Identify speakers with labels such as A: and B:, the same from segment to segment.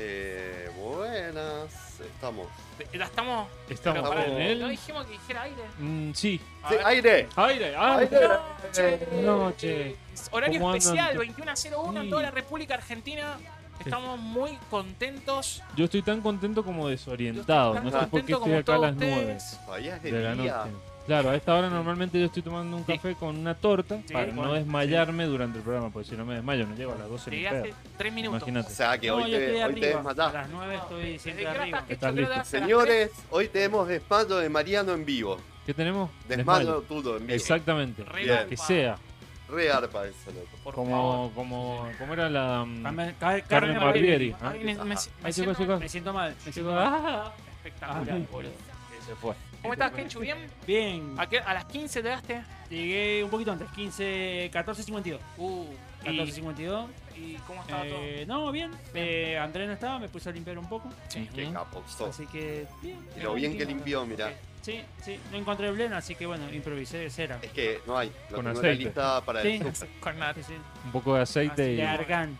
A: Eh, estamos?
B: La estamos.
C: Estamos
B: pero pará,
C: en él.
B: No dijimos que dijera aire.
C: Mm, sí.
B: A
A: Sí,
B: ver.
A: aire.
C: Aire, ah, aire.
A: Aire.
C: No, che.
B: Es Horario
C: ¿Cómo
B: especial,
C: andan?
B: 21.01 en
C: Sí.
B: toda la República Argentina. Estamos muy contentos.
C: Yo estoy tan contento como desorientado.
B: Yo estoy
C: no
B: tan
C: sé por qué
B: contento
C: estoy
B: como
C: acá a las
B: todos
C: 9
B: ustedes.
A: Todavía es de,
C: de la
A: día.
C: noche. Claro, a esta hora normalmente yo estoy tomando un
B: Sí.
C: café con una torta
B: Sí,
C: para
B: bueno,
C: no desmayarme durante el programa, porque si no me desmayo no llego a las 12 ni
B: Llegué hace
C: pedo.
B: 3 minutos.
A: O
C: Imagínate.
A: sea que
D: No,
A: hoy
D: yo estoy
A: te, hoy te
D: arriba. A
A: desmatás.
D: las 9 estoy
B: Desde
D: siempre
B: que
D: arriba.
B: hasta que
C: Estás
B: yo creo
C: listo.
B: que a las
A: Señores, hoy tenemos desmayo de Mariano en vivo.
C: ¿Qué tenemos?
A: Desmayo tudo en vivo.
C: Exactamente.
B: tres, re
A: Bien.
B: garpa.
C: Que sea.
A: Re arpa eso, loco.
B: Por favor.
C: Como, como, como era la. mm,
D: Carmen, Car-
C: Carmen
D: Carmen
C: Barbieri.
D: Barbieri.
C: ¿ah?
B: Ay, me, me- me
A: Ahí
C: Ahí
B: siento
C: llegó, llegó.
D: Me siento mal. Me siento mal.
C: Ah,
B: espectacular,
D: Ay.
B: boludo.
C: se fue.
B: ¿Cómo estás, Kenchu? ¿Bien?
D: Bien.
B: ¿A, qué- a las 15 te daste?
D: Llegué un poquito antes. 15, 14.52.
B: Uh, y,
D: 14.52.
B: ¿Y cómo estaba
D: Eh, no, bien. Eh, Andrés no estaba, me puse a limpiar un poco.
A: Qué capo. sos.
D: Así que, bien.
A: Y lo bien que
D: Tranquilo.
A: limpió, mirá.
D: Sí, sí. No encontré blend, así que bueno, improvisé de cera.
A: Es que no hay. Lo
C: Con
A: tengo en la
C: aceite.
A: lista para
D: Sí.
A: el
B: todo?
A: súper.
B: Con nada.
D: Sí, sí.
C: Un poco de aceite
B: Así
C: y,
B: que
D: Largan.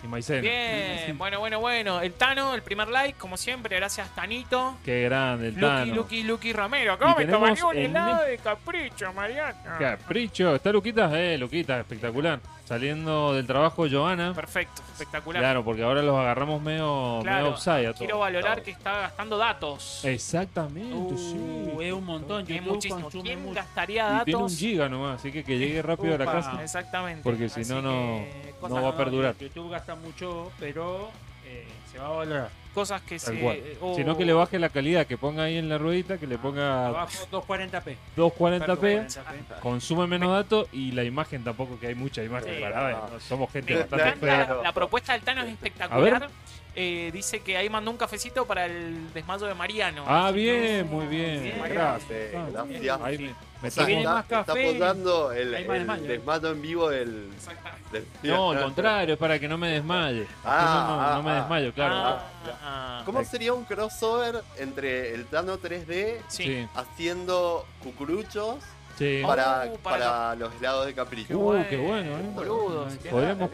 C: y maicena.
B: Bien, bueno, bueno, bueno. El Tano, el primer like, como siempre, gracias Tanito.
C: Qué grande el
B: Lucky,
C: Tano.
B: Lucky, Lucky Romero.
C: Y
B: ¿Cómo me
C: tenemos
B: tomaría un
C: el
B: helado de capricho, Mariana?
C: Capricho. ¿Está Luquita? Eh, Luquita, espectacular. Saliendo del trabajo, Joana.
B: Perfecto, espectacular.
C: Claro, porque ahora los agarramos medio,
B: Claro,
C: medio offside a
B: Quiero
C: todos.
B: valorar que está gastando datos.
C: Exactamente,
D: Uh,
C: sí.
D: es un montón.
B: Que es
D: YouTube
B: muchísimo.
D: consume
B: ¿Quién
D: mucho.
B: gastaría
C: Y tiene un
B: datos?
C: giga nomás, así que que llegue rápido a la
D: Upa.
C: casa.
B: Exactamente.
C: Porque si
B: Así
C: no, no-
B: que
C: no
B: cosas
C: va a perdurar.
D: YouTube gasta mucho, pero eh, se va a valorar.
B: Cosas que
C: Tal
B: se. eh,
C: cual.
D: eh,
B: o- Ah,
C: Sino que le baje la calidad, que ponga ahí en la ruedita, que le ponga
D: Abajo 240p.
C: 240p,
D: 240p.
C: consume menos datos y la imagen tampoco, que hay mucha imagen
D: Sí.
C: para ver. no Somos gente
B: Me
C: bastante
B: encanta
C: fea.
B: la, la propuesta del Tano es
C: A
B: espectacular. Eh, dice que ahí mandó un cafecito para el desmayo de Mariano.
C: Ah, bien, muy
D: Bien.
C: bien. Gracias.
A: Gracias.
C: Ah,
A: Gracias.
C: Ahí me, me
A: Está,
C: está-
D: viene
A: está,
D: más
A: está
D: café.
A: apoyando el,
D: Hay más
A: el
D: desmayo.
A: desmayo en vivo del.
B: Exactamente.
A: del-
C: No, al contrario, es para que no me desmaye. Así
A: Ah,
C: no, no- no me
A: ah, ah.
C: desmayo, claro.
B: Ah,
A: ¿Cómo sería un crossover entre el Tano 3D
B: sí.
A: haciendo cucuruchos
C: Sí.
A: para,
B: Oh, para
A: para los helados de capricho?
C: Uh, qué bueno, ¿eh?
B: Boludo, si te-
C: Podríamos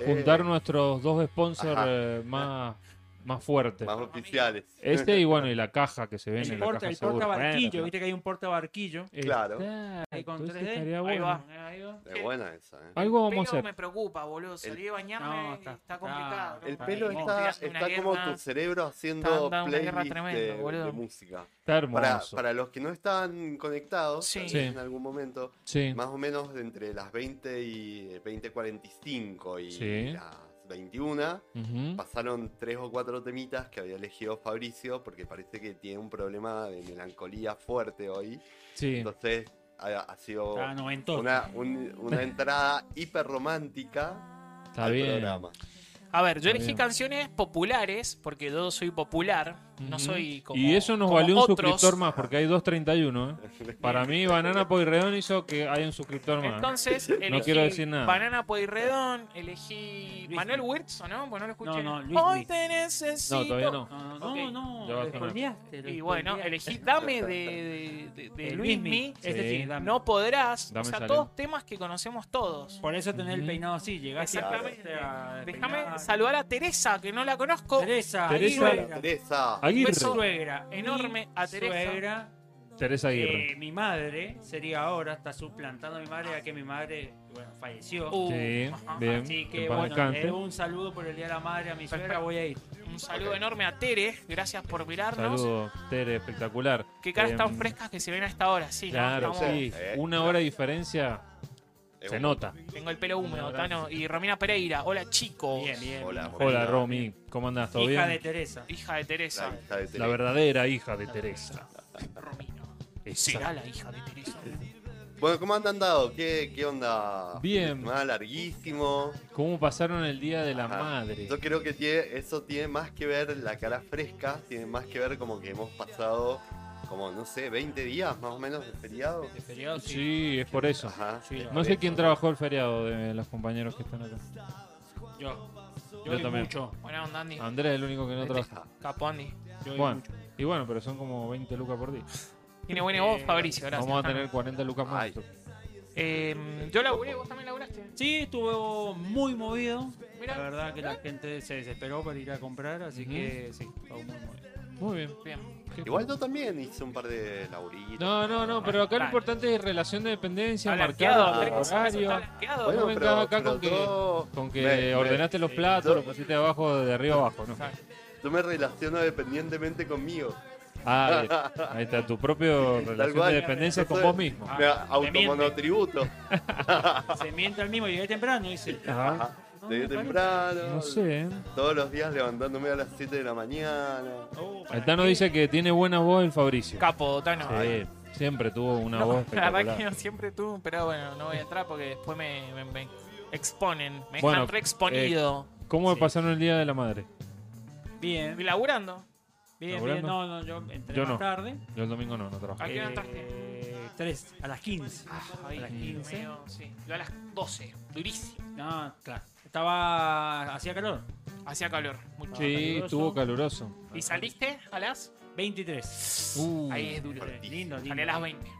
A: Eh,
C: juntar nuestros dos sponsors
A: Ajá.
C: eh, más, más fuertes.
A: Más oficiales.
C: Este y bueno, y la caja que se vende
D: El
C: en la
D: porta,
C: caja
D: el
C: seguro.
D: porta barquillo,
C: Bueno,
D: viste que hay un porta barquillo.
A: Claro.
C: está,
D: Ahí con
C: entonces
D: 3D,
C: estaría
D: ahí
C: bueno.
B: va.
D: Ahí va.
A: Es buena esa, ¿eh?
C: Algo
B: Pero
C: vamos a
B: me
C: hacer.
B: preocupa, boludo. Salí de bañarme
D: No,
B: y está,
D: está-
B: complicado.
D: está-
A: El
D: Está
A: pelo
D: bien.
A: está,
B: Estoy
A: está
B: haciendo
A: como
B: una
A: tu
B: guerra.
A: cerebro
B: Está
A: haciendo
B: andando una guerra
A: playlist
B: tremenda,
A: de,
B: boludo.
A: de música.
C: Está
A: Para,
C: hermoso.
A: para los que no están conectados,
B: Sí.
A: tal vez
C: Sí.
A: en algún momento,
C: Sí.
A: más o menos entre las 20 y 20.45 y
C: Sí.
A: las 21,
C: Ujú.
A: pasaron tres o cuatro temitas que había elegido Fabricio porque parece que tiene un problema de melancolía fuerte hoy.
C: Sí.
A: Entonces ha, ha sido
E: Ah,
D: Está noventoso.
A: una, un- una entrada hiper romántica
C: Está
A: al
C: bien.
A: programa.
B: A ver, yo
C: Está
B: elegí
C: bien.
B: canciones populares porque yo soy popular. No
C: Ujú.
B: soy como.
C: y eso nos
B: como
C: valió un
B: otros.
C: suscriptor más, porque hay 2.31. ¿eh? Para mí, Banana Poirredón hizo que hay un suscriptor más.
B: Entonces, elegí
C: quiero decir nada.
B: Banana Pueyrredón, elegí
D: Luis
B: Manuel
D: Miguel.
B: Wirtz, ¿o no? Pues no lo escuché.
D: No, no, Luis
B: Hoy
D: Miguel.
B: te necesito.
C: no, todavía no.
D: No,
B: Ok.
D: no, no,
C: Ya
D: lo
C: vas con él.
D: spoileaste, lo
B: Y bueno,
D: spoileaste.
B: elegí Dame de, de, de- de
D: El
B: Luis Mi.
D: Este sí,
C: Sí.
D: dame.
B: No podrás.
C: Dame
B: o sea,
C: salió.
B: todos temas que conocemos todos.
D: Por eso tenés el
C: Ujú.
D: peinado así, llegaste
B: Exactamente.
D: a- a-
B: Déjame
D: peinada.
B: saludar a Teresa, que no la conozco.
D: Teresa,
C: Teresa.
D: Aguirre.
A: Teresa,
C: Aguirre.
B: beso.
D: suegra.
B: Enorme
D: Mi
B: a Teresa.
D: Suegra,
C: Teresa Aguirre.
D: eh, mi madre sería ahora, está suplantando a mi madre, ya que mi madre bueno, falleció.
B: Uh,
C: Sí,
B: ajá.
C: bien.
D: Así
C: en
D: que
C: paz
D: bueno,
C: descanse.
D: le doy un saludo por el Día de la Madre a mi suegra,
B: Perfecto.
D: voy a ir.
B: Un saludo enorme a Tere. Gracias por mirarnos.
C: Saludos, Tere, espectacular.
B: Qué caras
C: Em,
B: tan frescas que se ven a esta hora. Sí, ¿no?
C: Claro,
B: Estamos-
C: sí.
A: Eh.
C: Una hora de diferencia
A: es
C: se
A: un-
C: nota.
B: Tengo el pelo húmedo,
C: Ahora
B: Tano. Y Romina Pereira. Hola, chicos.
D: Bien, bien.
A: Hola,
C: Hola, Romy. ¿Cómo andás? ¿Todo
D: Hija de
C: bien?
D: Teresa.
B: Hija de
A: La
B: Teresa.
A: hija de
C: La
A: Teresa.
C: verdadera hija de Teresa.
B: Romina.
C: Exacto.
B: Será la hija de Teresa.
A: Bueno, ¿cómo han andado? ¿Qué, qué onda?
C: Bien.
A: Más larguísimo.
C: ¿Cómo pasaron el día de la
A: Ajá.
C: madre?
A: Yo creo que tiene- eso tiene más que ver la cara fresca, tiene más que ver como que hemos pasado como, no sé, 20 días más o menos de feriado.
D: De feriado, sí.
C: Sí, es por eso.
A: Ajá.
D: Sí,
C: No sé quién trabajó el feriado de los compañeros que están acá.
D: Yo.
C: Yo
D: Yo, vi
C: también.
D: mucho. Este
B: Buena onda, Andy.
C: Andrés es el único que no trabaja.
B: Capo, Andy.
D: Yo vi
C: Bueno,
D: mucho.
C: y bueno, pero son como 20 lucas por día.
B: Tiene buena
D: Eh,
B: voz, Fabricio. Gracias.
C: Vamos a
B: Tano.
C: tener 40 lucas más.
A: Ay.
B: Eh, yo laburé, vos también laburaste.
D: Sí, estuvo muy movido.
B: Mirá.
D: La verdad que la gente se desesperó para ir a comprar, así
C: Ujú.
D: que sí, estuvo muy movido.
C: Muy bien.
B: Bien.
C: Qué-
A: Igual yo también hice un par de laburitos.
C: No, no, no, pero acá lo importante es relación de dependencia,
B: Está
C: marcado,
B: blanqueado,
A: marcado,
B: Andrés, eso
C: horario.
B: está blanqueado.
C: Bueno,
A: Bueno,
C: ven
A: pero,
C: acá
A: pero
C: con que-
A: yo-
C: Con que
A: me- me-
C: ordenaste los platos,
A: yo-
C: los pusiste abajo, de arriba abajo, ¿no?
A: Yo me relaciono dependientemente conmigo.
C: Ah, bien. ahí está, tu propio relación
A: cual.
C: de dependencia
A: Yo
C: con
A: soy-
C: vos mismo.
A: Me
D: Ah, me miente.
A: automonotributo.
D: Se miente al mismo, llegué temprano, dice.
C: Ajá.
D: No,
A: Llegué
D: me parece.
A: temprano.
C: No sé, ¿eh?
A: Todos los días levantándome a las 7 de la mañana.
D: Oh, ¿para
C: El Tano
D: qué?
C: dice que tiene buena voz el Fabricio.
B: Capo, Tano.
C: Sí, siempre tuvo una
B: No,
C: voz
B: la verdad que
C: espectacular.
B: no siempre tú, pero bueno, no voy a entrar porque después me, me- me exponen, me
C: Bueno, eh,
B: dejan reexponido.
C: ¿Cómo
D: Sí.
C: pasaron el Día de la Madre?
D: eh, Bien,
B: Estoy laburando.
D: bien, bien.
C: ¿Laburando?
D: No, no, yo entré
C: Yo
D: más
C: no.
D: tarde.
C: Yo el domingo no, no trabajé.
B: ¿A qué Ah, hora entraste?
D: Eh, Tres, a las 15.
B: Ay,
D: a las
B: Dios
D: 15.
B: mío, sí. Yo a las 12, durísimo.
D: No, Ah, claro. Estaba. Hacía calor. Ah,
B: Hacía calor, mucho.
C: Sí,
D: caluroso.
C: estuvo caluroso.
B: ¿Y saliste a las?
D: 23.
C: Uh,
B: Ahí es duro.
A: Fuertísimo.
D: Lindo, lindo.
B: Salí a las 20.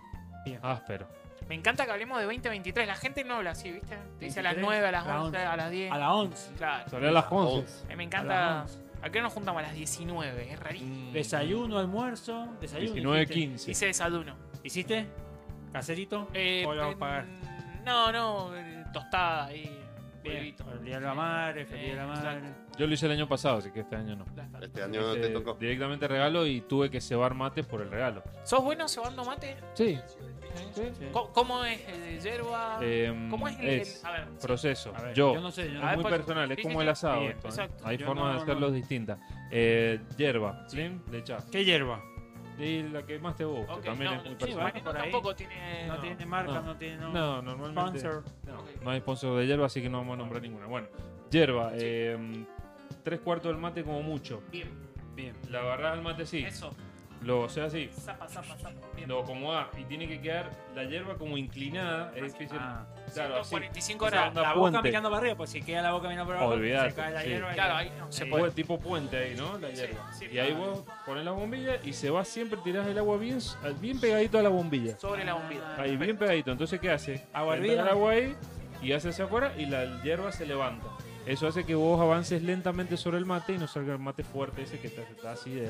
C: áspero.
B: Me encanta que hablemos de 2023. La gente no habla así, ¿viste? Te dice a las
D: 23,
B: 9, a las
D: a las
B: 11,
D: 11,
B: a las 10.
D: A las 11.
B: Claro.
C: Salió a las 11.
A: Once.
B: Eh, Me
D: A
B: encanta.
D: las 11.
B: ¿A qué hora nos juntamos? A las 19, es rarísimo.
D: Desayuno, almuerzo. Desayuno. hiciste.
C: 19.15.
B: Hice desayuno.
D: ¿Hiciste? ¿Caserito?
B: Eh,
D: Hoy lo vamos a
B: eh,
D: pagar.
B: No, no, eh, tostada y
D: Bien.
B: huevito.
D: El día de la madre, feliz día de la
B: Eh,
D: madre.
C: Yo lo hice el año pasado, así que este año no.
B: Ya está.
A: Este año no te
C: Hice
A: tocó.
C: Directamente regalo y tuve que cebar mates por el regalo.
B: ¿Sos bueno cebando mate?
C: Sí.
D: Sí.
B: ¿Cómo, cómo es? eh, ¿Hierba?
C: Em,
B: ¿Cómo es el,
C: es
B: el- A ver.
C: Proceso.
D: A ver,
C: yo,
D: no sé, yo
B: A
D: no
B: ver,
C: es muy
B: pues,
C: personal, es
B: sí,
C: como
B: sí,
C: el
B: sí.
C: asado.
D: Bien,
C: esto, ¿eh?
B: exacto.
C: Hay
D: Yo
C: formas
D: no,
C: de
D: no.
C: hacerlos distintas. Eh, hierba, ¿sí? Le echás.
D: ¿Qué hierba?
C: Y la que más te guste,
B: Ok,
C: también
B: no,
C: es muy
B: sí,
C: personal.
B: bueno,
D: Por ahí.
B: tampoco tiene.
D: No,
B: no.
D: tiene marca,
C: No.
D: no, tiene no,
C: No, normalmente.
D: sponsor.
C: No,
B: Ok.
C: no hay sponsor de hierba, así que no vamos a nombrar ninguna. Bueno, hierba, eh, tres cuartos del mate como mucho.
B: Bien,
D: Bien.
C: La agarrás al mate, sí.
B: eso.
C: Lo, o sea, así.
B: Zapa, zapa, zapa. Bien.
C: Lo acomodás y tiene que quedar la hierba como inclinada. Es difícil.
D: Ah.
C: claro, así.
B: 45
C: Esa
B: horas.
C: onda
D: La boca
C: puente.
D: mirando para arriba, pues si queda la boca mirando para abajo,
C: Olvidate,
D: se cae la
C: sí.
D: hierba. y-
B: Claro, ahí no se
D: Eh,
B: puede.
C: Pue- tipo puente ahí, ¿no? La
B: Sí,
C: hierba.
B: sí,
C: y ahí
B: claro.
C: vos pones la bombilla y se va siempre, tirás el agua bien, bien pegadito a la bombilla.
B: Sobre la bombilla.
C: Ahí, bien pegadito. Entonces, ¿qué hace?
D: Agua
C: Prende
D: hervida.
C: el agua ahí y hace hacia afuera y la hierba se levanta. Eso hace que vos avances lentamente sobre el mate y no salga el mate fuerte ese que está, está así de...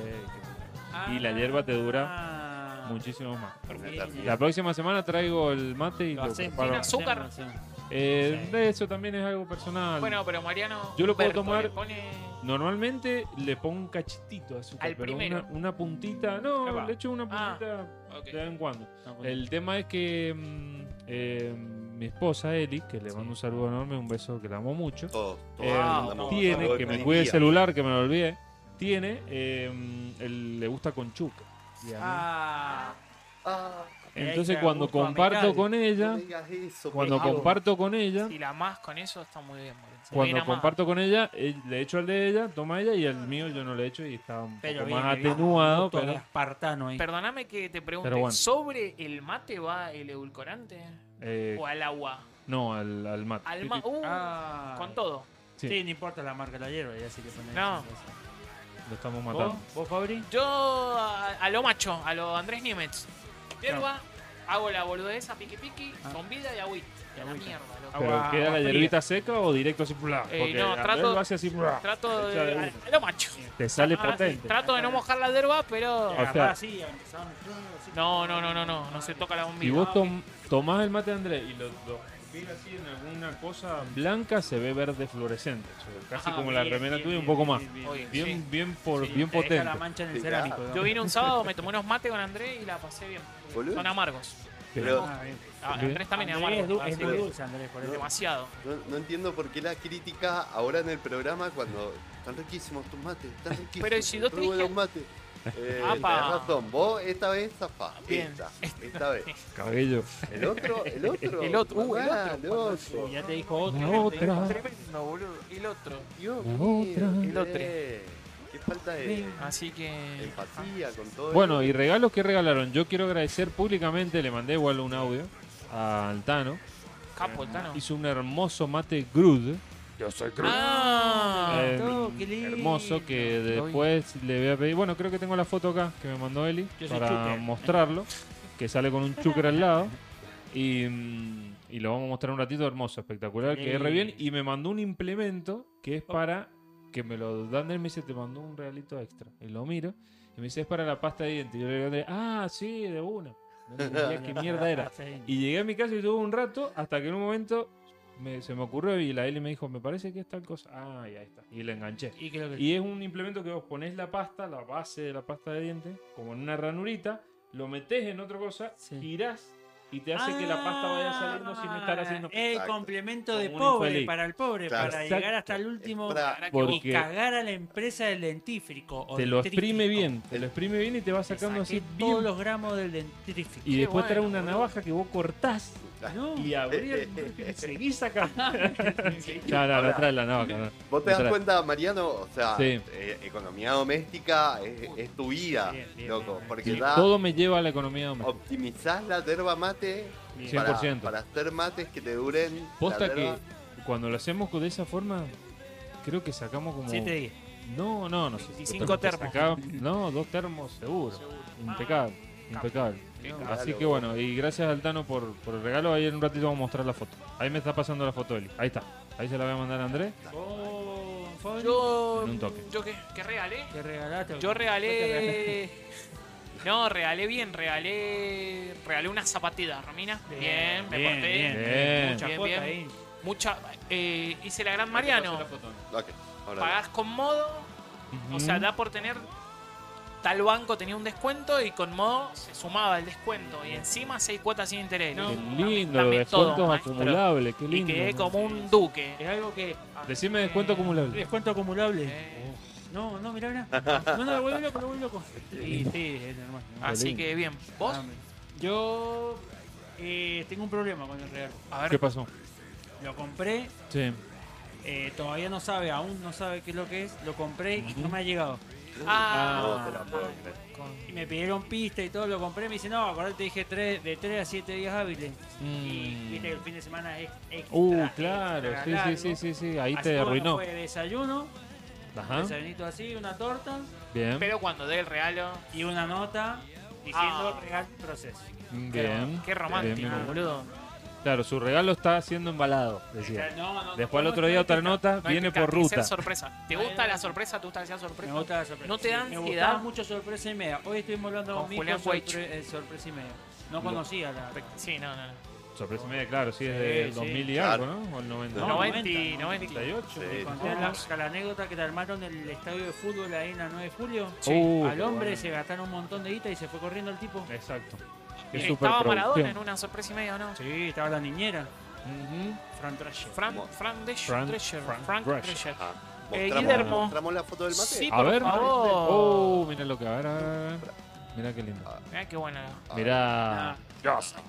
C: y la hierba te dura
D: Ah.
C: muchísimo más.
A: Bien.
C: La próxima semana traigo el mate y
D: Lo
C: lo,
D: hacen
C: preparo.
B: sin azúcar.
D: lo hacen.
C: Eh,
D: Sí.
C: de Eso también es algo personal.
B: Bueno, pero Mariano.
C: Yo lo puedo
B: Humberto
C: tomar-
B: le pone-
C: Normalmente le pongo un cachetito de azúcar,
B: Al
C: pero
B: primero.
C: una, una puntita... No,
D: Capaz.
C: le echo una
B: Ah,
C: puntita
B: ok.
C: de vez en cuando.
D: No,
C: El tema es que mm, eh, mi esposa Eli, que le mando un saludo enorme, un beso que la amo mucho,
A: Todos, todos.
C: eh,
B: Wow,
A: andamos
C: tiene,
A: todos
C: que
A: con
C: me
A: el
C: cuide el
A: día.
C: celular, que me lo olvidé, tiene, eh, mm, el- le gusta con chuca. y a mí-
D: Ah,
A: Ah,
C: Entonces
D: Ella,
C: cuando
D: gusto
C: comparto
D: amical.
C: con
A: no
C: ella,
A: me digas eso,
C: cuando
A: por favor.
C: comparto con ella,
B: Si la más con eso está muy bien, boludo. Se viene
C: cuando
B: a más.
C: comparto con ella, eh, le echo al de ella, toma ella y el mío yo no le echo y está un
D: pero
C: poco
D: bien,
C: más
D: bien.
C: atenuado,
D: Gusto de
C: pero
D: espartano ahí.
B: Perdóname que te pregunte,
C: Pero bueno.
B: ¿sobre el mate va el edulcorante?
C: eh,
B: ¿O al agua?
C: no al, al mate.
B: Al ma- uh,
D: Ah.
B: con todo.
C: Sí.
D: Sí. no importa la marca de la hierba, ya sí que ponen.
B: No.
C: Lo estamos matando.
D: ¿Vos? ¿Vos, Fabri?
B: Yo a, a lo macho, a lo Andrés Nimitz. Hierba, hago la boludeza piqui piqui,
D: Ah.
B: con vida y agüita. De la
D: agüita.
B: mierda, loco.
C: ¿Pero
D: Agua-
C: queda la
D: agua fría.
C: hierbita seca o directo así? bla?
B: Eh,
C: Porque
B: no,
C: Andrés
B: trato-
C: lo hace así. bla.
B: Trato
C: Echa
B: de.
C: de
B: A,
C: una.
B: a lo macho.
C: Te sale
B: Ah,
C: potente.
B: Trato de no mojar la hierba, pero.
C: sea-
D: Agarrá así, empezaron-
B: No, no, no, no, no. No se toca la
C: Si
B: bombilla.
C: vos tom- tomás el mate de Andrés y lo, lo escupís así en alguna cosa blanca, se ve verde fluorescente. O sea, casi
B: Ah,
C: como la
D: Bien,
C: remera
D: bien,
C: tuya, un
D: bien,
C: poco
D: bien,
C: más.
D: bien, bien.
B: Oye,
C: Bien,
B: sí.
C: bien, por,
D: Sí,
C: bien
D: te deja
C: potente.
D: la mancha en el
A: Sí,
D: cerámico.
B: Yo vine un sábado, me tomé unos mates con Andrés y la pasé bien.
A: Boludo.
B: Son amargos.
A: Pero
D: Ah, bien.
B: Ah,
C: Ok.
B: Andrés también es
D: Andrés es,
B: amargo.
D: du-
B: así
D: es
B: que
D: muy dulce, Andrés, por eso.
B: Demasiado.
A: no, no entiendo por qué la crítica ahora en el programa cuando están riquísimos tus mates, están riquísimos.
B: Pero si yo te
A: muy buenos
B: dije-
A: mates. Eh,
B: Apa.
A: tenés razón, vos esta vez zafás.
B: Bien.
A: Esta, esta vez.
C: Cabello.
A: El otro, el otro.
B: El otro, uh, el
A: Ah,
B: otro.
A: el otro.
D: Ya te dijo otro.
C: La
D: ya te
C: otra.
D: dijo-
B: Tremendo, boludo. Y el otro.
A: Dios
C: La
A: mío,
C: otra.
A: qué
B: El otro.
A: le- Qué falta de
B: Así que.
A: empatía con todo
C: Bueno, y regalos que regalaron. Yo quiero agradecer públicamente, le mandé igual un audio a Altano.
B: Capo, el Tano.
C: Hizo un hermoso mate Grud.
A: Yo soy
B: Ah,
C: Eh,
D: todo, qué lindo.
C: hermoso que después le voy a pedir. Bueno, creo que tengo la foto acá que me mandó Eli
D: Yo soy
C: para
D: chucker.
C: mostrarlo. Que sale con un chucker al lado. Y, mm, y lo vamos a mostrar un ratito. Hermoso, espectacular. Que es re bien. Y me mandó un implemento que es para que me lo dan. Él me dice: Te mandó un regalito extra. Y lo miro. Y me dice, es para la pasta de dientes. Y yo le digo, a Andrés, ah, sí, de una. No entendía qué mierda era.
D: Sí.
C: Y llegué a mi casa y tuve un rato hasta que en un momento me- se me ocurrió y la Eli me dijo, me parece que es tal cosa. Ah, y ahí está. Y la enganché.
D: Y creo que
C: Y es un implemento que vos ponés la pasta, la base de la pasta de dientes, como en una ranurita, lo metés en otra cosa,
D: Sí. Ah,
C: girás y te hace que la pasta vaya saliendo sin estar haciendo...
D: El
A: Exacto.
D: complemento de
C: Como un
D: pobre
C: infeliz.
D: para el pobre,
A: Claro.
D: para
C: Exacto.
D: llegar hasta el último
A: Para-
B: Ahora que
C: Porque-
B: vos-
D: y cagar a la empresa del dentífrico. o
C: Te lo exprime
D: dentrífico.
C: bien, te lo exprime bien y te va
D: Te
C: sacando
D: saqué
C: así
D: todos
C: bien.
D: los gramos del dentífrico.
C: Y
B: Qué
C: después trae
B: bueno,
C: una
B: boludo.
C: navaja que vos cortás
D: No,
C: y
D: eh,
C: abrís
A: Eh,
C: el- y seguís sacando. No, no,
A: Ahora,
C: no trae la navaja. no.
A: Vos te das
C: Otra.
A: cuenta, Mariano, o sea,
C: Sí.
A: eh, economía doméstica es, es tu vida,
D: Bien, bien,
A: loco,
D: bien,
A: porque
C: Y
A: da,
C: todo me lleva a la economía doméstica.
A: optimizás la derba mate
D: Bien.
A: para,
C: 100%.
A: para hacer mates que te duren. la
C: Posta que
A: yerba.
C: cuando lo hacemos de esa forma, creo que sacamos como...
D: siete días.
C: No, no, no sé.
B: Y cinco
C: pero
B: termos.
C: sacaba- no, dos termos seguro. Impecable, impecable.
A: Impecable,
C: Así que
A: boludo.
C: bueno, y gracias al Tano por, por el regalo. Ahí en un ratito vamos a mostrar la foto. Ahí me está pasando la foto Eli. Ahí está. Ahí se la voy a mandar a Andrés.
A: eh.
D: Oh, Fabri,
B: Yo.
C: En un toque.
B: ¿Yo qué, qué regalé?
D: te regalaste.
B: Yo regalé. No, regalé bien, regalé. Regalé una zapatilla, Romina. Bien, me porté.
D: Bien,
C: Bien.
D: Mucha
B: Bien,
D: cuota
B: bien.
D: ahí.
B: Mucha. eh, hice la gran Mariano.
A: Ok, ahora
B: Pagás con modo, o sea, da por tener. Tal banco tenía un descuento y con modo se sumaba el descuento. Y encima seis cuotas sin interés.
D: No,
C: Qué
B: Dame-
C: lindo, los
B: dame todo,
C: descuentos
B: maestro.
C: acumulables. Qué
B: Y
C: lindo.
B: quedé
C: ¿no?
B: como un duque.
D: Es algo que.
C: Decime descuento acumulable.
D: Descuento acumulable.
B: Eh,
D: No, no, mirá, mirá. No, no, lo vuelvo loco, lo vuelvo loco. Y sí, es normal. ¿no?
B: así
C: lindo.
B: que bien. ¿Vos?
D: Ah, Yo eh, tengo un problema con el regalo.
B: A ver.
C: ¿Qué pasó?
D: Lo compré,
C: Sí.
D: eh, todavía no sabe, aún no sabe qué es lo que es. Lo compré y no me ha llegado.
A: No
B: Ah,
A: te la puedo creer.
D: Y me pidieron pista y todo, lo compré. Me dice, no, acordate, dije tres, de 3 a 7 días hábiles. Y
C: Mm.
D: viste que el fin de semana es extra.
C: Uh,
D: extra
C: claro. Sí,
D: largo.
C: sí, sí, sí, sí. Ahí
D: Así que
C: te
D: bueno,
C: arruinó.
D: Fue desayuno,
C: Ajá.
D: desayunito así, una torta
C: Bien.
B: pero cuando dé el regalo.
D: y una nota diciendo
B: Ah.
D: regalo proceso.
C: Mm, Bien.
B: Qué romántico,
C: Bien, bien, bien.
B: boludo.
C: Claro, su regalo está siendo embalado. Decía.
D: O sea, no, no,
C: Después
D: no,
C: al otro
D: no,
C: día
D: no,
C: otra
D: no,
C: nota,
B: No hay
C: viene
B: que
C: por
B: ca- que
C: ruta.
B: ser sorpresa. ¿Te
D: Ay,
B: gusta
D: no.
B: la sorpresa? ¿Te gusta que sea sorpresa?
D: Me gusta la sorpresa.
B: ¿No te da
D: Sí, Me
B: ansiedad?
D: gustaba mucho sorpresa y media. Hoy estuvimos hablando
B: Con
D: con, mi hijo
B: Julián Weich.
D: sorpre- eh, sorpresa y media. No conocía la.
B: Sí, no, no. no.
C: Sorpresa media, claro, sí, es del
D: sí,
C: 2000 y
A: claro.
C: algo, ¿no? O el 90.
A: No,
B: 90,
D: 90,
B: 90.
C: 98.
A: Sí.
D: Te Conté la, la anécdota que te armaron el estadio de fútbol ahí en la 9 de julio.
B: Sí.
C: Uh,
D: Al
C: qué
D: hombre
C: bueno.
D: se gastaron un montón de guita y se fue corriendo el tipo.
C: Exacto. Qué
B: Eh, Estaba Maradona en
C: superproducción.
B: una sorpresa y media, ¿o ¿no?
D: Sí, estaba la niñera.
C: Ujú.
D: Fran Trasher.
B: Frank, Frank Drescher.
C: Frank-
B: Drescher,
C: Frank
B: Frank
C: Drescher.
B: Drescher.
A: Ah,
B: Eh,
A: mostramos,
B: Guillermo.
A: mostramos la foto del mate.
B: Sí,
C: A
B: por
C: ver,
B: favor.
C: oh, mira lo que a ver, a ver, a ver. Mira qué lindo.
A: Ah,
B: Mirá qué bueno.
A: ah,
C: Mira.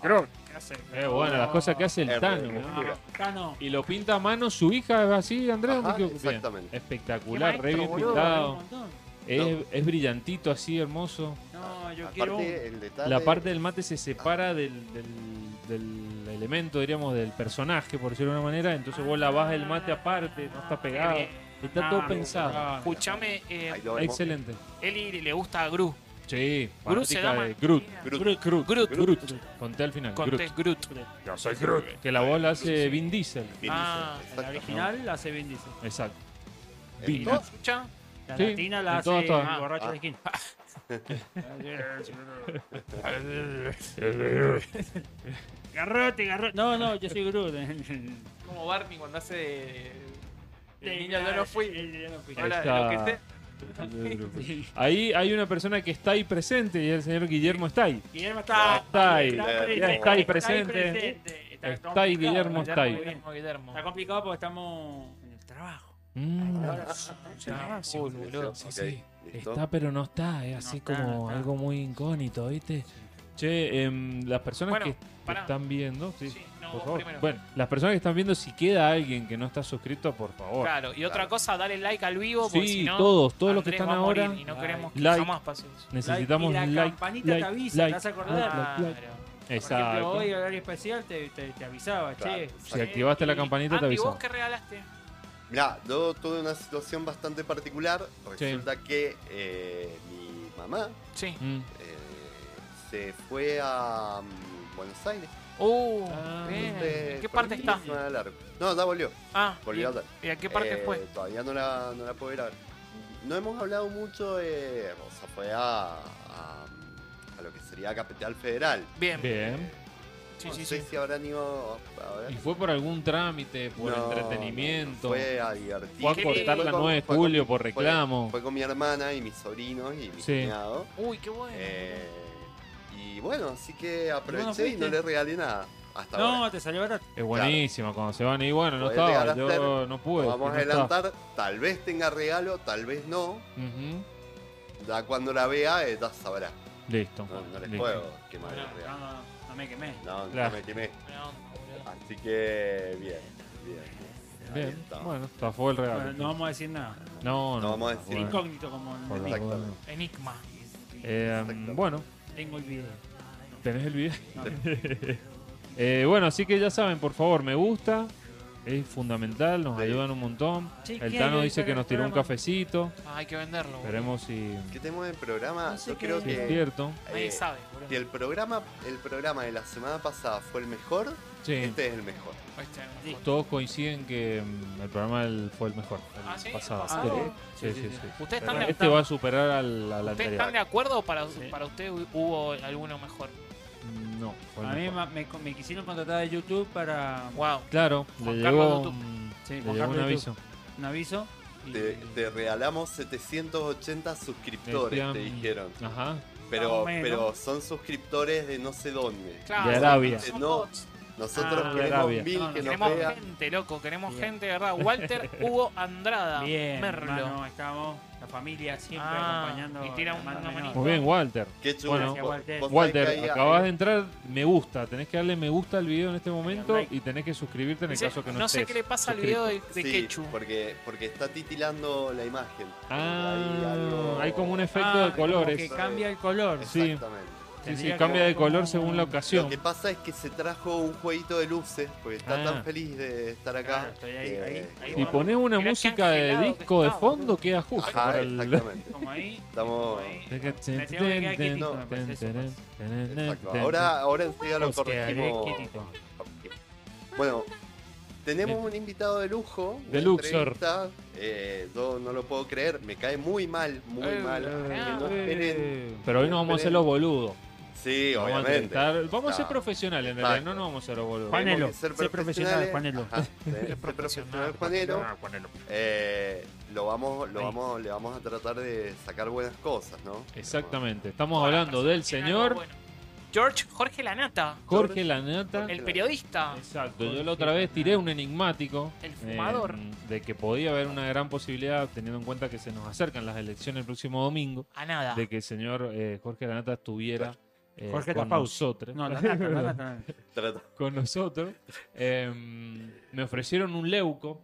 D: ¿Qué hace?
C: Qué bueno, las cosas que hace el
A: Es
C: Tano.
A: bueno.
D: Ah, Tano.
C: Y lo pinta a mano su hija, así, Andrés.
A: Ajá,
C: ¿Qué- qué-
A: exactamente.
C: Espectacular,
B: Qué
C: re bien
B: maestro, boludo,
D: Un
C: pintado.
D: montón.
C: Es, es brillantito, así, hermoso.
D: No, yo quiero. un-
A: Aparte, el detalle.
C: La parte del mate se separa del, del- del elemento, diríamos, del personaje, por decirlo de una manera. Entonces vos lavás el mate aparte, no está pegado.
B: bien.
C: Está
D: Ah,
C: todo pensado.
D: ah,
B: Escuchame, eh,
A: Ahí lo vemos.
C: Excelente.
B: Eli le gusta a Gru.
C: Sí,
B: Groot se
C: fanática
B: llama.
C: de Groot.
A: Groot.
C: Groot,
B: Groot.
C: Conté al final.
B: Conté
C: Groot.
B: Groot.
C: Yo soy Groot. Que la voz la hace Vin Diesel.
A: Bien,
B: Ah,
A: dice,
D: La
A: exacto.
D: original la hace Vin Diesel.
C: Exacto.
A: En
C: Vin.
A: todo-
B: ¿Escucha?
D: La
C: Sí,
D: latina la
C: en
D: hace
C: todas, todas.
D: el borracho
A: Ah.
D: de esquina. garrote, garrote. No, no, yo soy Groot.
B: Como Barney cuando hace de. de
D: El
B: niño yo no fui.
D: El niño no fui.
B: Hola,
C: Está-
B: lo que sé.
C: Ahí hay una persona que está ahí presente y el señor Guillermo está ahí.
D: Guillermo está,
C: Está ahí.
A: Ya
C: está ahí presente.
D: presente. Está,
C: Está ahí,
D: complicado,
C: Guillermo,
D: ya
C: está ahí.
D: muy bien.
B: Guillermo, Guillermo.
D: Está complicado porque estamos en el trabajo.
C: Mm,
D: Ahora sí, en el trabajo.
B: full, boludo.
C: Sí,
A: Ok,
C: sí.
A: listo.
C: Está pero no está, es así
D: está,
C: como
D: no está.
C: algo muy incógnito, ¿viste? Che, em, las personas
B: Bueno,
C: que que
B: pará.
C: están viendo, sí,
B: Sí, no,
C: por
B: vos
C: favor.
B: primero.
C: Bueno, las personas que están viendo, si queda alguien que no está suscrito, por favor.
B: Claro, y otra
A: Claro.
B: cosa, dale like al vivo. porque
C: Oh. Sí,
B: si no,
C: todos, todos los que
B: Andrés
C: están
B: va a morir
C: ahora,
B: Y no queremos que
C: like.
B: jamás pase eso.
C: Necesitamos
D: Y la
C: un like.
D: campanita
C: like,
D: te avisa,
C: like,
D: te hace acordar.
C: like, like, like.
B: Claro.
D: Por ejemplo,
C: Exacto.
D: hoy horario especial te, te, te avisaba,
A: Claro.
D: che.
C: Si activaste la
B: Y,
C: campanita, te
B: Andy,
C: avisa.
B: ¿vos qué regalaste?
A: Mirá, yo tuve una situación bastante particular. Resulta que eh, mi mamá
B: Sí.
C: Mm.
A: eh, se fue a mm, Buenos Aires.
B: Uh,
C: Ah,
B: bien.
A: Entonces,
B: ¿En qué
A: por
B: parte
A: ahí
B: está?
A: es una larga. No, ya volvió.
B: Ah,
A: Volvió a hablar.
B: ¿y, y a qué parte
A: Eh,
B: fue?
A: Todavía no la, no la puedo ir a ver. no hemos hablado mucho de. O sea, fue a, a, a lo que sería Capital Federal.
B: Bien.
C: Bien.
B: Sí,
A: no
B: sí,
A: sé
B: sí.
A: si habrán ido a- a ver.
C: ¿Y fue por algún trámite, por
A: No,
C: entretenimiento?
A: no, fue a divertirse.
C: Fue a cortar la 9 de julio por
A: fue-
C: reclamo.
A: Fue, con mi hermana y mis sobrinos y mi
C: Sí.
A: cuñado.
B: Uy, qué bueno.
A: Eh, y bueno, así que
D: no
A: aproveché y
D: fuiste?
A: no le regalé nada. Hasta
D: No,
A: ahora.
D: te salió barato.
C: Es buenísima cuando se van y bueno, no
A: Podés
C: estaba,
A: llegar a
C: yo
A: hacer-
C: no
A: Lo
C: pude.
A: vamos a
C: no estaba.
A: adelantar. Tal vez tenga regalo, tal vez no.
C: Ujú.
A: Ya cuando la vea, eh, ya sabrá.
C: Listo.
A: No, no les
C: listo.
A: puedo quemar el
D: No, no,
A: regalo.
D: no, no me quemé.
A: No, no
C: Claro.
A: me quemé.
B: Buena onda, boludo.
A: Así que, bien, bien. bien. Ahí
C: Bien,
A: está.
C: bueno, zafó el regalo.
D: Bueno, no vamos a decir nada.
C: no,
A: No vamos a
C: zafó,
A: decir
C: eh.
D: Incógnito como en
C: Por
D: el
C: la
D: disco.
C: duda, no.
B: Enigma.
C: Eh,
A: Exacto.
C: bueno,
D: Tengo el video.
C: tenés el video.
D: No,
C: Eh, bueno, así que ya saben, por favor, me gusta. Es fundamental, nos
A: Sí.
C: ayudan un montón.
D: Che, ¿qué
C: el
D: hay
C: Tano
D: hoy
C: dice
D: para
C: que
D: el
C: nos tiró un
D: programa?
C: cafecito.
B: Ah, hay que venderlo. boludo.
C: Esperemos si,
A: ¿Qué tenemos en el programa?
D: No sé
A: Yo
D: qué
A: creo
D: es.
C: si es
A: que.
C: cierto.
B: Nadie
A: eh,
B: sabe, boludo.
A: Si el programa, el programa de la semana pasada fue el mejor,
C: Sí.
A: este es el mejor.
B: Este,
D: Sí.
C: Todos coinciden que mm, el programa del- fue el mejor. El
B: Ah, ¿sí? ¿El
C: pasado.
B: pasado?
C: Sí, sí, sí.
B: Ustedes
C: Pero
B: están de
C: este
B: acuerdo.
C: va a superar al, al
B: ¿Ustedes
C: anterior.
B: están de acuerdo o para,
D: Sí.
B: para usted hu- hubo alguno mejor?
C: No, fue el
D: A mí
C: mejor.
D: ma- me, me quisieron contratar de YouTube para
B: Wow.
C: Claro,
B: Juan
C: pues. le
B: Carlos
C: llegó,
B: Dutu.
C: un-
D: Sí,
C: le
D: Juan
C: llegó un
D: Carlos
C: aviso.
D: un aviso. y-
A: Te, te regalamos 780 suscriptores,
C: Decían-
A: te dijeron.
C: Ajá.
A: Pero,
D: Más o menos.
A: pero son suscriptores de no sé dónde.
B: Claro.
C: De Arabia.
B: Son
A: No.
B: bots.
A: Nosotros
D: Ah, de
A: queremos
C: Arabia.
A: mil
D: No, no,
A: que nos
B: Queremos
A: vean.
B: gente, loco. Queremos
D: Bien.
B: gente, de ¿verdad? Walter Hugo Andrada.
D: Bien,
B: Merlo.
D: hermano, estamos. La familia siempre
B: Ah,
D: acompañando.
B: y tira
D: al
B: un-
D: hermano
B: una
D: menor.
B: manito.
C: Muy bien, Walter.
A: Qué chulo.
C: Bueno,
A: Vos-
D: Ah. Walter.
A: vos sabés que ahí
C: Walter,
A: hay-
C: acabas de entrar, me gusta. Tenés que darle me gusta al video en este momento
D: like.
C: y tenés que suscribirte en el
B: Dice,
C: caso que no,
B: no sé
C: estés
B: qué le pasa al
C: suscrito.
B: video de, de
A: Sí,
B: Quechu.
A: Porque, porque está titilando la imagen.
C: Ah, hay,
A: algo-
C: como un efecto
D: Ah,
C: de colores.
D: Como que cambia el color.
C: Sí.
A: Exactamente.
C: Sí, sí,
D: Tendría que
C: cambia
D: ver
C: de
D: cómo-
C: color según la ocasión.
A: Lo que pasa es que se trajo un jueguito de luces, porque está
C: Ah.
A: tan feliz de estar acá.
D: Claro, estoy ahí,
A: que-
D: ahí, ahí.
C: Si pones una
B: Mirá qué
C: música de
B: angelado que
C: disco de
B: está,
C: fondo, queda justo
A: Ajá,
C: para el.
A: exactamente.
D: Como ahí.
A: Estamos-
D: Me tengo que quedar quietito, me parece eso pues. pasa.
A: Exacto. Ahora, ahora enseguida lo
C: Os quedaré
A: corregimos.
C: quietito.
A: Bueno, tenemos un invitado de lujo. una
C: De Luxor.
A: entrevista, eh, yo no lo puedo creer, me cae muy mal, muy
C: Eh,
A: mal. que no
C: eh,
A: esperen.
C: Pero hoy no vamos a ser los boludos.
A: Sí,
C: Vamos a
A: obviamente.
C: tratar- Vamos a ser
A: Está.
C: profesionales en realidad,
A: Exacto.
C: no nos vamos a ser los boludos.
D: Juan- Juanelo,
A: Tenemos que ser
D: sé profesional,
A: profesionales.
D: Juanelo.
A: Ajá, tenés que ser profesional, Juanelo. Eh, lo vamos, lo
D: Ahí.
A: vamos, le vamos a tratar de sacar buenas cosas, ¿no?
C: Exactamente, estamos
B: Todas las
C: hablando del
B: personas tienen algo
C: señor
B: bueno. George Jorge Lanata,
C: Jorge Lanata.
B: el periodista.
C: Exacto, yo la otra vez tiré un enigmático.
B: El
C: eh,
B: fumador.
C: de que podía haber una gran posibilidad, teniendo en cuenta que se nos acercan las elecciones el próximo domingo,
B: A nada.
C: de que el señor eh, Jorge Lanata estuviera eh,
D: Jorge
C: con
D: Tapau.
C: nosotros.
D: No, la nata, la nata.
A: Trata-
C: con nosotros. Eh, me ofrecieron un leuco.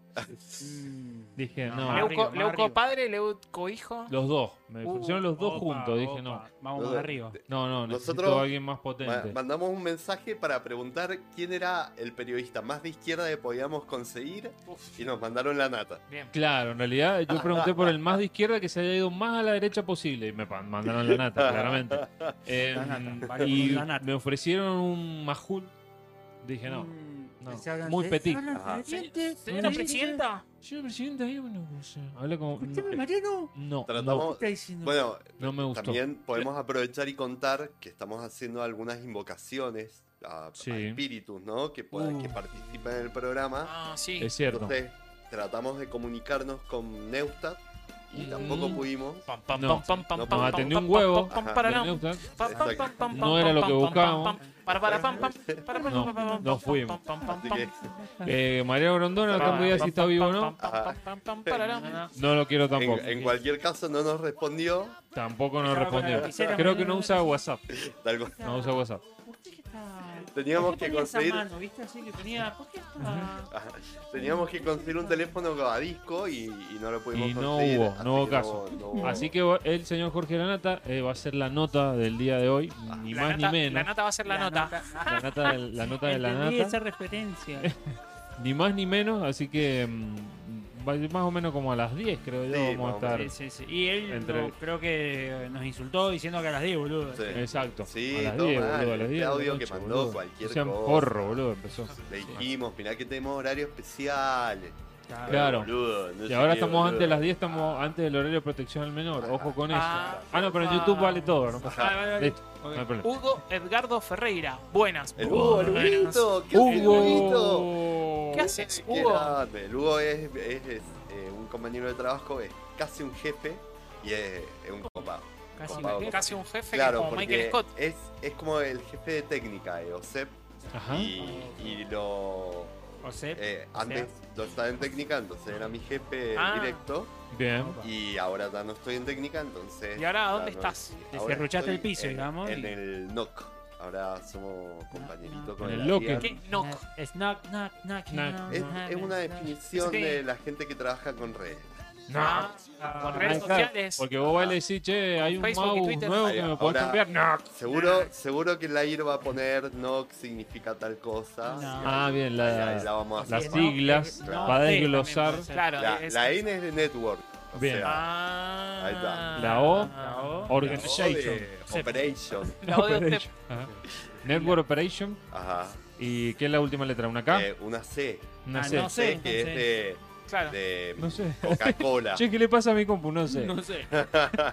D: Mm.
C: Dije,
D: No,
C: no,
D: más
B: Leuco,
D: arriba, más
B: Leuco
D: arriba.
B: padre, Leuco hijo.
C: los dos. Me
B: Uh,
C: ofrecieron los dos
D: Opa,
C: juntos. Dije,
D: opa,
C: no,
D: Vamos
A: Los
D: más
A: dos.
D: arriba.
C: no, no, necesito
A: Nosotros-
C: a alguien más
A: Ma-
C: potente.
A: Mandamos un mensaje para preguntar quién era el periodista más de izquierda que podíamos conseguir
B: Uf,
A: y nos mandaron la nata.
B: bien.
C: Claro, en realidad yo pregunté por el más de izquierda que se haya ido más a la derecha posible y me pa- mandaron la nata, claramente. Eh,
D: La nata, vale,
C: y
D: la nata.
C: me ofrecieron un majul. Dije, no.
D: Mm,
C: no.
D: se hablan-
C: Muy
D: se
C: petit.
D: hablan
A: Ajá.
D: diferente.
B: Señora
D: Sí,
B: presidenta.
C: Yo, presidente, ahí bueno, no sé. Habla como.
D: sí. Escúchame, Mariano.
C: No, no, no,
A: Tratamos-
D: ¿Qué está diciendo?
A: Bueno,
C: no me gustó.
A: también podemos aprovechar y contar que estamos haciendo algunas invocaciones a, a
C: Sí.
A: espíritus, ¿no? Que, puedan- que participen en el programa.
B: Ah, sí.
C: Es cierto.
A: Entonces, tratamos de comunicarnos con Neustad y
C: Mm.
A: tampoco pudimos.
B: Pam, pam,
C: No.
B: pam, pam, pam,
A: Nos
B: pam, pam,
C: atendió
B: pam,
C: un huevo.
B: pam, pam,
A: Ajá.
B: para,
C: ¿Me
B: no.
C: gusta?
B: Pam, pam, pam, pam,
C: No era lo
B: pam,
C: que
B: pam,
C: buscábamos.
B: pam, pam, Para, para, pam, pam, para, para,
C: No,
B: pam, pam, pam,
C: no
B: pam,
C: fuimos.
B: pam, pam,
A: Así
B: pam,
A: que,
C: Eh, María Grondona,
D: Ah,
C: no idea si está vivo o no.
B: pam, pam, pam, pam, pam, para,
D: No, no.
B: no.
C: No lo quiero tampoco.
A: en, en cualquier caso, no nos respondió.
C: Tampoco nos
D: Estaba con la
C: respondió.
D: lapicera,
C: Creo
D: Mariano,
C: que no
D: no
C: usa WhatsApp.
A: Algo-
C: No usa WhatsApp.
D: ¿Por qué está-
A: Teníamos
D: ¿Por qué
A: que
D: ponía esa
A: conseguir-
D: mano, ¿viste? Así que tenía- ¿Por qué está-
A: Ajá. Ah, Teníamos que conseguir un teléfono a disco y, y no lo pudimos
C: Y no
A: conseguir.
C: hubo,
A: así
C: no hubo
A: que
C: caso.
A: no- no hubo-
C: Así que va- el señor Jorge Lanata eh, va a ser la nota del día de hoy, ni
B: Ah, La
C: más
B: nata-
C: ni
B: La
C: menos.
B: nota va a ser la nota.
C: La nota de la nota, de la
D: Entendí
C: nata
D: esa referencia.
C: ni más ni menos, así que mm, va a ir más o menos como a las 10 creo yo
A: Sí,
C: vamos a
A: más o
C: estar.
D: Sí, sí, sí. Y él
C: Entre-
D: no- creo que eh, nos insultó diciendo que a las 10, boludo.
A: Sí.
C: Exacto.
A: Sí,
C: a las
A: todo
C: 10,
A: mal,
C: boludo, a las
A: este
C: 10 de la
A: audio que
C: noche,
A: mandó
C: boludo.
A: cualquier
C: Sean
A: cosa.
C: porro, boludo, empezó.
A: Le dijimos, mirá que tenemos horario especial.
C: Claro.
A: Boludo, no
C: Y
A: sé
C: ahora
A: qué,
C: estamos
A: boludo.
C: antes de las 10, estamos antes del horario de protección al menor. Ojo con eso.
B: Ah,
C: Ah, no, pero en
B: ah.
C: YouTube vale todo, ¿no? pasa
A: Ajá.
D: Vale, vale, vale.
C: Listo,
D: Ok.
C: no hay problema.
B: Hugo Edgardo Ferreira. Buenas.
A: El Hugo, el
B: buenas.
A: Huguito, ¿qué hace el Huguito?
C: Hugo.
B: ¿Qué
A: Qué
B: haces, Hugo?
A: grande. El Hugo es, es- es, eh, un compañero de trabajo, es casi un jefe y es, es un copado.
D: Casi
A: Copado,
D: me-
B: Casi un jefe que es
A: Claro,
B: como Michael
A: porque
B: Scott.
A: es, es como el jefe de técnica de OSEP
C: Ajá.
A: y,
B: Ah,
A: y lo...
D: O sea,
A: eh, antes lo estaba en técnica, entonces era mi jefe
B: Ah.
A: directo
C: Bien.
D: Opa.
A: y ahora ya no estoy en técnica, entonces...
B: ¿Y ahora
A: ya
B: dónde
A: no-
B: estás?
A: ahora
D: Desgarruchaste el
A: estoy
D: piso,
A: en-
D: digamos,
A: En
D: y-
A: el NOC. Ahora somos compañeritos con
C: En el
A: el
C: locker.
A: Adrián.
B: ¿Qué? No.
D: Es knock, knock, knock,
C: Knock.
D: knock,
A: Es,
D: knock,
A: es una
D: knock.
A: definición
B: Sí.
A: de la gente que trabaja con redes.
C: No.
B: Con
D: Ah,
B: redes
C: Ah, claro,
B: sociales.
C: Porque vos vas a decir, che, hay un
B: Facebook y
C: mouse
B: Twitter.
C: nuevo que me podés
A: Ahora-
C: cambiar. No.
A: Seguro, seguro que la IR va a poner no significa tal cosa.
D: No.
A: y ahí-
C: Ah, bien,
A: ahí- ahí la
C: la,
A: vamos a
C: las
A: hacer.
D: no, sí.
C: siglas
A: no, no,
C: para
D: sí,
C: desglosar.
D: también puede ser.
B: Claro.
A: La,
B: es-
A: la N es de network. O
C: Bien.
A: sea,
B: Ah.
A: Ahí está.
C: La O.
D: La O.
A: la O
C: Organization.
A: de Operation.
B: La O de usted.
C: Ajá. Network Operation.
A: Ajá.
C: ¿Y qué es la última letra? ¿Una K?
A: Eh, una C.
C: no
D: ah,
C: sé.
D: no sé.
A: C que es de,
B: Claro.
A: de
C: No sé.
A: Coca-Cola.
C: Che, ¿qué le pasa a mi compu? No sé. Eh,
D: No sé.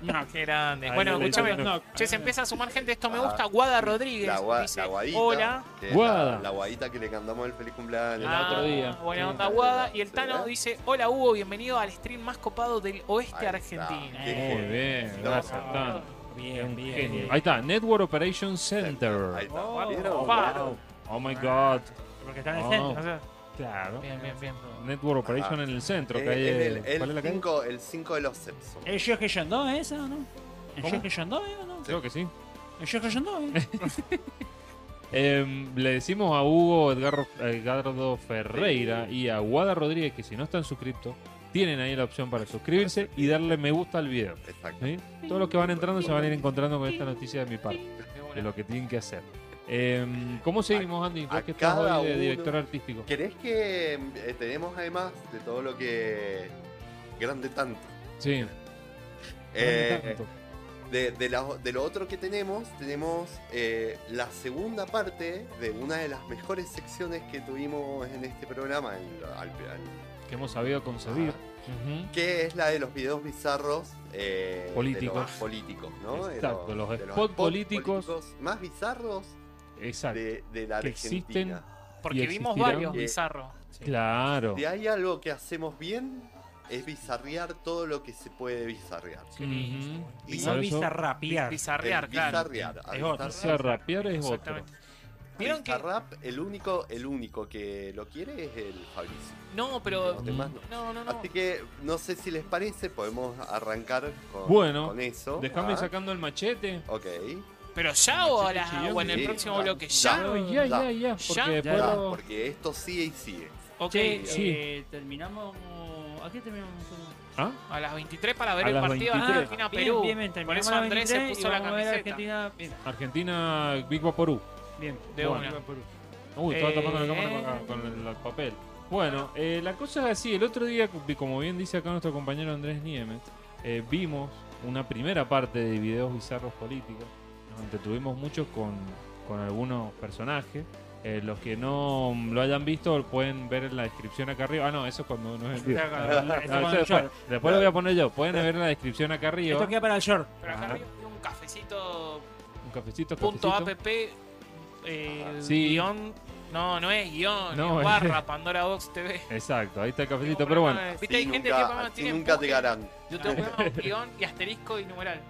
B: No, qué grande.
C: Ahí
B: Bueno,
C: le dicen
B: escúchame.
C: no.
B: Che, se empieza a sumar gente. Esto me
A: Ah.
B: gusta. Guada Rodríguez.
A: La, gua-
B: dice,
A: la guadita.
B: Hola.
A: que es
C: Guada.
A: La, la guadita que le cantamos el feliz cumpleaños.
C: Ah, otro día.
B: Buena
C: Sí.
B: onda, Guada. Y el
A: Sí,
B: Tano
A: ¿verdad?
B: dice: Hola, Hugo, bienvenido al stream más copado del oeste
A: Ahí está.
B: argentino.
C: Muy
A: Qué genio.
C: bien,
A: No,
C: gracias,
A: no,
C: Tan.
D: Bien, bien.
C: Genio. Ahí está, Network Operation
A: Ahí
C: Center.
A: está.
D: Oh,
A: ¿Vieron?
B: opa.
A: ¿Vieron?
C: Oh my god.
D: Porque está en el
C: Oh.
D: centro.
C: Claro.
B: Bien, bien, bien.
C: Network Operation
A: Ajá.
C: en el centro.
A: Eh,
C: calle-
A: el- el-
C: ¿Cuál es la calle?
A: 5 el cinco de los Sepsons.
D: ¿Es Jorge Yandó esa o no? ¿Es
C: ¿Cómo?
D: Jorge Yandó eh, o no?
C: Creo que sí.
D: ¿Es Jorge Yandó? eh?
C: Eh, le decimos a Hugo Edgarro- Edgardo Ferreira y a Guada Rodríguez que si no están suscriptos, tienen ahí la opción para suscribirse y darle me gusta al video.
A: Exacto.
C: ¿sí? Todos los que van entrando se van a ir encontrando con esta noticia de mi parte, de lo que tienen que hacer. Eh, ¿Cómo seguimos, Andy? Vos
A: a
C: que estás
A: cada
C: hoy de
A: uno-
C: director artístico.
A: ¿Querés que eh, tenemos además de todo lo que grande tanto?
C: Sí.
A: Eh,
C: tanto.
A: de, de la- de lo otro que tenemos, tenemos eh, la segunda parte de una de las mejores secciones que tuvimos en este programa, en- al- al-
C: que hemos sabido concebir.
A: ah,
C: Ujú.
A: que es la de los videos bizarros eh, de
C: Políticos.
A: los políticos, ¿no? De
C: Exacto, los
A: de
C: spots políticos.
A: más bizarros
C: Exacto.
A: de, de la
C: Que
A: Argentina.
C: existen.
B: Porque
C: ¿Y
B: vimos
C: existirán?
B: varios
A: Eh,
B: bizarros.
C: Claro.
A: Si hay algo que hacemos bien, es bizarrear todo lo que se puede bizarrear.
B: Sí.
C: Ujú.
A: Y
D: No
C: ¿Sabes eso?
D: visa rapear.
B: Bizarrear,
A: El
B: claro.
A: Bizarrear. al
D: Es otro.
A: bizarrear-
C: Ese rapear es otro.
B: Exactamente. ¿Vieron que.?
A: bizarrap, el único, el único que lo quiere es el Fabricio.
B: No, pero.
A: Los demás no.
B: No, no, no.
A: Así que no sé si les parece, podemos arrancar con,
C: Bueno,
A: con eso.
C: Déjame
A: Ah,
C: sacando el machete.
A: Ok.
B: Pero ya o, a la-
C: Chillón.
B: o en el
A: Sí,
B: próximo
A: ya.
B: bloque.
A: Ya.
B: Ya.
C: No, ya, ya, ya.
A: Ya.
B: Ya,
C: Porque después
A: Ya,
C: lo-
A: porque esto sigue y sigue.
B: Ok.
D: Che,
C: Sí.
D: eh, terminamos. ¿A qué terminamos nosotros?
C: ¿Ah?
B: A las 23 para ver
C: A
B: el
C: las
B: partido
C: 23.
B: Argentina Perú.
D: Bien, bien,
B: Por
D: terminamos
B: eso
D: la
B: Andrés se
D: 23 y
B: puso la
D: vamos a ver
B: camiseta.
D: Argentina. Bien,
C: Argentina, Big Vaporú.
D: bien.
B: De
C: Bueno.
B: una.
C: Uy, estaba
B: Eh.
C: tapando la cámara con, acá, con el, el papel. Bueno, eh, la cosa es así. El otro día, como bien dice acá nuestro compañero Andrés Niemes, eh, vimos una primera parte de videos bizarros políticos. Nos entretuvimos mucho con, con algunos personajes. Eh, los que no lo hayan visto pueden ver en la descripción acá arriba. Ah, no, eso es cuando no es el video. No, eso después, después lo voy a poner yo. Pueden ver en la descripción acá arriba.
D: Esto queda para el short.
B: Pero acá
C: Ajá.
B: arriba hay un cafecito
C: Un cafecito,
B: punto
C: Ah. cafecito.
B: app eh,
C: Sí.
B: guión no no es guión
C: No,
B: es
C: es-
B: barra Pandora Box TV
C: Exacto, ahí está el cafecito.
B: Digo,
C: Pero bueno,
B: no, viste
A: Así
B: hay gente que
A: nunca,
B: para
A: así
B: tiene
A: nunca te
B: empuje.
A: ganan.
B: yo tengo que poner guión y asterisco y numeral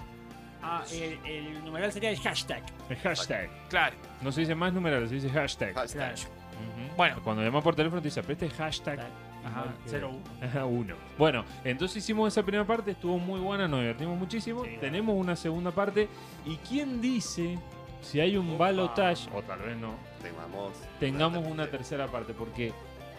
D: Ah, el, el numeral sería el hashtag.
C: el hashtag.
B: claro
C: No se dice más numeral, se dice hashtag.
A: Hashtag.
C: Ujú.
B: Bueno.
C: Cuando llamas por teléfono te dice, apriete hashtag
D: Ajá,
C: Ok.
D: 01.
C: uno. Bueno, entonces hicimos esa primera parte, estuvo muy buena, nos divertimos muchísimo.
D: Sí.
C: Tenemos una segunda parte. ¿Y quién dice si hay un
D: Opa.
C: balotage, o tal vez no,
A: Tengamos,
C: tengamos una tercera parte? Porque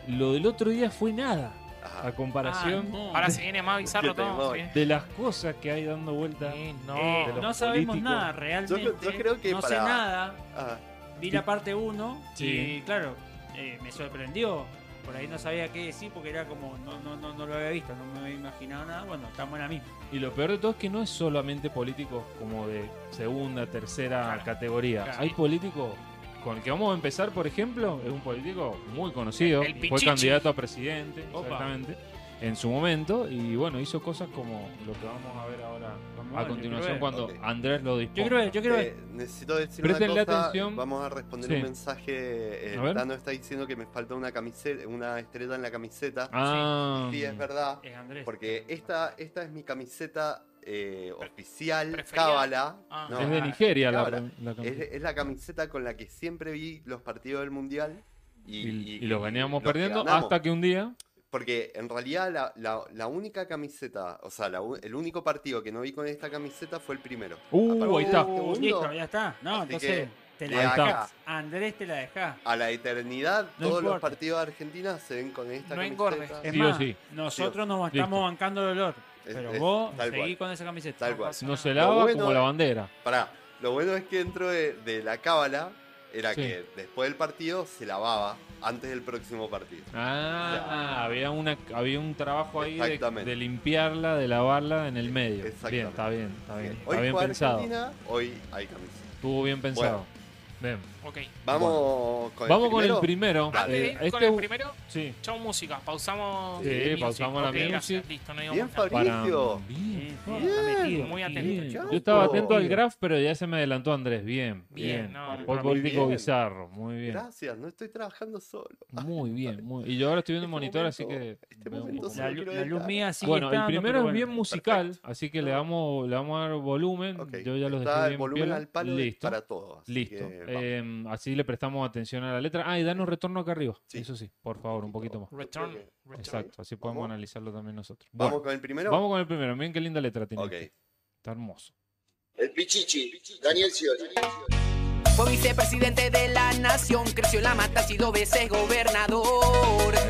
C: lo del otro día fue nada
A: Ajá.
C: a
D: Ah,
C: comparación
B: ahora se viene más bizarro
A: Que te
B: todo
A: muevo.
B: sí.
C: de las cosas que hay dando vuelta.
B: Sí,
D: Eh,
B: no
C: los
D: no sabemos
C: políticos.
D: nada realmente.
A: Yo- yo creo que
D: no sé
A: para-
D: nada.
A: Ah,
D: Vi la parte 1
C: Sí.
D: y claro, eh, me sorprendió. Por ahí no sabía qué decir porque era como, no, no, no, no lo había visto, no me había imaginado nada. Bueno, estamos en la misma.
C: Y lo peor de todo es que no es solamente políticos como de segunda, tercera
B: Claro.
C: categoría.
B: Claro.
C: Hay políticos con el que vamos a empezar, por ejemplo, es un político muy conocido.
B: El
C: fue
B: Pichichi.
C: candidato a presidente,
D: Opa.
C: exactamente, en su momento. Y bueno, hizo cosas como lo que vamos a ver ahora
D: Vamos
C: a
D: ver, yo
C: continuación
D: creo.
C: cuando
A: Ok.
C: Andrés lo disponga.
D: Yo creo, yo creo.
A: Eh, necesito decir
C: Prestenle
A: una cosa.
C: atención.
A: Vamos a responder
C: Sí.
A: un mensaje. eh,
C: A ver.
A: Tano está diciendo que me falta una camiseta, una estrella en la camiseta.
C: Ah,
A: Sí, es verdad.
D: Es Andrés.
A: Porque esta, esta es mi camiseta eh, oficial,
B: preferida.
A: cábala.
B: Ah.
A: ¿no?
C: es de
D: Ah,
C: Nigeria la,
A: ahora.
C: la camiseta.
A: Es, es la camiseta con la que siempre vi los partidos del mundial. Y,
C: Y,
A: y-
C: y los veníamos
A: los que
C: perdiendo
A: ganamos.
C: hasta que un día.
A: Porque en realidad la, la- la única camiseta, o sea, la u- el único partido que no vi con esta camiseta fue el primero.
C: Uh,
A: partir
C: ahí está.
A: del segundo,
D: Listo, ya está. No,
A: Así
D: entonces te
A: de
D: la
C: está.
A: acá
D: dejás. Andrés te la dejás.
A: a la eternidad,
D: No
A: todos los
D: importa.
A: partidos de Argentina se ven con esta
B: No engordes.
A: camiseta.
D: Es
C: Sí o
D: más,
C: sí.
D: nosotros nos
C: Listo.
D: estamos bancando el dolor.
A: Es-
D: Pero
A: es
D: vos
A: tal cual.
D: seguís con esa camiseta.
A: Tal cual.
C: No se
A: Lo
C: lava
A: bueno
C: como
A: es-
C: la bandera.
A: Pará, lo bueno es que dentro de, de la cábala era
C: Sí.
A: que después del partido se lavaba antes del próximo partido.
C: Ah, había, una, había un trabajo ahí de,
A: Exactamente.
C: de limpiarla, de lavarla en el medio. Bien,
A: Exactamente.
C: está bien, está bien.
A: Bien,
C: Está
A: Hoy
C: bien
A: juega
C: pensado.
A: Argentina, hoy hay camiseta.
C: Estuvo bien pensado. Bien.
B: Ok.
A: Vamos con el
C: Vamos con el primero.
A: primero.
B: Antes de
C: Eh,
B: ir Ah, con
C: este-
B: el primero,
C: Sí.
B: echamos música. Pausamos.
A: Sí,
B: music,
C: pausamos la
B: ok, gracias,
C: music.
B: Listo, no digo
A: Bien,
B: más nada.
A: Fabricio. Inicio.
C: Bien,
D: Sí,
C: bien,
D: está metido.
B: Muy
C: bien.
B: atento.
A: chaval.
C: Yo estaba atento al graph, pero ya se me adelantó Andrés. Bien,
B: Bien,
C: bien.
B: no,
C: Pol-
B: muy
C: político
A: bien.
C: bizarro. Muy bien.
A: Gracias, no estoy trabajando solo.
C: Muy bien. muy- Y yo ahora estoy viendo el
A: Este
C: monitor, así que.
A: momento- este
C: veo un
A: momento
C: poco
A: se
D: La,
A: lo
D: lu-
A: quiero
D: la luz
A: dejar.
D: mía sigue
C: Bueno, el
D: estando,
C: primero
D: pero
C: es
D: bueno.
C: bien musical, así que le damos, le vamos a dar volumen.
A: Ok,
C: Yo ya los
A: está
C: dejé
A: el
C: bien
A: volumen
C: piola.
A: al palo
C: Listo.
A: para todos. así
C: Listo.
A: que vamos.
C: Eh, así le prestamos atención a la letra. Ah, y danos retorno acá arriba.
A: Sí.
C: Eso sí, por favor, un poquito más.
B: Return.
A: Creo
B: return.
C: Exacto, así podemos
A: Vamos.
C: analizarlo también nosotros.
A: ¿Vamos
C: Bueno,
A: con el primero?
C: vamos con el primero. Miren qué linda letra tiene. este.
A: Ok.
C: Está hermoso.
F: El Pichichi, Daniel Scioli.
G: Fue vicepresidente de la nación, creció en la mata, ha sido veces gobernador.
C: Ahí va, mira, mira.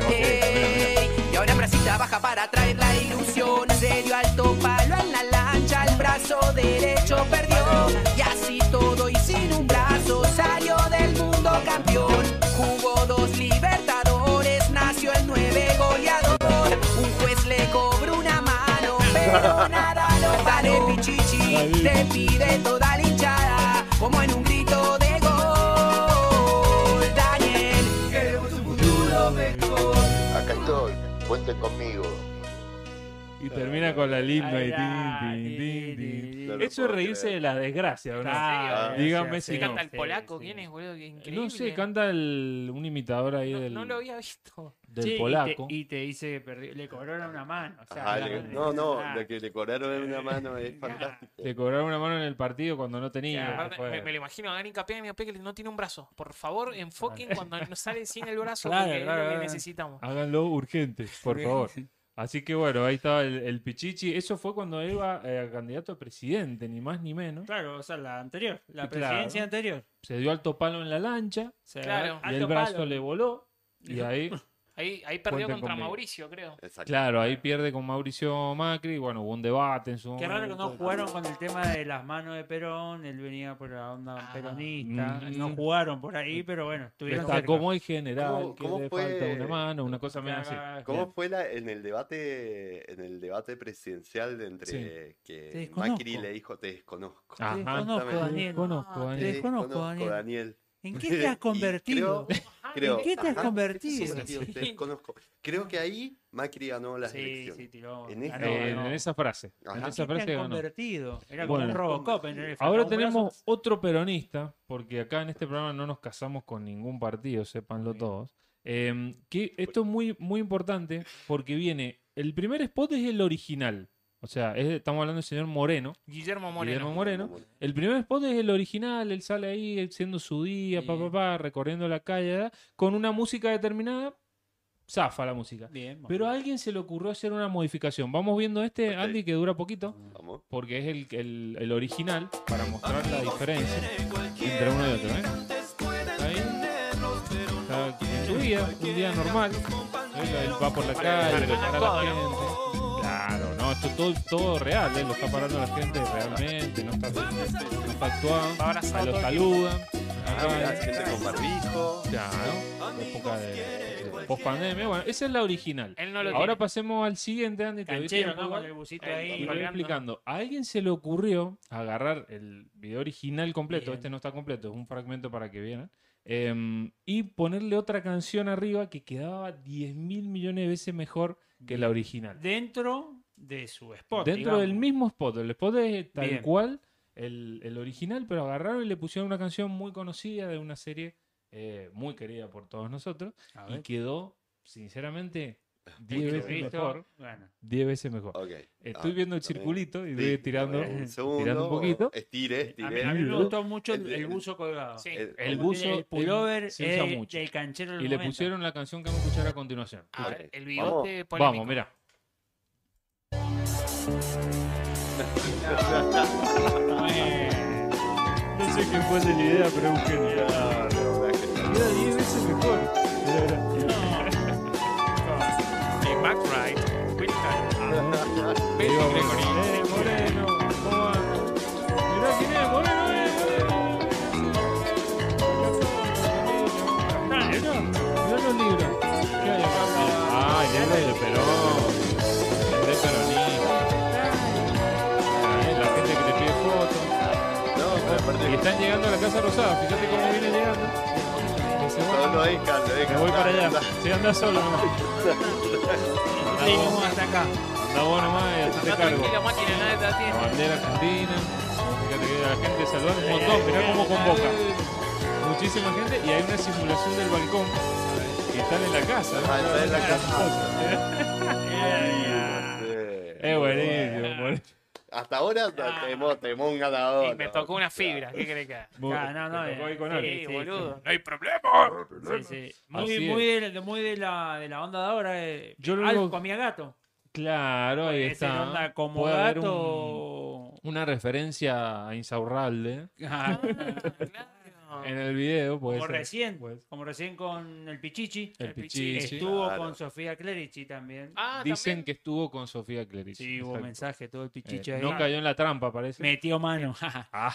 G: Ey, Y ahora en Brasil trabaja para traer la ilusión. Se dio alto palo en la lancha, el brazo derecho perdió. Y así todo y sin un brazo salió del mundo campeón. Jugó dos libertadores, nació el nueve goleador. Un juez le cobró una mano, pero nada lo vale Pichichi. Te pide toda la hinchada, como en un grito de gol. Daniel, queremos un futuro mejor.
F: Acá estoy, cuenten conmigo.
C: Y termina con la limba y
D: Ay,
C: tin, tin, tin, tin.
A: No lo
C: Eso es
A: puedo
C: reírse
A: creer.
C: de la desgracia, ¿o no?
D: Ah,
A: Ah,
C: dígame si
D: sí,
B: Sí,
D: sí,
C: no.
B: canta el
D: sí,
B: polaco,
D: sí.
B: ¿quién es, boludo? Qué Increíble.
C: No sé, canta el- un imitador ahí
B: No-
C: del,
B: no lo había visto.
C: del
D: Sí, y te-
C: polaco.
D: Y te, dice que perdió- le cobraron una mano. o sea,
A: Ah,
D: la-
A: le- no, no,
D: ah,
A: lo que le cobraron en una mano es fantástico.
C: Le cobraron una mano en el partido cuando no
B: O
C: tenía.
B: sea,
C: que
B: aparte,
C: fue-
B: me, me lo imagino a Gary Capé, mi que no tiene un brazo. Por favor, enfoquen cuando nos sale sin el brazo
D: Claro,
B: porque
D: claro,
B: es lo que
D: claro.
B: necesitamos.
C: Háganlo urgente, por
D: Urgente.
C: favor. Así que bueno, ahí estaba el, el Pichichi. Eso fue cuando él iba eh, candidato a presidente, ni más ni menos.
D: Claro, o sea, la anterior, la
C: Claro.
D: presidencia anterior.
C: Se dio alto palo en la lancha
D: O sea,
B: Claro.
C: y
D: alto
C: el brazo
D: palo.
C: le voló. Y ahí,
B: Ahí, ahí perdió
C: Cuenten
B: contra
C: conmigo.
B: Mauricio, creo.
A: Exacto.
C: claro, ahí pierde con Mauricio Macri. Bueno, hubo un debate en su
D: Qué raro que no
C: momento.
D: jugaron con el tema de las manos de Perón, él venía por la onda
B: Ah.
D: peronista,
C: Mm.
D: no jugaron por ahí, pero bueno, estuvieron
C: Está
D: cerca.
C: como el general,
A: ¿Cómo-
C: que
A: cómo
C: le
A: fue-
C: falta una mano, una cosa medio así.
D: Claro.
A: ¿Cómo fue la, en el debate en el debate presidencial de entre
D: Te
A: que
D: desconozco.
A: Macri le dijo te desconozco?
C: Ah,
D: Te desconozco,
A: Ajá.
D: Daniel.
C: Conozco,
D: Ah,
A: te
D: Te
C: Daniel.
D: desconozco, Daniel.
A: Daniel.
D: ¿En qué te has
A: Y
D: convertido?
A: creo-
B: Ah,
A: Creo,
D: ¿En qué te has
A: ajá,
D: convertido?
A: eso sentido, te desconozco. Creo que ahí Macri ganó las
D: Sí,
A: elecciones.
D: sí, tiró.
A: En esta-
D: ganó,
C: Eh,
D: ganó.
C: En esa frase.
A: Ajá.
C: En
D: ¿En
C: esa
D: qué te
C: frase
D: has
C: ganó.
D: convertido? Era
C: Bueno.
D: como un Robocop. en el-
C: Ahora
D: un brazo-
C: tenemos otro peronista, porque acá en este programa no nos casamos con ningún partido, sépanlo todos. Eh, que esto es muy, muy importante porque viene. El primer spot es el original. O sea, es- estamos hablando del señor Moreno.
B: Guillermo
C: Guillermo
B: Moreno.
C: Moreno. El primer spot es el original, él sale ahí siendo su día, pa, pa, pa, recorriendo la calle, ¿verdad? con una música determinada, zafa la música.
D: Bien,
C: Pero a alguien se le ocurrió hacer una modificación. Vamos viendo este,
A: Ok.
C: Andy, que dura poquito,
A: Vamos.
C: porque es el, el- el original, para mostrar la diferencia entre uno y otro. ¿eh? Ahí. Está en su día, un día normal. Él, él va por la calle, lo para la gente. Claro, no, esto es todo, todo real, ¿eh? lo está parando la gente realmente, no está, no está
B: Va
C: actuado.
B: abrazado
C: Ahí lo
B: todo el
C: saludan.
A: Ah,
C: Acá,
A: mirá, gente con barbijo.
C: Claro, la época de, post pandemia. Bueno, esa es la original.
B: Él no lo
C: Ahora
B: tiene.
C: pasemos al siguiente, Andy. Te doy
D: Canchero,
C: tiempo
D: ¿no?
C: igual.
D: Con el busito
B: Eh,
C: Y
D: ahí.
C: voy
B: colgando.
C: explicando. A alguien se le ocurrió agarrar el video original completo.
D: Bien.
C: Este no está completo, es un fragmento para que vieran. Em, y ponerle otra canción arriba que quedaba 10 mil millones de veces mejor que la original.
D: Dentro de su spot.
C: Dentro
D: digamos.
C: del mismo spot. El spot es tal
D: Bien.
C: cual el, el original, pero agarraron y le pusieron una canción muy conocida de una serie eh, muy querida por todos nosotros.
D: A
C: Y
D: ver.
C: quedó, sinceramente,
D: ¿Lo
C: 10 veces
D: viste?
C: mejor.
D: Bueno,
C: 10 veces mejor.
A: Ok.
C: Estoy
A: Ah,
C: viendo el
A: también.
C: circulito y
A: Sí,
C: voy tirando.
A: a ver,
C: El,
A: eh, un segundo,
C: tirando un poquito.
A: Estire,
D: a mí, a
A: estire.
D: mí me
C: Bien.
D: gustó mucho el,
A: El-
D: el buzo colgado.
B: Sí.
A: El-
D: El
C: buzo
D: buzo, el pullover
C: eh, se usa
D: eh,
C: mucho.
D: del canchero del
C: Y le
D: 90.
C: pusieron la canción que vamos a escuchar a continuación.
B: A ver,
A: Ok,
B: el bigote polémico.
C: Vamos, mira.
D: Muy bien.
C: No sé quién fue la idea, pero es un genio.
A: Ah, no, me ha genial.
C: Queda 10 veces mejor. Mirá, mirá.
B: Eh, Mac Wright, Will Turner,
C: Ahí
B: Benji
C: vamos.
B: Gregory.
C: Eh, Moreno, ¿cómo va? Mirá quién es, Moreno, eh, Moreno. Mirá, mirá los libros. ¿Qué hay acá? Ah, el libro de Perón. El de Peronismo. Eh, La gente que le pide fotos.
A: No, pero
C: Y
A: aparte,
C: están llegando a la Casa Rosada, fíjate cómo viene llegando. Que se va.
A: solo hay caldo, hay
C: Me voy
A: caldo.
C: para allá, se anda solo nomás.
D: Vamos hasta acá.
C: Anda vos nomás y hacete
B: Andá
C: cargo.
B: tranquilo, máquina, nadie te
C: La
B: detiene.
C: bandera argentina, fíjate que la gente saludando un montón, mirá cómo convoca. Muchísima gente y hay una simulación del balcón que están en la casa.
A: Ah, está en la casa.
C: Es buenísimo, bueno.
A: Hasta ahora
B: Ah.
A: tenemos, tenemos un ganador.
B: Y me tocó una fibra, ¿qué crees que haga?
D: Ah, no, no,
C: Te tocó
D: eh,
C: ahí con
D: sí,
C: alguien.
B: Sí,
D: sí.
B: boludo. No hay problema.
D: Sí, sí.
C: Así
D: Muy,
C: es.
D: muy, de, muy de, la, de la onda de ahora. Eh.
C: Yo lo
D: Alf
C: digo-
D: comía gato.
C: Claro, ahí
D: Ese
C: está.
D: onda como
C: Puede haber un-
D: gato.
C: una referencia a Insaurralde
D: Ah,
C: en el video, puede
D: como
C: ser.
D: recién.
C: Puede ser.
D: Como recién con el Pichichi.
C: El
B: El
C: Pichichi.
D: Estuvo
A: Claro.
D: con Sofía Clerici también.
B: Ah,
C: Dicen
B: también.
C: que estuvo con Sofía Clerici.
D: sí, hubo
C: Exacto.
D: mensaje, todo el
C: Eh,
D: Pichichi ahí.
C: no cayó en la trampa, parece.
D: Metió mano.
C: Ah,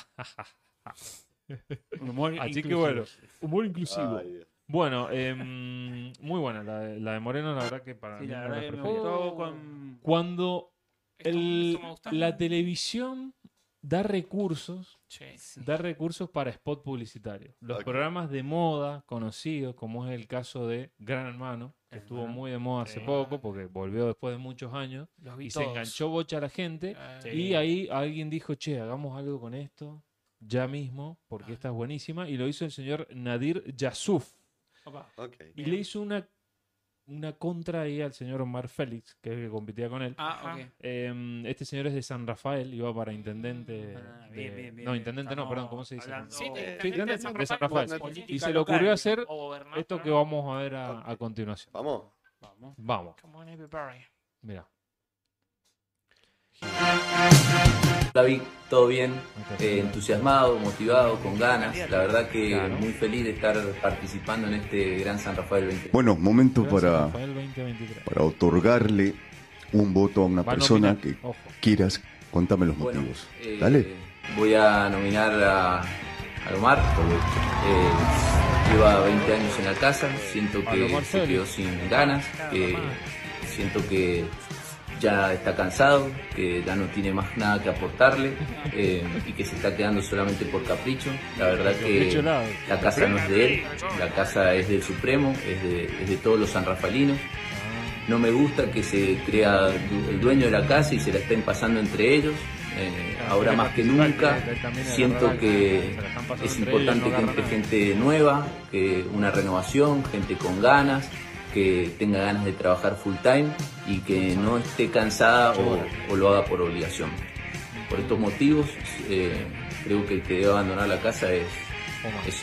D: Humor
C: así que
D: inclusivo.
C: bueno. Humor
A: Ay, Dios.
C: Bueno, em, muy buena la de, la de Moreno, la verdad que para
D: Sí,
C: mí
D: la
C: una de
D: verdad
C: las
D: que me
C: preferidas.
D: gustó con.
C: Cuando
B: Esto-
C: el-
B: esto me gusta.
C: la televisión da recursos,
B: Sí.
C: da recursos para spot publicitarios. Los
A: Ok.
C: programas de moda conocidos, como es el caso de Gran Hermano, que estuvo
D: Hermano.
C: muy de moda hace
D: Sí.
C: poco porque volvió después de muchos años
B: Los vi
C: y se
B: todos.
C: enganchó bocha a la gente.
B: Ah,
D: Sí.
C: Y ahí alguien dijo, che, hagamos algo con esto ya mismo,
B: Ah.
C: porque esta es buenísima. Y lo hizo el señor Nadir Yasuf.
D: Opa.
A: Ok.
C: Y le hizo una, una contra ahí al señor Omar Félix, que es el que competía con él.
D: Ah,
B: Ajá.
D: ok.
C: Em, este señor es de San Rafael, iba para intendente.
D: Ah,
C: de-
D: bien, bien, bien,
C: no,
D: bien.
C: intendente no,
D: Estamos
C: perdón, ¿cómo se dice?
D: hablando-
B: Sí,
A: Eh,
B: sí,
C: intendente
B: San
C: de San
B: Rafael.
C: Rafael.
B: Política
C: Y se le
B: local,
C: ocurrió hacer
B: o gobernar,
C: esto
B: ¿no?
C: que vamos a ver a, a continuación.
A: Vamos.
D: Vamos.
C: Vamos,
B: Como en Happy Berry.
C: mira.
H: David, todo bien,
C: Ok.
H: Eh, entusiasmado, motivado, con ganas. La verdad que
C: Claro.
H: muy feliz de estar participando en este Gran San Rafael 20.
I: Bueno, momento
C: Gran San
I: para,
C: Rafael 2023.
I: para otorgarle un voto a una
C: Va a
I: persona
C: nominar,
I: que
C: Ojo.
I: quieras. Contame los
H: Bueno,
I: motivos.
H: eh,
I: Dale.
H: Voy a nominar a, a Omar. Eh, lleva 20 años en la casa, siento
C: A Omar
H: que se
C: Félix.
H: quedó sin ganas, que siento que ya está cansado, que ya no tiene más nada que aportarle eh, y que se está quedando solamente por capricho. La verdad
C: Capricho
H: que
C: helado.
H: la casa no es de él, la casa es del Supremo, es de, es de todos los sanrafalinos.
C: Ah,
H: No me gusta que se crea du- el dueño de la casa y se la estén pasando entre ellos. Eh,
C: Claro,
H: ahora
C: tiene
H: más que
C: participar,
H: nunca
C: tiene que también
H: siento
C: agarrar,
H: que
C: se la están pasando
H: es
C: entre ellos,
H: importante
C: no
H: que
C: agarra
H: entre
C: nada.
H: gente nueva, que una renovación, gente con ganas, que tenga ganas de trabajar full time y que no esté cansada o, o lo haga por obligación. Por estos motivos, eh, creo que el que debe abandonar la casa es,
C: Omar.
H: es,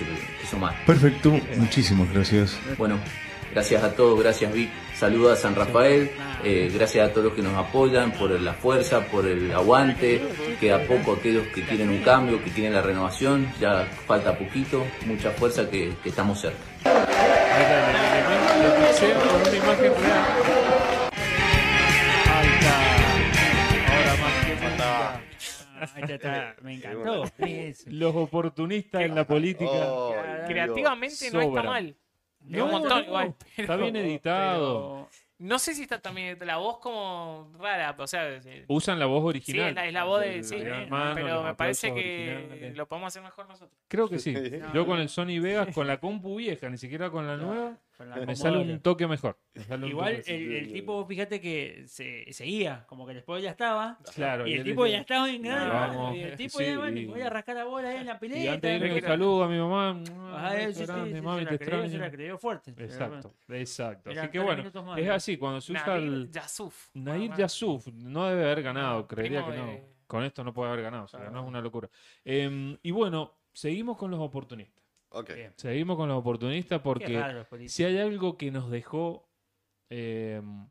H: es Omar.
I: Perfecto, muchísimas gracias.
H: Bueno, gracias a todos, gracias Vic. Saludos a San Rafael, eh, gracias a todos los que nos apoyan por la fuerza, por el aguante. Queda poco aquellos que quieren un cambio, que quieren la renovación. Ya falta poquito, mucha fuerza que, que estamos cerca.
C: Ahí está, le- le- le- le pixeo con una imagen real. Ahí está. Ahora más que nunca.
D: Ah,
B: este
D: ahí está, me encantó. Eso.
C: Los oportunistas en la política.
A: Oh, Dios.
B: Creativamente no está
C: Sobra.
B: mal. Es
C: No,
B: un montón
C: no,
B: igual.
C: Está bien editado.
D: Pero
B: No sé si está también la voz como rara, o sea, eh,
C: Usan la voz
B: sí,
C: original.
B: es la, es la voz de. Sí,
C: las
B: eh,
C: manos,
B: pero
C: los
B: me parece
C: aplausos
B: que
C: originales.
B: lo podemos hacer mejor nosotros.
C: Creo que sí.
A: No.
C: Yo con el Sony Vegas, con la compu vieja, ni siquiera con la nueva,
D: Con la
C: me sale
D: Commodore.
C: un toque mejor. Me sale un
D: Igual
C: toque
D: el, el tipo, fíjate que se, seguía, como que el spoiler ya estaba.
C: mejor. claro,
D: Y el
C: él
D: tipo
C: dice-
D: ya estaba en gran.
C: vamos.
D: y el tipo
C: Sí,
D: ya, bueno,
C: y-
D: voy a rascar la bola ahí en la
C: Y
D: pileta.
C: antes de irme,
D: que
C: un saludo a mi mamá.
D: Ajá,
C: Beso
D: Ah, sí, sí,
C: grande,
D: sí,
C: mami,
D: se
C: te
D: la creyó, se
C: extraño.
D: la creyó fuerte.
C: Exacto, exacto.
D: Eran
C: Así que
D: tres
C: bueno,
D: minutos más,
C: es
D: ¿no?
C: así, cuando se usa
B: Nadir
C: el...
B: Yasuf.
C: Nair
B: Bueno,
C: Yasuf no debe haber ganado, creería
B: primo
C: que no.
B: de-
C: Con esto no puede haber ganado, o sea,
D: Ah.
C: ganó es una locura. Em, y bueno, seguimos con los oportunistas.
A: Ok.
D: Bien.
C: Seguimos con los oportunistas
D: Qué
C: porque
D: raro los políticos.
C: si hay algo que nos dejó em,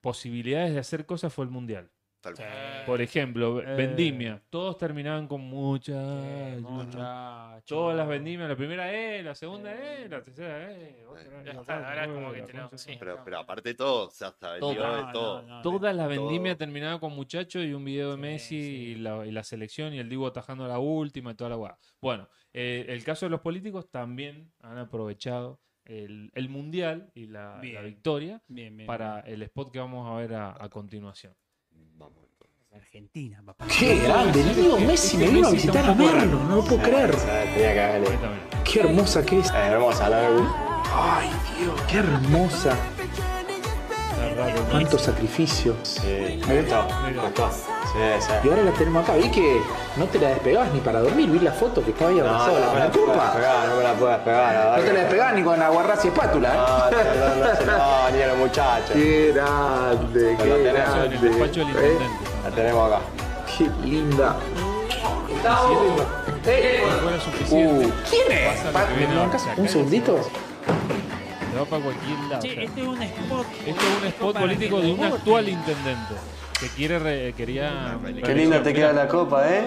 C: posibilidades de hacer cosas fue el Mundial.
A: Tal cual.
C: Por ejemplo,
D: Eh.
C: Vendimia. Todos terminaban con muchas...
D: Eh, muchacho.
C: Todas las vendimias, la primera E, la segunda
D: Eh.
C: E, la tercera E. otra E,
B: Ya
C: la
B: está,
C: cuarta,
B: ahora
C: la
B: como que
C: quinta,
B: te
C: la
B: lo.
C: sexta.
B: sí.
A: Pero, pero aparte de todo, o sea, hasta el
H: Todo.
A: nivel
D: No,
A: de todo.
D: no, no,
C: Todas las
A: Todo.
C: vendimias terminaban con muchachos y un video de
D: Sí,
C: Messi
D: sí.
C: Y, la, y la selección y el Divo atajando la última y toda la guada. Bueno, eh, el caso de los políticos también han aprovechado el, el mundial y la, la
D: Bien.
C: victoria
D: Bien, bien.
C: para el spot que vamos a ver a, a continuación.
A: Vamos entonces.
D: Argentina, papá.
E: Qué grande, Leo Este Messi me vino a visitar a verlo, no lo puedo creer.
C: Ahí también.
E: Qué hermosa que es. Hermosa, la Ay, Dios, qué hermosa. Cuánto sacrificio. Sí, me gustó. Y ahora la tenemos acá. Vi que no te la despegabas ni para dormir. Vi la foto que estaba ahí abrazada la, la copa.
F: no me la puedes pegar,
E: No te la despegabas ni con aguarrás y espátula. ¿eh?
F: no, no, ni a los muchachos.
E: Qué grande,
F: Pero la
E: qué
F: tenés
C: Eso en el despacho del
E: grande. ¿eh?
C: intendente.
F: La tenemos acá.
E: Qué linda. Eh,
C: Si fuera suficiente,
E: Uh, ¿quién es?
C: pasa lo
E: Pa-
C: que
E: ¿Me
C: viene ahora.
E: bancas
C: Se
E: un
C: acá
E: segundito?
C: se va para cualquier lado. o sea,
D: Che, este es un spot.
C: Esto es un spot
D: para
C: político
D: que
C: de un
D: voten.
C: actual intendente que quiere re- eh, quería
A: Qué
C: linda
F: la copa, ¿eh?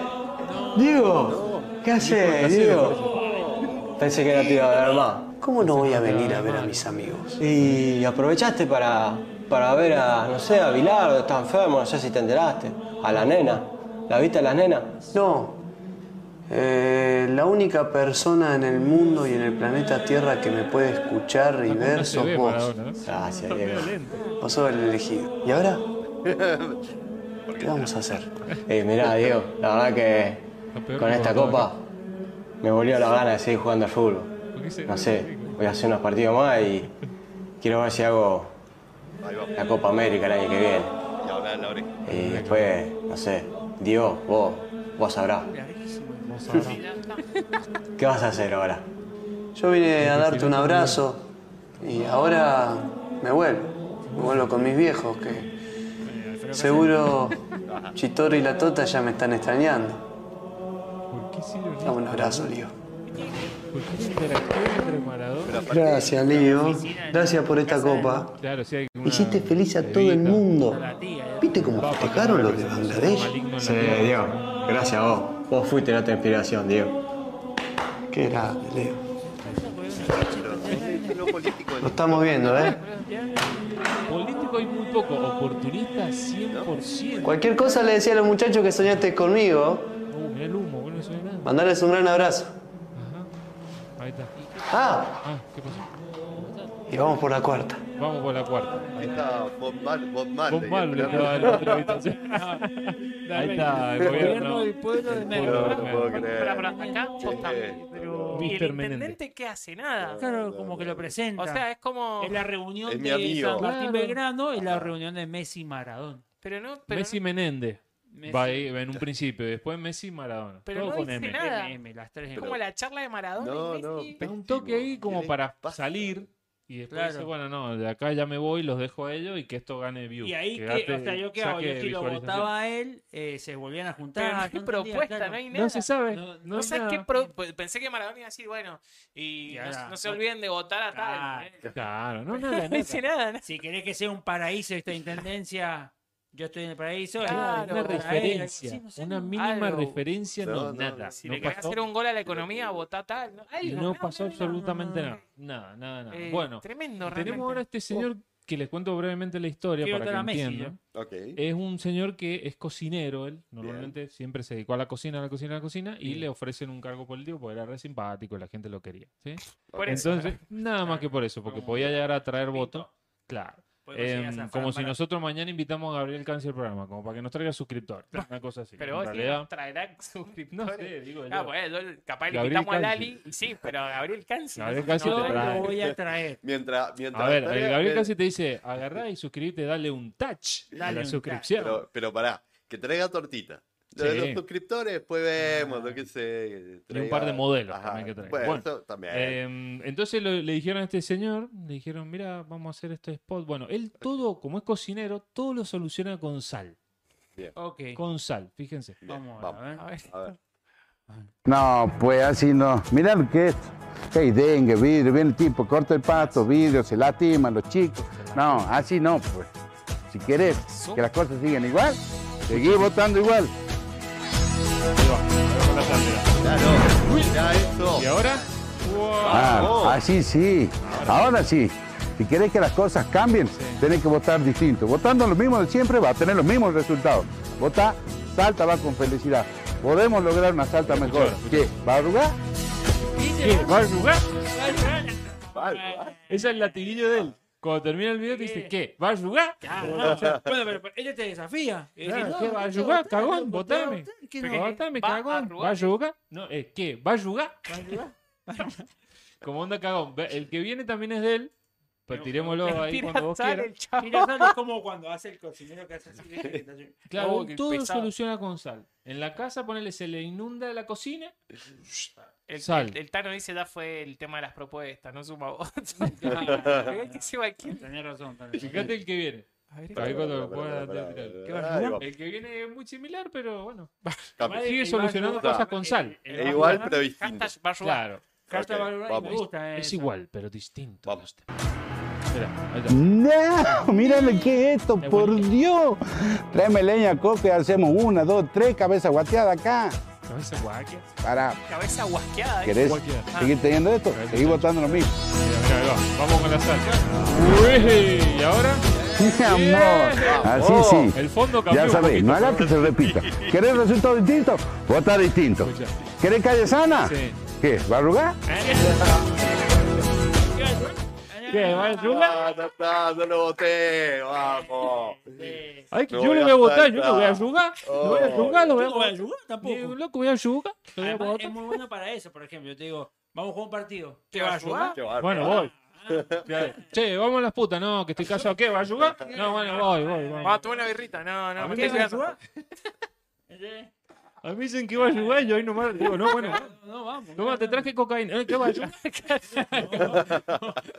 F: Diego, ¿qué haces, Diego? Pensé que no te iba a ver más.
E: ¿Cómo no voy a venir a ver a mis amigos?
F: Y aprovechaste para, para ver a, no sé, a Bilardo, está enfermo, no sé si te enteraste. A la nena. ¿La viste a la nena?
E: No. Eh, la única persona en el mundo y en el planeta Tierra que me puede escuchar y ver sos vos.
F: Gracias, Diego.
E: Vos sos el elegido. ¿Y ahora?
A: Porque
E: ¿Qué vamos a hacer?
F: Eh, mirá, Diego, la verdad que con esta copa me volvió la gana de seguir jugando al fútbol. No sé, voy a hacer unos partidos más y quiero ver si hago
A: Ahí va.
F: la Copa América el año que viene.
A: Y ahora la oreja.
F: Y después, no sé, Diego, vos, vos sabrás. ¿Qué vas a hacer ahora?
E: Yo vine a darte un abrazo y ahora me vuelvo. Me vuelvo con mis viejos que seguro Chitoro y la Tota ya me están extrañando.
C: ¿Por qué sirve?
E: Dame un abrazo, Lío.
C: ¿Por qué la interacción entre Maradona?
A: Pero aparte,
E: Gracias, Lío. Gracias por esta copa.
C: Claro, sí hay una
E: Hiciste feliz a todo el
C: bebida.
E: mundo.
D: La tía,
E: ¿Viste cómo
C: Va,
E: festejaron los de
C: representación
E: Bangladesh?
C: maligno en la
F: Sí,
C: tierra.
F: Diego, gracias a vos. Vos fuiste la otra inspiración, Diego.
E: Qué grande, Leo.
A: lo político
E: Nos estamos viendo, ¿eh?
C: Político hay muy poco, oportunista 100%.
E: Cualquier cosa le decía a los muchachos que soñaste conmigo.
C: Uh, mirá el humo, boludo, no se ve nada.
E: Mandarles un gran abrazo.
C: Ahí está.
E: Ah,
C: Ah, ¿qué pasó?
E: y vamos por la cuarta.
C: Vamos por la cuarta.
A: Ahí está Bob, Mar Bob Marley.
C: Vos mal, le
A: esperando.
C: estaba en la otra habitación. Ahí está, el gobierno.
D: del pueblo de
A: No,
D: México.
A: no puedo
B: Pará,
A: creer.
B: pará, acá posta.
A: Eh,
D: Pero-
B: Y el
C: Mr. Menéndez.
B: intendente que hace nada.
D: Claro, como que lo presenta.
B: O sea, es como.
D: es la reunión
A: Es mi
D: de
A: amigo.
D: San Martín
C: Claro.
D: Belgrano y la reunión de Messi y Maradona.
B: Pero no. Pero
C: Messi
B: no-
C: Menéndez.
D: Messi-
C: Va ahí, en un principio, y después Messi Maradona.
B: Pero
C: Todo
B: no
C: con
B: dice
C: M.
B: nada.
D: MM, las tres
B: es como la charla de Maradona.
A: No,
B: y
A: no,
B: Messi.
A: pe-
C: Está un toque ahí como
A: ¿Qué
C: para
A: les pasa?
C: salir y después
D: Claro.
C: dice, bueno, no, de acá ya me voy, los dejo a ellos y que esto gane view.
D: Y ahí, que,
C: gate-
D: o sea, yo qué hago, yo
C: saque
D: si lo
C: visualización.
D: votaba a él, eh, se volvían a
B: Pero no
D: juntar.
B: hay
D: no entendía,
B: propuesta,
D: claro.
B: no hay nada.
C: No se sabe.
D: No-
C: No,
D: no
B: O
C: hay
B: sea,
C: nada.
B: ¿qué pro- pues, Pensé que Maradona iba a decir, bueno, y,
D: Y
B: no-
D: ahora-
B: no, se olviden de votar a
D: Ah,
B: tal. ¿eh?
C: Claro, no, nada,
B: No
C: nada.
B: dice nada, ¿no?
D: Si querés que sea un paraíso esta intendencia, yo estoy en el paraíso.
B: Claro,
D: es
C: una
D: para él,
C: referencia,
D: sí, no sé,
C: una
D: no-
C: mínima
B: algo.
C: referencia, no,
A: No, no,
C: nada.
A: no.
B: Si
C: no
B: le querés
C: pasó,
B: hacer un gol a la economía, votá tal. No, algo,
C: no
B: nada,
C: pasó
B: nada, nada.
C: absolutamente nada. Nada, nada, nada.
B: Eh,
C: bueno,
B: Tremendo,
C: tenemos
B: realmente.
C: ahora este señor que les cuento brevemente la historia
D: Quiero
C: para que
D: votar a Messi,
C: entiendan.
A: Ok.
C: Es un señor que es cocinero, él normalmente siempre se dedicó a la cocina, a la cocina, a la cocina, y le ofrecen un cargo político porque era re simpático y la gente lo quería. ¿sí?
B: Por eso.
C: Entonces, nada más que por eso, porque podía llegar a traer votos. Claro.
B: Porque conseguías
C: Em,
B: a Fran
C: como si
B: para-
C: nosotros mañana invitamos a Gabriel Cáncer al programa, como para que nos traiga suscriptor. Una cosa así.
B: Pero
C: en
B: vos
C: realidad,
B: dirás, traerá suscriptores.
C: No sé, digo yo.
B: Ah, bueno, yo- capaz le
C: Gabriel
B: invitamos a
C: Canci.
B: Lali. Sí, pero a Gabriel Canci.
C: Gabriel Canci te trae.
D: Lo voy a traer.
A: Mientras, mientras
C: a ver,
A: traiga-
C: el Gabriel
A: pero-
C: Cáncer te dice, agarrá y suscribite, dale un touch a
D: Dale
C: la
D: un
C: suscripción.
A: Pero, pero pará, que traiga tortita. Lo de
C: Sí.
A: los suscriptores, después vemos lo que se.
C: Y un
A: traiga.
C: par de modelos
A: Ajá.
C: también que trae.
A: Bueno,
C: Bueno,
A: eso también.
C: Eh, entonces lo- le dijeron a este señor, le dijeron, mira, vamos a hacer este spot. Bueno, él todo, como es cocinero, todo lo soluciona con sal.
D: Ok.
C: Con sal, fíjense.
A: Bien,
D: Vamos,
A: vamos.
D: a ver.
B: A ver.
A: A ver.
J: No, pues así no. Mirá lo que es. Hey, dengue, vidrio, viene el tipo, corta el pasto, vidrio, se lastiman los chicos. No, así no, pues. Si querés que las cosas sigan igual, seguí votando igual.
A: Mirá eso.
C: ¿Y ahora?
A: Oh.
J: Ah, así sí. Ahora sí. Si querés que las cosas cambien, tenés que votar distinto. Votando lo mismo de siempre, va a tener los mismos resultados. Vota, salta, va con felicidad. Podemos lograr una salta mejor. ¿Qué? ¿Va a arrugar?
C: ¿Qué? ¿Va a jugar? Ese es el latiguillo de él. Cuando termina el video te
D: Eh.
C: dice, ¿qué? ¿Va a jugar?
D: Bueno, pero, pero ella te desafía. Y decís,
C: Claro,
D: no,
C: ¿Qué va a
D: muchacho,
C: jugar,
D: votá,
C: cagón?
D: votá,
C: Votame.
D: votá, que no.
C: Votame,
B: ¿Va a
C: cagón.
B: jugar?
C: ¿Va a jugar? eh. No, es ¿qué? ¿Va a jugar? Como onda cagón. Ve, El que viene también es de él. Pero tirémoslo ahí
B: Tira
C: cuando vos
B: sal
C: quieras.
B: el chavo.
D: Mira, ¿sabes cómo cuando hace el cocinero que hace así? que está así?
C: Claro,
B: Oh,
C: él
B: qué
C: todo
B: pesado.
C: soluciona con sal. En la casa, ponele, se le inunda la cocina.
B: El,
C: Sal.
B: el- el Tano dice, ya fue el tema de las propuestas, no suma votos. Hay que llevar aquí.
D: Tenés razón, tal vez.
C: Fíjate el que viene.
B: A ver, este-
C: Para ver cuando lo
A: Pará,
C: puedas
A: pará, pará,
C: tirar.
A: pará,
C: ¿Qué va
A: pará,
C: a jugar?
A: ahí va.
C: El que viene es muy similar, pero bueno.
A: Cambio.
C: Sigue solucionando
A: Claro.
C: cosas con sal.
A: Es igual, pero distinto.
B: Hashtag va a jugar.
C: Claro.
D: Carta
A: Ok,
D: valorada y
A: vamos.
D: me gusta
C: Es
D: eso.
C: igual, pero distinto.
A: Vamos.
C: Espera, ahí está.
J: No, mírame qué es esto,
C: Es
J: por
C: buenísimo.
J: Dios. Tráeme leña, coque, hacemos una, dos, tres, cabeza guateada acá.
C: Cabeza guaquia.
J: Para,
B: Cabeza guasqueada. ¿eh?
J: ¿querés
C: Guaqueada.
J: seguir teniendo esto?
C: Cabeza
J: Seguir votando lo mismo.
C: Mira, mira, ahí va. Vamos con la sal. Uy, y ahora
J: Mi amor, así sí.
C: el fondo cambió.
J: Ya
C: un
J: sabéis,
C: poquito.
J: no hagas que se repita. ¿Querés resultados distintos? Vota distinto.
C: Escucha.
J: ¿Querés calle sana?
C: Sí.
J: ¿Qué? ¿Va a arrugar?
C: ¿Qué? ¿Va a jugar?
A: Ah, ya está, yo lo voté, vamos.
C: Ay, que
A: No
C: yo
A: voy
C: lo
A: a
C: voy a votar, yo
A: saltar.
C: lo voy a jugar. Lo voy a jugar, lo
D: Yo
C: voy a
D: no voy a
C: jugar.
D: ayudar
C: Ni
D: tampoco.
C: un loco voy a jugar. Lo
B: Ah,
C: voy a
D: Además, es
C: votar.
D: muy bueno para eso, por ejemplo. Yo te digo, vamos a jugar un partido.
B: ¿Te va a ayudar?
A: Qué bárbaro.
C: Bueno, voy.
D: Ah,
C: Che, vamos a las putas, no, que estoy casado. ¿Qué? ¿Va a jugar? No, bueno, voy, voy, voy.
B: Va a tomar una birrita. No, no,
C: A
B: me
C: mí
B: estoy
C: me-
B: cuidando.
D: ¿Entendés?
C: A mí me dicen que va a jugar y yo ahí nomás digo, no, bueno.
D: No, no, vamos.
C: Toma, te traje cocaína. Eh, ¿Qué va a jugar?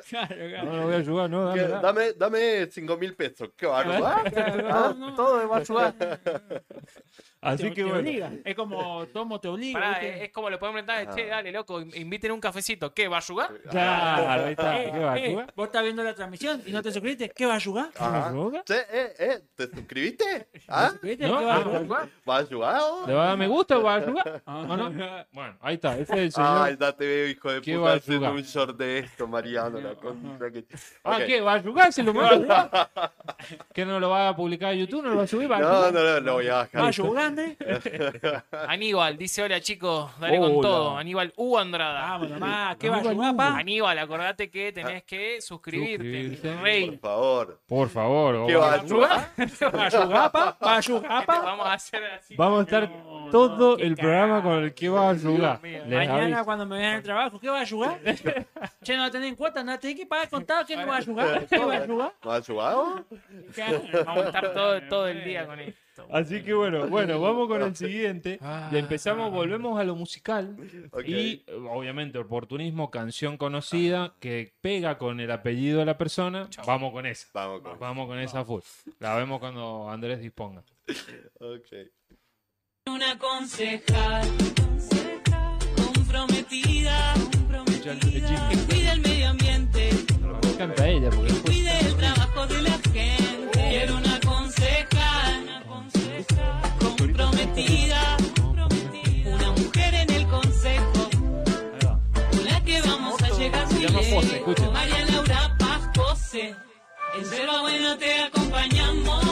D: Claro, claro.
C: No, no voy a jugar, no, Ah,
A: Que-
C: dame, dame.
A: Dame, dame 5 mil pesos, qué bárbaro.
D: No, no,
A: Todo va a
C: Así
D: te-
C: que
D: te
C: bueno.
D: obliga. Es como tomo te obliga.
B: Pará, eh,
D: ¿viste?
B: es, es como lo podemos
A: Ah.
B: preguntar, che, dale, loco, in- inviten un cafecito. ¿Qué? ¿Va a jugar? ah,
C: Claro, ahí está.
D: Eh,
C: ¿Qué va a
D: eh,
C: jugar?
D: vos estás viendo la transmisión y no te suscribiste, ¿qué vas a jugar?
C: ¿Va a jugar?
A: Che, eh, eh, ¿te suscribiste? ¿Ah?
D: ¿Suscribiste?
C: No,
D: ¿Qué vas a
C: ah,
D: jugar? Ah,
A: ¿Va a ayudar?
C: ¿Le va a dar me gusta o va a jugar? ¿O no? Bueno, ahí está. Ese es el
A: Ay,
C: señor.
A: ya te veo, hijo de
C: ¿Qué va
A: puta,
C: a
A: haciendo
C: ayudar?
A: un short de esto, Mariano, la concha que...
C: Ah,
A: Ok.
C: ¿qué? ¿Va a jugar? ¿Se lo va a jugar? ¿Que no lo va a publicar a YouTube? ¿No lo va a subir? ¿Va a
A: No, no,
C: jugar?
A: no, lo voy a
D: ¿Vas a
A: bajar.
D: jugar, Andrés?
B: Aníbal dice, hola chicos, dale con
C: Hola.
B: todo. Aníbal U Andrada.
D: Vamos nomás, ¿qué vas a
C: Aníbal,
D: jugar, pa?
B: Aníbal, acordate que
A: Ah.
B: tenés que suscribirte,
C: Suscribirte.
A: Por
B: mi rey.
A: favor.
C: Por favor.
A: ¿Qué
C: oh,
A: va a ayudar?
D: ¿Vas a jugar, pa? ¿Vas a jugar,
B: Este,
D: pa?
B: vamos a hacer así.
C: Vamos a estar todo el programa con el que va a jugar.
B: mío.
C: Les
D: Mañana
C: aviso.
D: cuando me vean el trabajo, ¿qué vas a jugar? che, no tenés en cuenta, no tenés que pagar contado, ¿qué no vas a jugar? ¿Qué vas a jugar?
A: ¿Va a ayudar?
B: Vamos a estar todo, todo el día con esto.
C: Así que bueno, bueno, vamos con el siguiente. Y empezamos, volvemos a lo musical.
A: Ok.
C: Y eh, obviamente, oportunismo, canción conocida que pega con el apellido de la persona. Vamos con esa.
A: Vamos con...
C: Vamos con esa full. La vemos cuando Andrés disponga.
A: Ok.
K: Una concejal, comprometida, que cuida el medio ambiente,
C: Me encanta ella porque después
K: cuide el trabajo de la gente. Quiero una concejal, comprometida, una mujer en el consejo, con la que vamos a llegar muy lejos. María Laura Paz Pose, en Yerba Buena te acompañamos.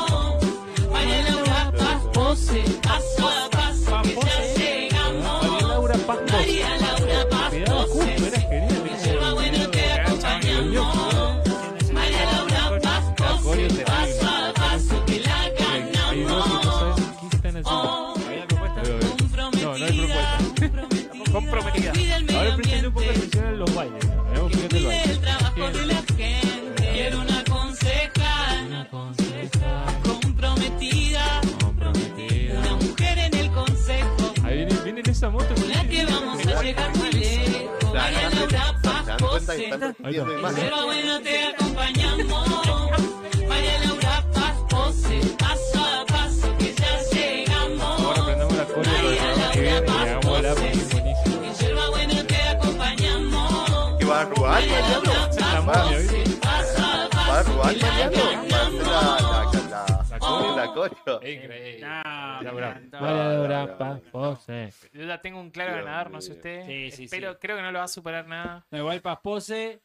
K: María Laura Paz Pose, paso a paso que ya llegamos.
C: Laura Paz Pose.
K: María Laura Paz
C: Quedaba justo, era
K: Pose.
C: genial.
K: Yerba Buena te acompañamos. María Laura Paz Pose.
A: banda que están repitiendo imágenes.
K: Pero bueno, te acompañamos. María Laura Paz, pose, paso a paso, que ya llegamos.
C: Aprendamos la coreo para el programa que viene y hagamos la porque es buenísimo.
K: En yerba buena te acompañamos.
A: ¿Que va a robar Mariano? ¿Va a robar Mariano? ¿Va a hacer la, la, la, la, la coreo?
B: Nah,
C: Variadora, pa, pose.
B: yo ya tengo un claro ganador, no sé usted.
D: Sí, sí,
B: Espero-
D: sí.
B: Creo que no lo va a superar nada.
D: No, igual Paspose.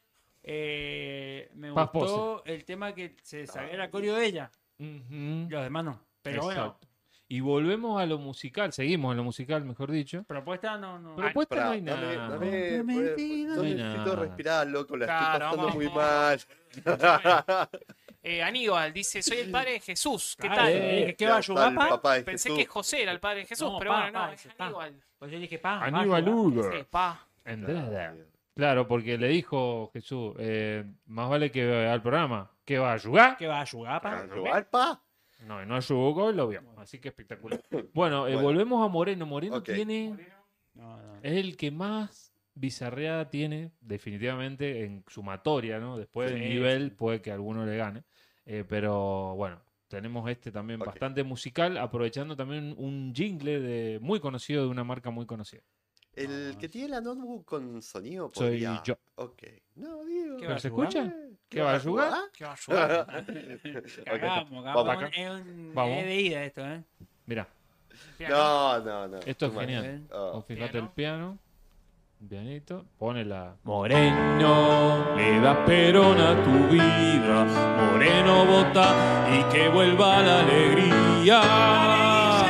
D: Eh, me
C: Paz
D: gustó el tema que
B: Ah,
D: se sabía el acorio de ella. Los demás no. Pero bueno,
C: Exacto. Y volvemos a lo musical, seguimos a lo musical, mejor dicho.
D: propuesta no. no.
C: Propuesta
A: Pará,
C: pues, no hay
A: dame-
C: nada.
A: dame-
D: Comprometido.
A: yo
C: No hay
A: necesito
C: nada.
A: respirar, loco, la
B: Claro,
A: estoy pasando
B: vamos.
A: muy mal.
B: Eh, Aníbal dice: Soy el padre de Jesús. ¿Qué
D: Ah,
B: tal?
D: eh, ¿Qué
A: Ya
D: va a
A: está el
D: ayudar, pa?
A: papá de
B: Pensé
A: Jesús.
B: que José era el padre de Jesús,
D: No,
B: pero
D: pa,
B: bueno, no,
D: pa,
B: es
D: ese, pa.
B: Aníbal.
D: Pues yo dije, pa. va a
C: Aníbal
D: ayudar.
B: Sí,
C: Uger.
B: pa.
C: Entrada. Claro, porque le dijo Jesús, eh, más vale que vaya al programa, que va a ayudar.
D: ¿Qué va a ayudar,
A: ¿Para
D: pa?
A: robar, pa?
C: No, y no ayudó y lo vio. Así que espectacular. Bueno, eh,
A: Bueno.
C: volvemos a Moreno. Moreno
A: Ok.
C: tiene,
D: No, no.
C: es el que más bizarreada tiene, definitivamente, en sumatoria, ¿no? Después del
D: Sí,
C: nivel puede que alguno le gane. Eh, pero bueno, tenemos este también
A: Ok.
C: bastante musical, aprovechando también un jingle de, muy conocido de una marca muy conocida.
A: El que tiene la notebook con sonido
C: Soy
A: podría.
C: yo.
A: Ok. No, digo.
D: ¿Qué
C: ¿Pero
D: va
C: se
D: a ayudar?
C: escucha? ¿Qué va a ayudar?
B: ¿Qué va a ayudar?
A: Ok.
D: Cagamos,
A: Vamos
D: cagamos.
C: acá.
D: Es un
C: Vamos.
D: es de ida esto, ¿eh?
C: Mirá,
A: No, no, no.
C: esto es
A: Bueno,
C: genial.
A: oh.
C: Vos fijate
B: Piano.
C: el piano. un Pianito. Pone la.
K: Moreno, le da perón a tu vida. Moreno vota y que vuelva la alegría.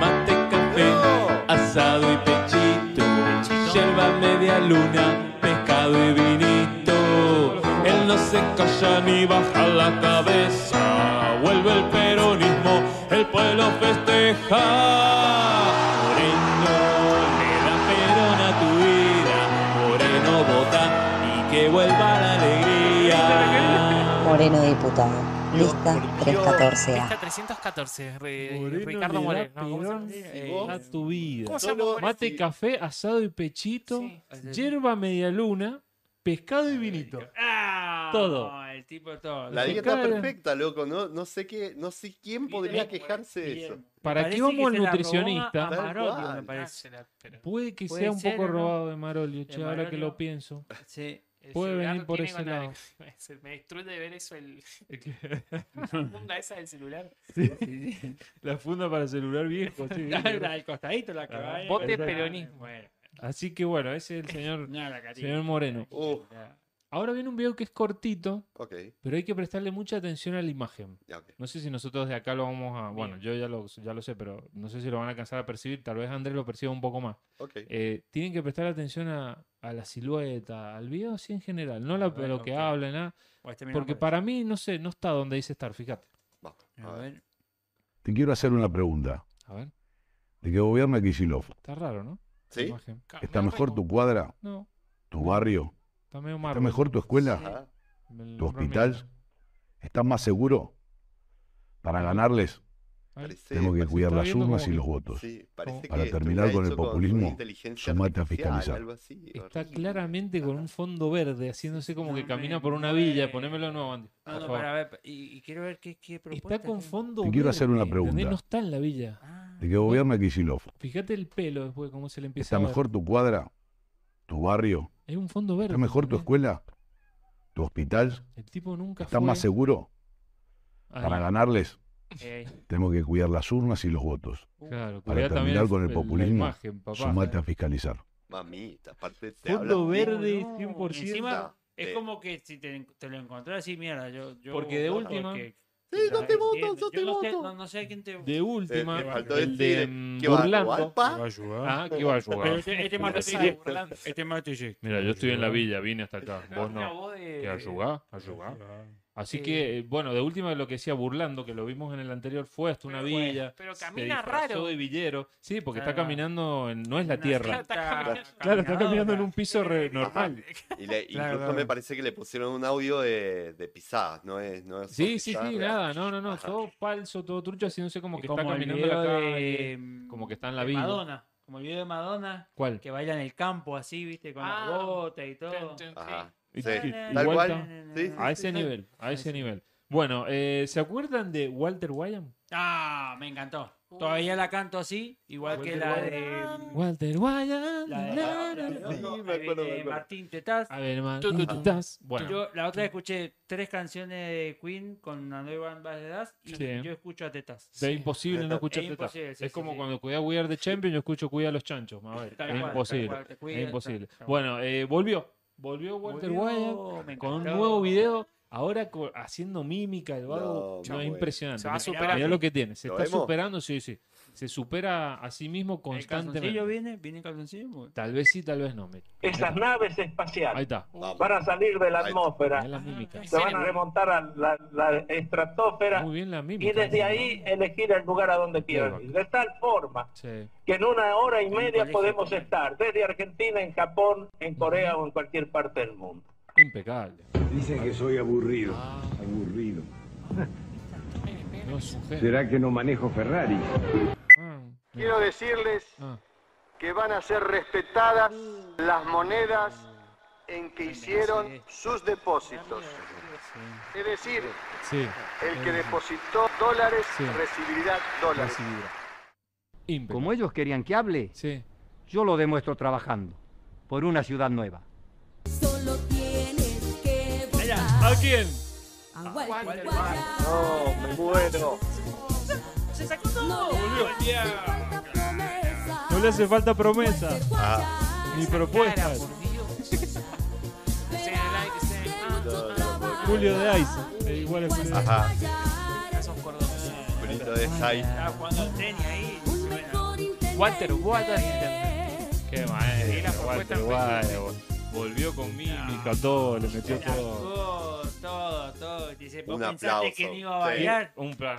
K: Mate, café, asado y pechito. Yerba media luna, pescado y vinito. Él no se calla ni baja la cabeza. Vuelve el peronismo, el pueblo festeja. Moreno, le da perón a tu vida. Moreno vota y que vuelva la alegría.
L: Moreno diputado. Lista
A: Dios.
L: 314A.
B: Está 314, re-
C: Moreno
B: Ricardo
C: le da
B: Moreno. No, ¿cómo
C: pilón
B: se llama?
C: eh,
A: vos-
C: a tu vida.
B: ¿Cómo se llama?
A: Solo-
C: Mate,
A: Sí.
C: café, asado y pechito,
B: Sí.
C: yerba media luna, pescado y vinito.
D: Ah,
C: Todo.
D: no, El tipo todo.
A: La
C: Se
A: dieta
C: cae.
A: perfecta, loco. No, no sé qué, no sé quién podría quejarse de eso.
C: ¿Para qué vamos al nutricionista?
A: Tal
D: Marodio,
A: cual.
D: me
B: Ah,
D: parece.
B: se la- pero-
C: Puede que
D: Puede
C: sea un
D: ser,
C: poco
D: ¿no?
C: robado de Marolio,
D: De
C: che, ahora que
D: Marolio.
C: lo pienso.
D: Sí.
B: el
C: puede venir
B: celular
C: por
B: tiene
C: ese
B: con la-
C: lado.
B: se me destruye ver eso el. la funda esa del celular.
C: La funda para celular viejo. Ah, sí,
D: Claro,
C: ¿verdad?
D: la del costadito, la que va ahí.
B: Bote
D: Bueno,
B: peronismo.
D: Bueno,
C: Así que bueno, ese es el señor,
D: no, la carita.
C: señor Moreno.
A: Uh,
C: Ahora viene un video que es cortito,
A: ok,
C: pero hay que prestarle mucha atención a la imagen.
A: ya, ok.
C: No sé si nosotros de acá lo vamos a... Bueno, yo ya lo, ya lo sé, pero no sé si lo van a alcanzar a percibir. Tal vez Andrés lo perciba un poco más.
A: ok.
C: Eh, tienen que prestar atención a, a la silueta, al video así en general, no la-
D: A
C: a
D: ver,
C: lo que
D: ok.
C: hablen, nada.
D: Pues este mismo
C: Porque
D: parece.
C: para mí, no sé, no está donde dice estar, fíjate.
A: Vamos.
D: A ver.
I: Te quiero hacer una pregunta.
C: Ah. A ver,
I: ¿De qué gobierna Kicillof?
C: está raro, ¿no? La
A: ¿Sí?
C: imagen.
I: ¿Está mejor tu cuadra,
C: No,
I: tu barrio?
C: está medio
I: ¿Está
C: marrón.
I: mejor tu escuela?
A: Ajá.
C: El
I: ¿Tu
C: hombre
I: hospital?
C: mira.
I: ¿Estás más seguro? Para ganarles
C: Ahí.
A: Parece,
I: tenemos que
A: parece-
I: cuidar
C: está
I: las
C: viendo como
I: urnas y
C: que-
I: los votos.
A: sí, parece
I: Para
A: que
I: terminar
A: estuviera
I: con el
A: hecho una
I: populismo,
A: inteligencia
I: sumate a
A: artificial,
I: fiscalizar.
A: algo así,
C: Está
A: horrible.
C: claramente con un fondo verde, haciéndose como que
D: No
C: camina
D: me
C: por una
D: mueve.
C: villa. Ponémelo de nuevo, Andy.
D: No,
C: por
D: no,
C: favor.
D: para ver. Y, y quiero ver qué, qué propuesta.
C: Está con
D: tiene.
C: fondo
I: Te quiero hacer una
C: verde, ¿entendés?
I: pregunta.
C: No está en la villa.
D: Ah,
I: ¿De qué gobierna Kicillof?
C: Fíjate el pelo después, cómo se le empieza
I: ¿Está
C: a ver.
I: mejor tu cuadra, tu barrio?
C: Es un fondo verde.
I: ¿Está mejor tu
C: ¿entendés?
I: escuela, tu hospital?
C: El tipo nunca
I: ¿Estás
C: fue
I: más seguro?
C: ahí.
I: Para ganarles
D: eh,
I: tenemos que cuidar las urnas y los votos.
C: Claro,
I: Para
C: cuidá también
I: terminar con el
C: la
I: populismo,
C: imagen, papá.
I: Sumate a fiscalizar.
A: Mamita, aparte te
C: Fondo
A: habla-
C: verde,
D: no.
C: 100%.
D: Encima,
A: Eh.
D: es como que si te, te lo encontrás así, mierda, yo... yo
C: Porque de última-
A: Sí, no te voto,
D: entiendo,
A: no te
D: no sé-
A: voto.
D: No, no sé a quién te...
C: De última,
A: Eh, me faltó
C: el
A: decir,
C: de mm,
A: ¿Qué va a robar,
C: Burlando.
A: pa?
C: Ah, que iba a
D: Pero
C: jugar.
D: este, este más te
A: Burlando.
D: Burlando. Este más te llega.
C: Mira, yo estoy en la villa, vine hasta acá. Vos
B: Una
C: no.
B: voz de-
C: Que a jugar, a jugar. Así
B: Eh,
C: que, eh, bueno, de última lo que decía burlando, que lo vimos en el anterior, fue hasta una
B: Pero, bueno,
C: villa.
B: pero
C: se
B: camina
C: disfrazó
B: raro.
C: de villero. Sí, porque está
D: Claro.
C: caminando, en- no es la
D: Una
C: tierra.
B: Está caminando.
C: Claro, está caminando en
D: caminadora.
C: un piso re- normal.
A: Y le-
D: Claro,
A: incluso
D: claro.
A: me parece que le pusieron un audio de, de pisadas, ¿no es? No es
C: Sí, sí,
A: pisadas
C: sí,
A: reales.
C: nada, no, no, no,
A: Ajá.
C: todo falso, todo trucho, así no sé como que
D: como
C: está
D: el
C: caminando
D: video
C: la
D: de,
C: calle, como que está en la
D: de
C: villa.
D: Madonna. Como el video de Madonna.
C: ¿Cuál?
D: Que baila en el campo así, viste, con
B: Ah.
D: las botas y todo.
A: Ajá.
C: Y-
A: Ah, Sí,
C: y-
A: tal
C: igual
A: cual.
C: está-
A: Sí, sí,
C: a
A: sí,
C: ese
A: sí.
C: nivel, a ese nivel. Bueno, eh, ¿se acuerdan de Walter Wyam?
D: Ah, me encantó. Todavía la canto así, igual que la de.
C: Walter Wyam.
D: La
C: na,
D: de, la
C: na,
D: de-
C: na.
D: la de Martín Tetaz.
C: A ver, man,
D: Tu, tu, tu.
C: estás- Bueno,
D: Yo la otra vez escuché tres canciones de Queen con Andoy Van Bass y
C: Sí.
D: yo escucho a Tetas.
C: es imposible no escuchar
D: Es
C: Tetaz.
D: imposible, sí,
C: es
D: sí,
C: como
D: sí.
C: cuando cuida We Are the Champions, yo escucho cuida a los chanchos. más vale.
D: Tal
C: Es
D: cual,
C: imposible.
D: tal cual, te cuida,
C: es imposible.
D: tal cual.
C: Bueno, eh, volvió. Volvió Walter Wyam. con un nuevo video, ahora co- haciendo mímica, el vago.
A: No,
C: No, es
A: bueno.
C: impresionante.
B: Se va a
C: Mirá-
B: superar.
C: mirá lo que tiene. Se
A: ¿Lo
C: está
A: vemos?
C: superando, sí, sí. Se supera a sí mismo
D: ¿El calzoncillo
C: constantemente.
D: viene? ¿Viene en calzoncillo? Bueno.
C: Tal vez sí, tal vez no. mira.
M: Esas naves
C: Ahí
M: espaciales
C: está.
M: van a salir de la atmósfera,
C: Mirá la mímica.
M: se van a remontar a la, la estratosfera
C: Muy bien la mímica.
M: y desde ahí elegir el lugar a donde quieran ir. De tal forma
C: Sí.
M: que en una hora y
C: En
M: media
C: colegio
M: podemos estar desde Argentina, en Japón, en Corea o en cualquier parte del mundo.
C: Impecable. Ah.
I: Dicen que soy aburrido. Aburrido.
C: No es un genio.
I: ¿Será que no manejo Ferrari?
N: Quiero decirles
C: Ah.
N: que van a ser respetadas
A: Mm.
N: las monedas
C: Ah.
N: en que hicieron sus depósitos. Es decir,
C: Sí.
N: el
K: Eh.
N: que depositó dólares recibirá dólares.
O: Como ellos querían que hable, yo lo demuestro trabajando por una ciudad nueva.
K: Solo tienes que
C: ¿A quién?
K: No, me muero. Se sacó todo.
C: No le hace falta promesa.
D: Ah.
C: Ni propuestas. Julio de Aiza. Eh, igual es Julio de Aiza.
A: Ajá.
B: Esos cordones.
A: Bonito de Sai.
D: Estaba jugando al tenis ahí.
B: Walter Water.
C: Qué
B: Sí, la
C: maestro,
B: propuesta
C: Walter Wilde, Volvió con mímica todo, le metió todo.
D: Todo, todo, todo. Dice, vos
C: Un
D: pensaste
C: aplauso,
D: que no iba a
C: sí.
D: bailar.
C: Un plan.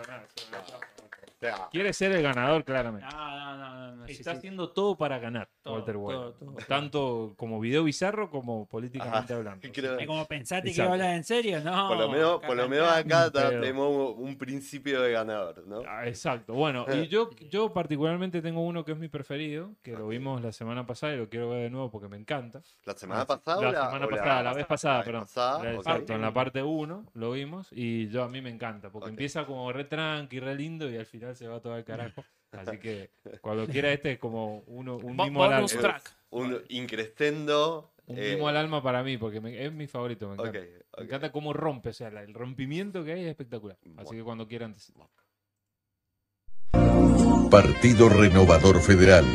C: Quiere ser el ganador, claramente.
D: No, no, no, no. Ah, sí,
C: Está
D: sí.
C: haciendo todo para ganar,
D: Todo,
C: Walter Wilde.
D: todo, todo.
C: Tanto como video bizarro como políticamente
A: Ajá,
C: hablando.
A: creo-
D: Es como pensaste que
C: Exacto.
D: iba a hablar en serio, no.
A: Por lo menos, por lo menos acá ta-
C: Pero-
A: tenemos un principio de ganador, ¿no?
C: Ah, Exacto. Bueno,
A: Eh.
C: y yo, yo particularmente tengo uno que es mi preferido, que lo vimos la semana pasada y lo quiero ver de nuevo porque me encanta.
A: ¿La semana pasada o
C: La
A: la-
C: semana
A: o la-
C: pasada, la vez pasada,
A: la vez
C: perdón.
A: pasada,
C: La-
A: ok.
C: Exacto, en la parte 1 lo vimos y yo a mí me encanta porque empieza como re tranqui, re lindo y al final se va todo al carajo. Así que cuando quiera este es como uno, un
A: Bo-
C: mimo al alma.
A: bonus track. Un increstendo.
C: Un
A: eh,
C: mimo al alma para mí porque me- es mi favorito, me encanta.
A: Ok,
C: Me encanta cómo rompe, o sea, la- el rompimiento que hay es espectacular. Así que cuando quieran...
P: Partido Renovador Federal.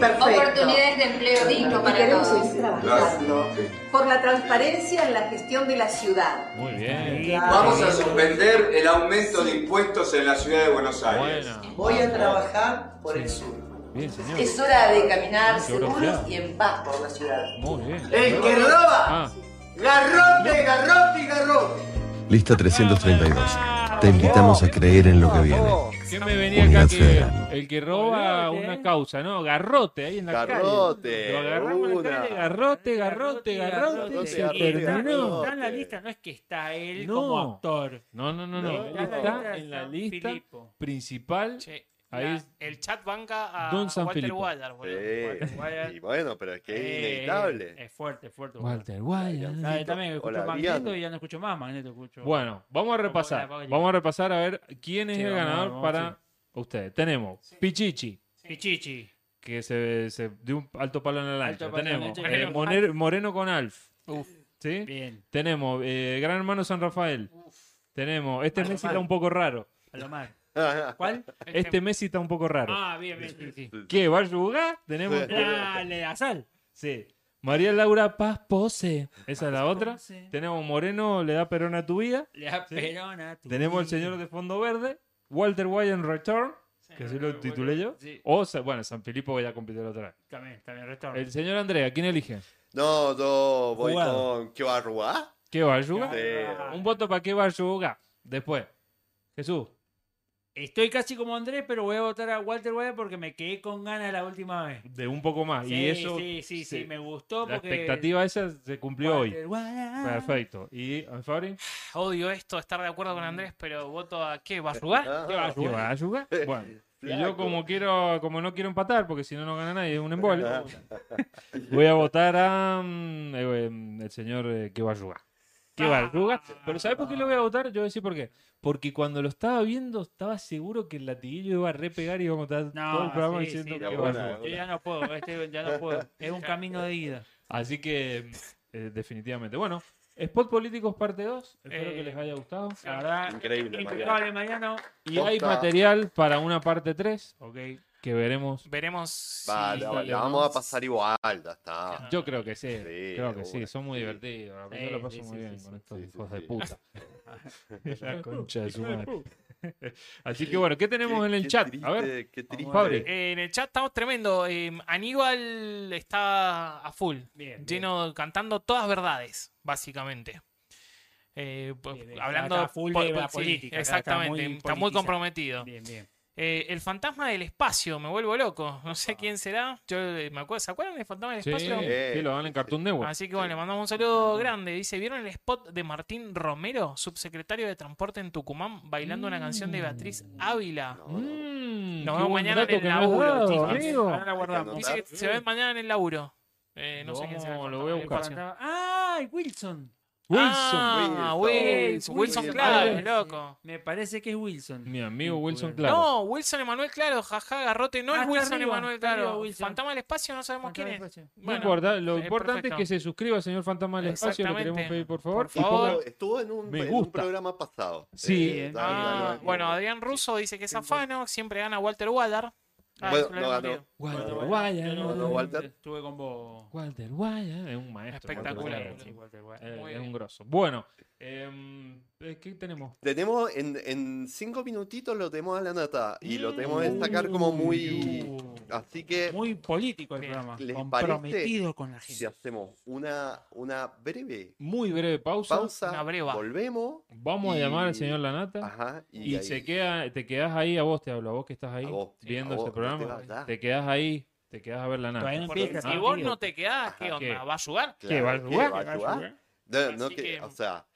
Q: Oportunidades de empleo digno para todos.
R: Por la transparencia en la gestión de la ciudad.
C: Muy bien.
S: Vamos a suspender el aumento de impuestos en la ciudad de Buenos Aires.
R: Voy a trabajar por el sur.
C: Bien, señor.
R: Es hora de caminar
C: Qué hora
R: seguros
C: fea.
R: y en paz por la ciudad.
C: Muy bien.
R: ¡El que roba!
C: Ah,
R: ¡Garrote, garrote, garrote!
P: Lista 332. Te invitamos a creer en lo que viene.
C: ¿Qué me venía acá
P: Unidad
C: que
P: Federal.
C: el que roba una causa? No, garrote ahí en la calle.
A: Garrote,
C: Lo agarramos en la
A: una.
C: calle, garrote, garrote, garrote. y se
D: Garrote,
C: terminó.
D: Está en la lista, no es que está él
C: No.
D: como actor.
C: No, no, no, no.
D: Está en la lista
C: Está
D: de
C: en la
D: San
C: lista
D: Filipo.
C: principal. Ahí
B: La-
C: es-
B: el chat banca a
C: Don San
B: Walter
C: Filipo.
B: Water, boludo.
A: eh,
D: Walter-
A: y bueno, pero es que es
D: Eh,
A: inevitable.
D: Es fuerte, es fuerte.
C: Walter Wilde.
D: Ah, yo también escucho
C: Hola,
D: Magneto
C: Diana.
D: y ya no escucho más Magneto. Escucho...
C: Bueno, vamos a repasar. Vamos a repasar a ver quién es
D: Sí,
C: el
D: vamos,
C: ganador
D: vamos,
C: para ustedes. Tenemos Pichichi.
D: Pichichi.
C: Que se, se dio un alto palo en la lancha.
D: Alto palo en la
C: Tenemos
D: lancha.
C: eh,
D: Alf.
C: Moner- Moreno con Alf. ¿Sí?
D: Bien.
C: Tenemos eh, Gran Hermano San Rafael. Tenemos. Este
D: Alto
C: Messi
D: palo.
C: está un poco raro.
D: Palomar.
C: ¿Cuál? Este Messi está un poco raro.
D: Ah, bien, bien. sí, sí.
C: ¿Qué? ¿Va a jugar? Tenemos.
D: Dale, azal.
C: Sí. María Laura Paz Pose. Esa es la otra. Tenemos Moreno, le da Perón a tu vida.
D: Le da
C: Sí.
D: perona. tu-
C: Tenemos el señor de fondo verde. Walter White en Return. Que así lo titulé yo. O, Sa- bueno, San Filipo voy a competir otra vez.
D: También, también, retorno.
C: El señor Andrea, ¿quién elige?
A: No, yo voy
C: Jugado.
A: con. ¿Qué va a robar?
C: ¿Qué va a jugar?
A: Sí.
C: Un voto para qué va a jugar. Después. Jesús.
D: Estoy casi como Andrés, pero voy a votar a Walter Wilde porque me quedé con ganas la última vez.
C: De un poco más.
D: Sí,
C: Ah, y eso.
D: sí, sí, sí,
C: se-
D: me gustó
C: La
D: porque-
C: expectativa esa se cumplió hoy.
D: Walter White.
C: Perfecto. ¿Y Alfari?
B: Ah, Odio esto, estar de acuerdo con Andrés, pero voto a qué, ¿va a jugar?
C: ¿Qué va a jugar? Bueno, Y yo como quiero, como no quiero empatar, porque si no no gana nadie, es un embole. voy a votar a mm, eh, em, el señor eh, que va a jugar. Que va a jugar. Pero ¿sabes por qué lo voy a votar? Yo voy a decir por qué. Porque cuando lo estaba viendo, estaba seguro que el latiguillo iba a repegar y iba a matar todo el programa
D: sí,
C: diciendo
D: sí,
C: que
D: no,
C: va a
D: no,
C: jugar.
D: Yo ya no puedo, este, ya no puedo. Es un camino de ida.
C: Así que, eh, definitivamente. Bueno, Spot Políticos parte 2. Espero
D: Eh,
C: que les haya gustado.
D: La verdad,
A: Increíble,
D: impecable, Mariano.
C: Y hay material para una parte 3 que veremos.
B: Veremos.
A: Vale,
C: Sí,
A: vale,
C: dale,
A: la
C: ¿no?
A: vamos a pasar igual, ya está.
C: Yo creo que sí, creo que sí,
A: seguro.
C: son muy divertidos. la verdad,
A: Sí,
C: Yo lo paso
A: sí,
C: muy
A: sí,
C: bien
A: sí,
C: con
A: sí,
C: estos
A: sí,
C: hijos
A: sí,
C: de
A: sí.
C: puta. la concha de su
A: Hijo de
C: madre.
A: puta.
C: Así que bueno, ¿qué tenemos en el chat? a ver,
A: qué
C: Fabri.
B: Eh, en el chat estamos tremendo. Eh, Aníbal está a full. lleno, cantando todas verdades, básicamente. Eh, po- hablando
D: está full de la
B: sí,
D: política, acá está
B: Exactamente,
D: muy
B: está muy
D: politizado.
B: comprometido.
D: Bien, bien.
B: Eh, el fantasma del espacio, me vuelvo loco. No
D: Ah.
B: sé quién será. Yo eh, me acuerdo, ¿se acuerdan del fantasma del
C: Sí,
B: espacio?
C: sí, lo dan en Cartoon Network.
B: Así que bueno, le mandamos un saludo grande. Dice, ¿vieron el spot de Martín Romero, subsecretario de Transporte en Tucumán, bailando una canción de Beatriz Ávila?
C: Mm,
B: Nos
C: qué
B: vemos
C: buen
B: mañana en
C: dato
B: el
C: que me has
B: laburo,
C: dado,
B: chicos.
C: amigo.
B: Ahora la
C: Hay
B: guardamos.
C: que
B: Dice que
C: anotar.
B: se ven mañana en el laburo. Eh, no
C: Lo
B: sé quién será.
C: vamos-
B: el
C: lo voy a
B: fantasma
C: buscar.
B: del espacio.
D: ¡Ay, Wilson!
C: Wilson.
B: Ah, Wilson, Wilson, claro, loco.
D: Me parece que es Wilson.
C: Mi amigo Wilson Claro.
B: No, Wilson Emanuel Claro, jaja, garrote, no
D: Ah,
B: es
D: está
B: Wilson
D: arriba,
B: Emanuel
D: está arriba
B: Claro.
D: Wilson.
B: Fantasma del espacio, no sabemos quién es.
C: No
B: Bueno,
C: importa, lo
B: eh,
C: importante
B: perfecto.
C: es que se suscriba, señor Fantasma del Espacio, le queremos
B: Exactamente.
C: pedir por favor.
B: Por favor.
C: Y ponga-
A: Estuvo en un,
C: Me
A: en un
C: gusta.
A: programa pasado.
C: Sí.
A: Eh, dale, dale,
B: Ah,
A: dale.
B: bueno, Adrián Russo dice que es afano, siempre gana Walter Waller. Ah,
A: Bueno,
B: eso lo
A: no
B: habíamos
A: ganó.
B: leído.
C: Walter
D: Bueno,
C: Guaya,
D: yo no-
C: no,
A: Walter.
D: Estuve con vos.
C: Walter Guaya, es un maestro.
B: Espectacular.
C: Walter Guaya, sí.
D: Walter Guaya.
C: Eh,
D: Muy
C: es un
D: bien.
C: grosso. Bueno, em, eh, ¿qué tenemos?
A: Tenemos en, en cinco minutitos lo tenemos a la nata y lo tenemos que destacar como muy.
C: Uh.
A: Así que.
D: Muy político el programa.
A: ¿Les
D: Comprometido
A: parece
D: con la gente.
A: Si hacemos una, una breve
C: Muy breve pausa.
A: pausa, volvemos.
C: Vamos a
A: y-
C: llamar al señor Lanata.
A: Ajá, y
C: Y,
A: ahí-
C: se queda, te quedas ahí, a vos te hablo, a vos que estás ahí viendo
A: a
C: este
A: vos, no te
C: programa.
A: vayas.
C: Te quedas ahí, te quedas a ver Lanata. ¿Ah?
D: Todavía no
B: Porque
D: empieza,
B: si
D: ¿no?
B: vos no te quedás, ¿qué
C: Ajá,
B: onda?
C: Ah, ¿qué?
B: ¿Va a ayudar?
A: Claro,
C: ¿Qué, va a
A: ¿qué
C: jugar?
A: va a
C: ¿Qué va a
A: jugar? No, no
B: Así
A: que,
B: que-
A: o sea,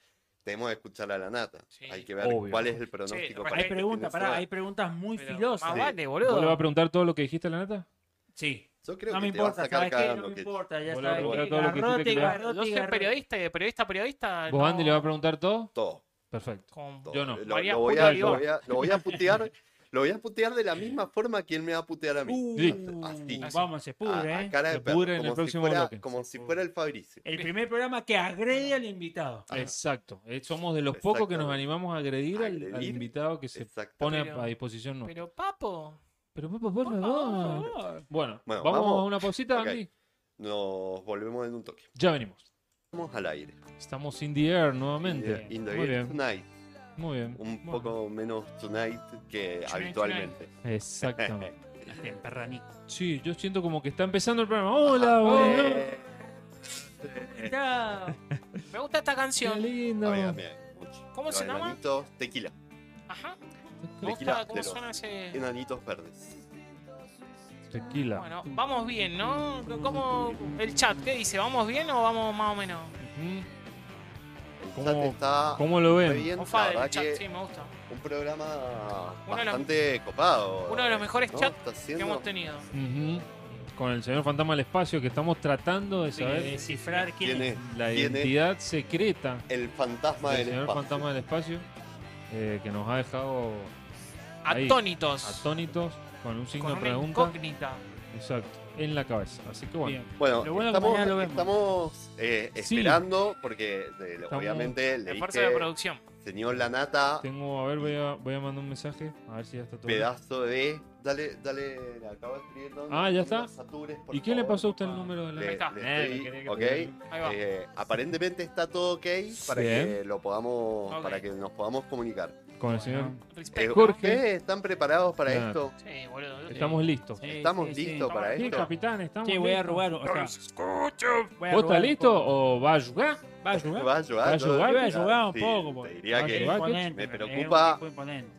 A: tenemos que escuchar a la nata. Hay que ver
C: Obvio.
A: cuál es el pronóstico para
D: Hay
A: este fin
D: preguntas,
A: de
D: pará,
A: semana.
D: hay preguntas muy
B: Pero
D: filosas.
B: más vale,
C: ¿Vos le vas
B: boludo.
C: a preguntar todo lo que dijiste a Lanata?
D: Sí.
A: Yo creo
D: no
A: que
D: me
A: te vas
D: importa,
A: a sacar
D: ¿sabes qué?
A: cagando,
D: No me
A: que-
D: importa, ya
C: Vos le vas a
D: sabes.
C: preguntar
D: que
C: todo lo que
D: garrote,
C: dijiste que le-
D: garrote,
B: Yo soy
D: garrote.
B: periodista y de periodista a periodista.
C: ¿Vos,
B: Ah, no,
C: Andy, le vas a preguntar todo?
A: Todo.
C: Perfecto.
B: con-
A: todo.
C: Yo no.
A: Lo,
B: Varias
A: lo voy
B: putas
A: a,
B: de
A: lo
B: Dios.
A: voy a- lo voy a putear. Lo voy a putear de la misma forma que él me va a putear a mí.
D: Uh,
A: Así.
D: Vamos, se pudre,
A: A- a
D: ¿eh?
A: cara de
C: Se
A: perro,
C: pudre en el
A: como si
C: próximo
A: fuera-
C: bloque.
A: Como si fuera el Fabricio.
D: El primer programa que agrede al invitado.
C: Exacto. Eh, Somos de los pocos que nos
A: Exactamente.
C: animamos a agredir al- al,
A: Agredir.
C: invitado que se
A: Exacto.
C: pone
B: Pero-
C: a, a disposición nuestra.
B: Pero papo,
C: Pero, por favor, Bueno,
A: Bueno,
C: vamos,
A: vamos.
C: a una pausita,
A: Ok.
C: Andy.
A: Nos volvemos en un toque.
C: Ya venimos.
A: Vamos al aire.
C: Estamos in the air nuevamente.
A: In the
C: Muy
A: air
C: bien.
A: tonight.
C: Muy bien.
A: Un
C: Bueno.
A: poco menos tonight que habitualmente.
C: Exactamente.
D: El perranito.
C: Sí, yo siento como que está empezando el programa. Hola, bueno.
A: Eh,
B: Eh,
D: Mirá,
B: me gusta esta
C: Qué
B: canción.
C: lindo.
A: había- había mucho.
B: ¿Cómo se
A: Los
B: llama?
A: enanitos, Tequila.
B: Ajá.
A: Tequila
B: Me gusta
A: de
B: cómo
A: los
B: suena ese.
A: enanitos verdes.
C: Tequila.
B: Bueno, vamos bien, ¿no? ¿Cómo el chat qué dice? ¿Vamos bien o vamos más o menos?
C: Ujú.
A: El chat
C: ¿Cómo-
A: está
C: cómo lo ven?
A: muy bien,
B: O
A: la
B: Fade,
A: verdad
B: el chat,
A: que
B: sí, me gusta.
A: un programa
B: Uno de los-
A: bastante copado.
B: Uno de los mejores
A: ¿no?
B: chats
A: Está
B: que
A: siendo-
B: hemos tenido.
C: Ujú. Con el señor Fantasma al Espacio que estamos tratando de
D: de
C: saber
D: descifrar quién,
A: ¿Quién
D: es.
A: es?
C: la
A: ¿Quién es?
C: identidad secreta
A: El fantasma
C: del
A: del
C: señor
A: espacio.
C: Fantasma del Espacio eh, que nos ha dejado ahí,
B: Atónitos.
C: atónitos con un signo de
B: con una
C: pregunta.
B: incógnita.
C: Exacto, en la cabeza. Así que bueno.
D: Bien.
A: Bueno,
D: Lo bueno es que
A: estamos,
D: mañana lo vemos.
A: estamos, eh,
C: Sí.
A: esperando porque de- obviamente le
B: Esfuerzo de
A: dije,
B: producción.
A: señor Lanata,
C: Tengo, a ver, voy a, voy a mandar un mensaje, a ver si ya está todo. bien.
A: pedazo de... Dale, dale, le acabo de escribir. ¿dónde?
C: Ah, ya
A: No
C: está.
A: me satures, por
C: ¿Y qué le
A: favor.
C: pasó a usted el número de la
A: Le-
B: Ahí está.
A: le
C: Eh, lo
A: estoy-
C: quería que
A: ok,
C: te-
B: Ahí va.
A: eh, aparentemente está todo ok para
C: Bien.
A: que lo podamos,
B: Ok.
A: para que nos podamos comunicar.
C: Con el señor.
A: Eh,
B: Respect.
C: Jorge. Ah.
A: ¿Ustedes están preparados para
C: Claro.
A: esto?
B: Sí, boludo.
C: Estamos listos.
A: ¿Estamos listos para
B: Estamos
A: esto?
C: Qué
B: listos.
C: capitán, estamos.
D: Sí, voy a robar. O sea, voy a
C: ¿Vos
D: robar
C: estás
D: un
C: listo o va a ayudar?
D: Va a ayudar.
A: Va a ayudar,
C: Va a
A: todo
C: ayudar.
A: bien.
C: Va a ayudar un
A: Sí,
C: poco,
A: Te
C: porque-
A: diría
C: va a
A: que
C: ayudar,
A: me
C: Kitsch.
D: Eh,
A: preocupa,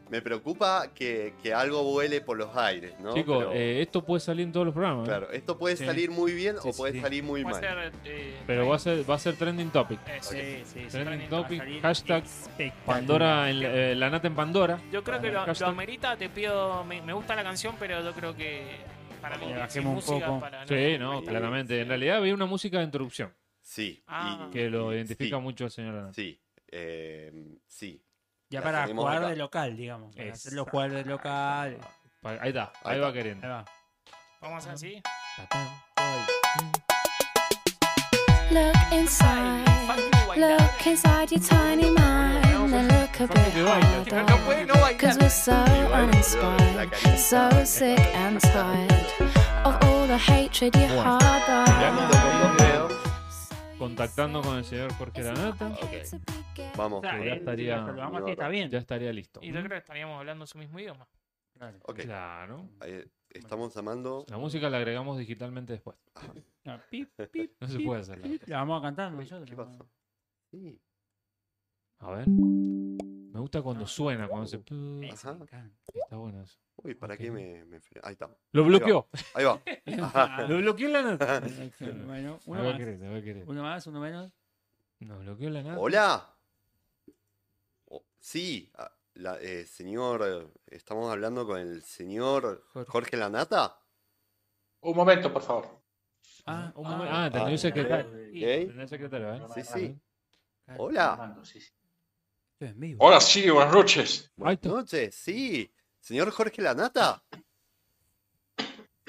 A: me preocupa que, que algo vuele por los aires, ¿no?
C: Chicos,
A: Pero,
C: eh, esto puede salir en todos los programas. ¿eh?
A: claro, esto puede
C: Sí.
A: salir muy bien
C: Sí,
A: o
C: sí,
A: puede
C: sí.
A: salir muy
B: Puede
A: mal.
B: ser, eh,
C: Pero va a ser, va a ser trending topic.
B: Eh, sí, sí, sí,
C: trending
B: trending
C: topic.
B: topic.
C: Hashtag
B: Espectacular.
C: Pandora, en, la- eh, la nata en Pandora.
B: Yo creo que lo, lo
C: Hashtag-
B: amerita, te pido. Me, me gusta la canción, pero yo creo que. Para mí,
D: Le
B: sin
D: bajemos un
B: música,
D: poco.
B: para
C: Sí, no, claramente. En realidad había una música de interrupción.
A: Sí.
B: Ah.
C: Que lo identifica
A: sí.
C: mucho al señor Lanata.
A: Sí, eh, sí.
D: Ya
A: La
D: para
A: tenemos
D: jugar
A: acá.
D: de local, digamos. Para
C: Exacto.
D: hacerlo jugar de local.
C: Pa- Ahí está, ahí,
A: Ahí
C: va
A: está.
C: queriendo.
D: Ahí va.
B: Vamos a hacer así.
T: Look inside. Look inside your tiny mind and look a bit harder. Cause we're so uninspired, so sick and tired of all the hatred you
C: Bueno.
T: harbor.
C: Contactando con el señor Jorge Lanata.
A: Vamos.
C: que ya estaría, Ya estaría listo.
B: Y yo creo que estaríamos hablando su mismo idioma.
A: Ok.
C: Claro.
A: Eh, estamos llamando.
C: La música la agregamos digitalmente después.
D: Ah, pip, pip,
C: No se
D: pip,
C: puede hacer la
D: pip. La vamos a cantar nosotros.
A: ¿Qué pasó? Sí.
C: A ver. Me gusta cuando suena, cuando se.
A: Ajá.
C: Está bueno eso.
A: Uy, ¿para qué me, me fre- Ahí está.
C: Lo
A: Ahí va.
C: bloqueó.
A: Ahí va. Ajá.
C: Lo bloqueó la nata.
D: Bueno,
C: No
D: uno
C: va a
D: más.
C: querer, no va a querer.
D: Uno más, uno menos.
C: Nos bloqueó la nata.
A: Hola. Oh, sí, ah, la- eh, señor, eh, estamos hablando con el señor Jorge Lanata.
U: Un momento, por favor.
D: Ah, un
C: momen- ah, tenía un secretario. Tenía un secretario, ¿eh?
A: Sí, sí. Hola.
U: Hola, sí, buenas noches.
A: Buenas noches, sí. Señor Jorge Lanata.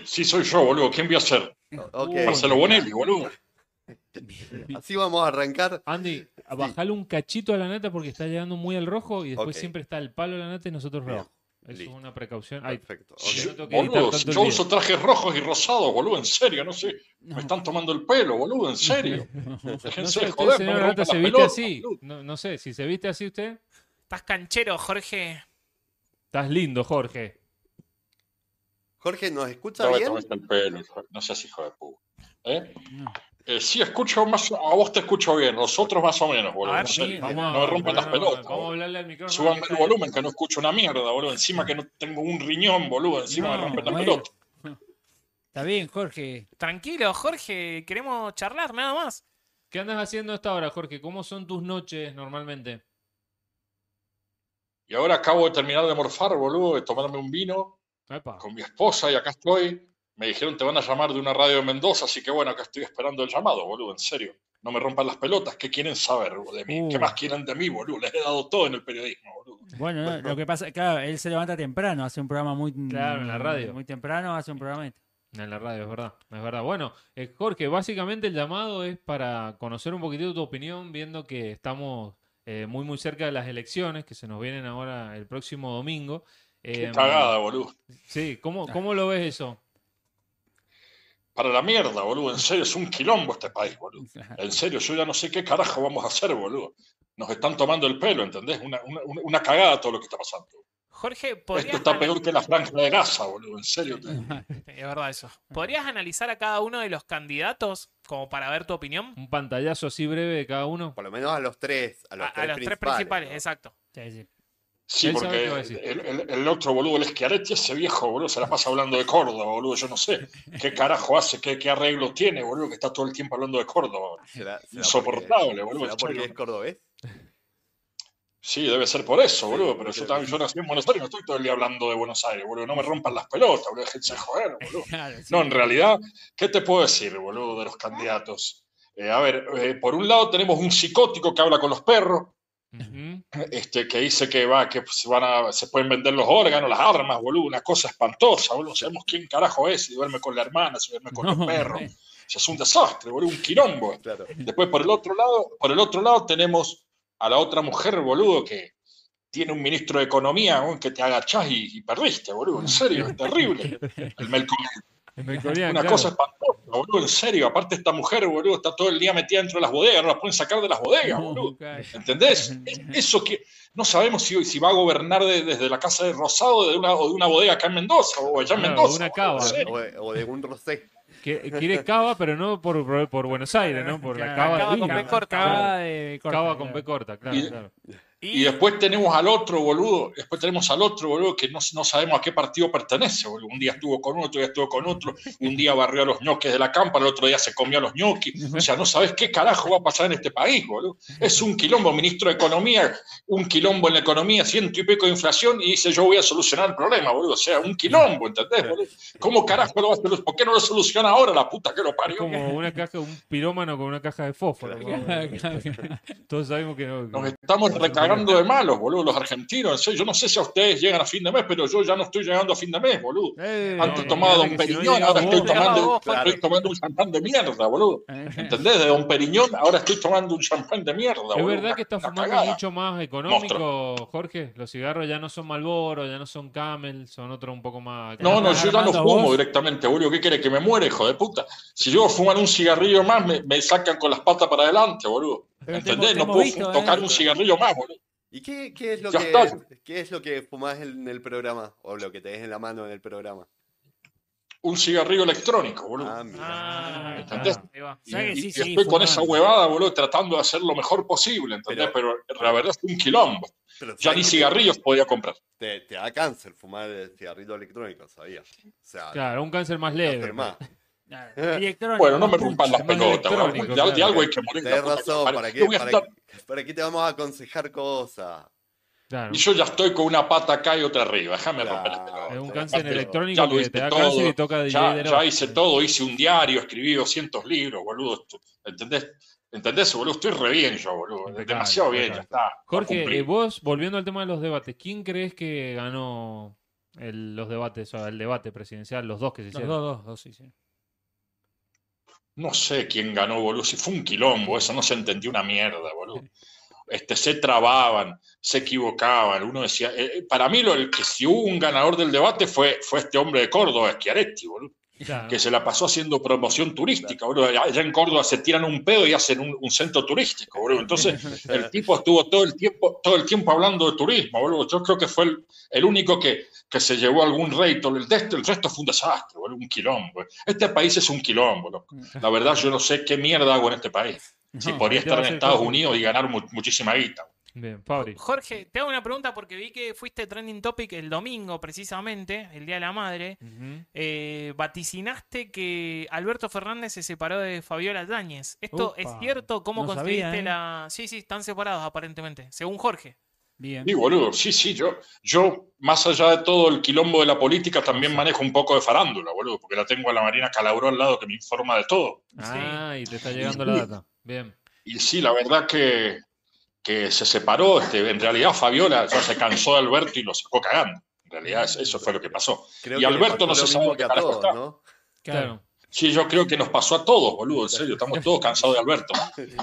U: Sí, soy yo, boludo. ¿Quién voy a ser?
A: Ok.
U: Marcelo Bonelli, boludo.
A: Así vamos a arrancar.
C: Andy, a bajarle Ah, un cachito a la nata porque está llegando muy al rojo y después
A: Ok.
C: siempre está el palo de la nata y nosotros rojo. Eso
A: listo.
C: es una precaución. Ay,
A: Perfecto.
C: si
A: ok.
C: yo tengo que editar
U: Boludo,
C: tanto
U: si
C: el
U: yo
C: video.
U: uso trajes rojos y rosados, boludo, en serio, no sé. Me están tomando el pelo, boludo, en serio.
C: No
U: Déjense
C: sé, usted,
U: de joder, no
C: señor
U: me
C: Lanata,
U: rompan
C: se
U: las
C: viste
U: pelotas,
C: así.
U: boludo.
C: No, no sé, si se viste así usted,
B: Estás canchero, Jorge.
C: estás lindo, Jorge.
A: Jorge, ¿nos escucha
U: No me
A: bien?
U: tomaste el pelo, no seas hijo de puta. ¿Eh? Eh, sí, escucho más, a vos te escucho bien, nosotros más o menos, boludo.
C: A ver,
U: en serio.
C: sí, vamos
U: no me
C: a-
U: rompan las
C: no, no,
U: pelotas.
C: Vamos a hablarle al micrófono.
U: Súbanme el volumen, que no escucho una mierda, boludo. Encima que no tengo un riñón, boludo. Encima me rompen las
D: bueno.
U: pelotas.
D: Está bien, Jorge.
B: Tranquilo, Jorge. Queremos charlar, nada más.
C: ¿Qué andas haciendo hasta ahora, Jorge? ¿Cómo son tus noches normalmente?
U: Y ahora acabo de terminar de morfar, boludo, de tomarme un vino con mi esposa y acá estoy. Me dijeron te van a llamar de una radio de Mendoza, así que bueno, acá estoy esperando el llamado, boludo, en serio. No me rompan las pelotas, ¿qué quieren saber boludo, de mí?
C: Uh.
U: ¿Qué más quieren de mí, boludo? Les he dado todo en el periodismo, boludo.
D: Bueno, no, lo que pasa, claro, él se levanta temprano, hace un programa muy.
C: Claro, en la radio.
D: Mm, Muy temprano, hace un programa.
C: En la radio, es verdad, es verdad. Bueno, eh, Jorge, básicamente el llamado es para conocer un poquitito tu opinión, viendo que estamos eh, muy muy cerca de las elecciones que se nos vienen ahora el próximo domingo.
U: Qué
C: Eh,
U: cagada, boludo.
C: Sí,
D: Ah.
C: ¿cómo, ¿cómo lo ves eso?
U: Para la mierda, boludo. En serio, es un quilombo este país, boludo. En serio, yo ya no sé qué carajo vamos a hacer, boludo. Nos están tomando el pelo, ¿entendés? Una, una, una- una cagada todo lo que está pasando.
B: Jorge,
U: Esto
B: ¿podrías,
U: está peor que la franja de Gaza, boludo. En serio. te-
B: es verdad eso. ¿podrías analizar a cada uno de los candidatos como para ver tu opinión?
C: Un pantallazo así breve de cada uno.
A: Por lo menos a los tres. A los,
B: A, a los tres principales, exacto.
U: Sí,
C: Él sabe
U: porque
C: qué va a decir.
U: el, el- el otro boludo, el Eschiaretti, ese viejo, boludo, se la pasa hablando de Córdoba, boludo. Yo no sé qué carajo hace, qué, qué arreglo tiene, boludo, que está todo el tiempo hablando de Córdoba.
A: ¿Será, será
U: Insoportable,
A: porque-
U: boludo.
A: ¿Será
U: en serio.
A: porque es cordobés?
U: Sí, debe ser por eso, boludo, pero
A: Sí,
U: yo
A: creo
U: también, yo nací en Buenos Aires, no estoy todo el día hablando de Buenos Aires, boludo, no me rompan las pelotas, boludo, déjense de joder, boludo. No, en realidad, ¿qué te puedo decir, boludo, de los candidatos? Eh, a ver, eh, por un lado tenemos un psicótico que habla con los perros, este, que dice que va, que se van a, se pueden vender los órganos, las armas, boludo, una cosa espantosa, boludo, sabemos quién carajo es, si duerme con la hermana, si duerme con
D: No,
U: los perros, eso es un desastre, boludo, un quilombo.
A: Claro.
U: Después por el otro lado, por el otro lado tenemos a la otra mujer, boludo, que tiene un ministro de economía weón, que te agachás y, y perdiste, boludo, en serio, es terrible. El Melconian. Una cosa espantosa, boludo, en serio. Aparte esta mujer, boludo, está todo el día metida dentro de las bodegas, no la pueden sacar de las bodegas, boludo. ¿Entendés? Es- Eso que no sabemos si, si va a gobernar de- desde la casa de Rosado o de una, o de una bodega acá en Mendoza o allá en
C: Claro,
U: Mendoza.
C: una
U: boludo, en
C: cava.
U: serio.
A: O, de- o de un rosé.
C: Que- Quiere cava, pero no por, por, por Buenos Aires, ¿no? Por la cava, de Viña.
B: Cava
D: de
C: Cava con B corta, claro,
U: Y-
C: claro.
U: Y después tenemos al otro boludo, después tenemos al otro boludo que no, no sabemos a qué partido pertenece, boludo. Un día estuvo con uno, otro día estuvo con otro, un día barrió a los ñoques de la campa, el otro día se comió a los ñoquis. O sea, no sabes qué carajo va a pasar en este país, boludo. Es un quilombo, ministro de Economía, un quilombo en la economía, ciento y pico de inflación, y dice yo voy a solucionar el problema, boludo. O sea, un quilombo, ¿entendés, boludo? ¿Cómo carajo lo va a solucionar? ¿Por qué no lo soluciona ahora la puta que lo parió?
C: Como una caja, un pirómano con una caja de fósforo. Todos sabemos que no.
U: Nos estamos recagando de malos, boludo, los argentinos. En serio, Yo no sé si a ustedes llegan a fin de mes, pero yo ya no estoy llegando a fin de mes, boludo. Antes
C: eh,
U: tomaba Don
C: que si no
U: Periñón,
C: llegaba
U: ahora
C: vos,
U: estoy
C: llegaba
U: tomando,
C: vos, Eh.
U: estoy tomando un champán de mierda, boludo. ¿Entendés? De Don Periñón, ahora estoy tomando un champán de mierda,
C: ¿Es
U: boludo.
C: verdad
U: Una-
C: que está
U: una
C: fumando
U: cagada.
C: mucho más económico, Jorge? Los cigarros ya no son Malboro, ya no son Camel, son otro un poco más...
U: No, no, yo ya no
C: los
U: fumo directamente, boludo. ¿Qué quiere? Que me muere, hijo de puta. Si yo fumar un cigarrillo más, me, me sacan con las patas para adelante, boludo.
A: Pero te
U: ¿Entendés?
A: hemos- te
U: No
A: hemos
U: puedo
A: visto,
U: tocar
A: eh.
U: un cigarrillo más, boludo.
A: ¿Y qué, qué es lo
U: Ya
A: que,
U: está.
A: qué es lo que fumás en el programa? O lo que tenés en la mano en el programa.
U: Un cigarrillo electrónico, boludo. ¿Entendés?
B: Ahí va.
U: Y,
B: ¿Sabes que
U: y-
B: sí,
U: y
B: sí,
U: estoy con
B: fumaba?
U: esa huevada, boludo, tratando de hacer lo mejor posible, ¿entendés? Pero, la verdad es un quilombo.
A: Pero
U: ya
A: ¿sabes
U: ni
A: qué?
U: cigarrillos podía comprar.
A: Te, te da cáncer fumar el cigarrillo electrónico, ¿sabías? O sea,
C: Claro, un cáncer más leve. pues.
A: enferma.
U: Bueno, no me rompan las pelotas, boludo.
C: electrónico,
U: De- de,
C: claro.
U: algo hay que morir. la
A: Tenés
U: puta
A: razón,
U: madre.
A: ¿para
U: Yo
A: qué,
U: voy a
A: para,
U: estar-
A: para qué te vamos a aconsejar cosas?
C: Claro.
U: Y yo ya estoy con una pata acá y otra arriba. Déjame romper las pelotas.
C: Es un
U: Ya
C: cáncer
U: te-
C: electrónico
U: ya lo
C: que
U: hice
C: te da
U: todo.
C: cáncer y toca DJ
U: ya,
C: de
U: ya
C: rock.
U: hice todo, hice un diario, escribí 200 libros, boludo. ¿Entendés? ¿Entendés, boludo? Estoy re bien yo, boludo. Demasiado bien, ya está.
C: Jorge,
U: Cumplí.
C: eh, vos, volviendo al tema de los debates, ¿quién crees que ganó el- los debates, o sea, el debate presidencial, los dos que se
D: Los
C: hicieron?
D: dos, dos, dos, sí, sí.
U: No sé quién ganó, boludo. Si fue un quilombo, eso no se entendió una mierda, boludo. Este, se trababan, se equivocaban. Uno decía, eh, eh, para mí, lo, el que si hubo un ganador del debate fue, fue este hombre de Córdoba, Schiaretti, boludo.
C: Ah.
U: Que se la pasó haciendo promoción turística, boludo. Allá en Córdoba se tiran un pedo y hacen un, un centro turístico, boludo. Entonces, el tipo estuvo todo el tiempo, todo el tiempo hablando de turismo, boludo. Yo creo que fue el, el único que, que se llevó algún reto. El, resto- el resto fue un desastre, boludo, un quilombo. Este país es un quilombo, loco. La verdad, yo no sé qué mierda hago en este país. Si
C: No,
U: podría
C: ahí te
U: estar
C: va a
U: en
C: ser
U: Estados
C: todo.
U: Unidos y ganar mu- muchísima guita.
C: Bien, Fabri.
B: Jorge, te hago una pregunta porque vi que fuiste trending topic el domingo precisamente, el Día de la Madre. Eh, vaticinaste que Alberto Fernández se separó de Fabiola Yáñez. ¿Esto
D: Upa,
B: es cierto? ¿Cómo
D: no
B: conseguiste
D: sabía, ¿eh?
B: la...? Sí, sí, están separados aparentemente, según Jorge.
D: Bien.
U: Sí, boludo, sí, sí, yo, yo, más allá de todo el quilombo de la política, también manejo un poco de farándula, boludo, porque la tengo a la Marina Calabró al lado que me informa de todo.
C: Ah, y te está llegando la data. Bien.
U: Y sí, la verdad que, que se separó. Este, en realidad, Fabiola ya se cansó de Alberto y lo sacó cagando. En realidad, es- eso fue lo que pasó.
A: Creo
U: y
A: que le pasó
U: Alberto no
A: lo
U: se sabe
A: mismo
U: dónde
A: que a
U: carajo
A: todos,
U: está.
A: ¿no?
C: Claro.
U: Sí, yo creo que nos pasó a todos, boludo, en serio, estamos todos cansados de Alberto.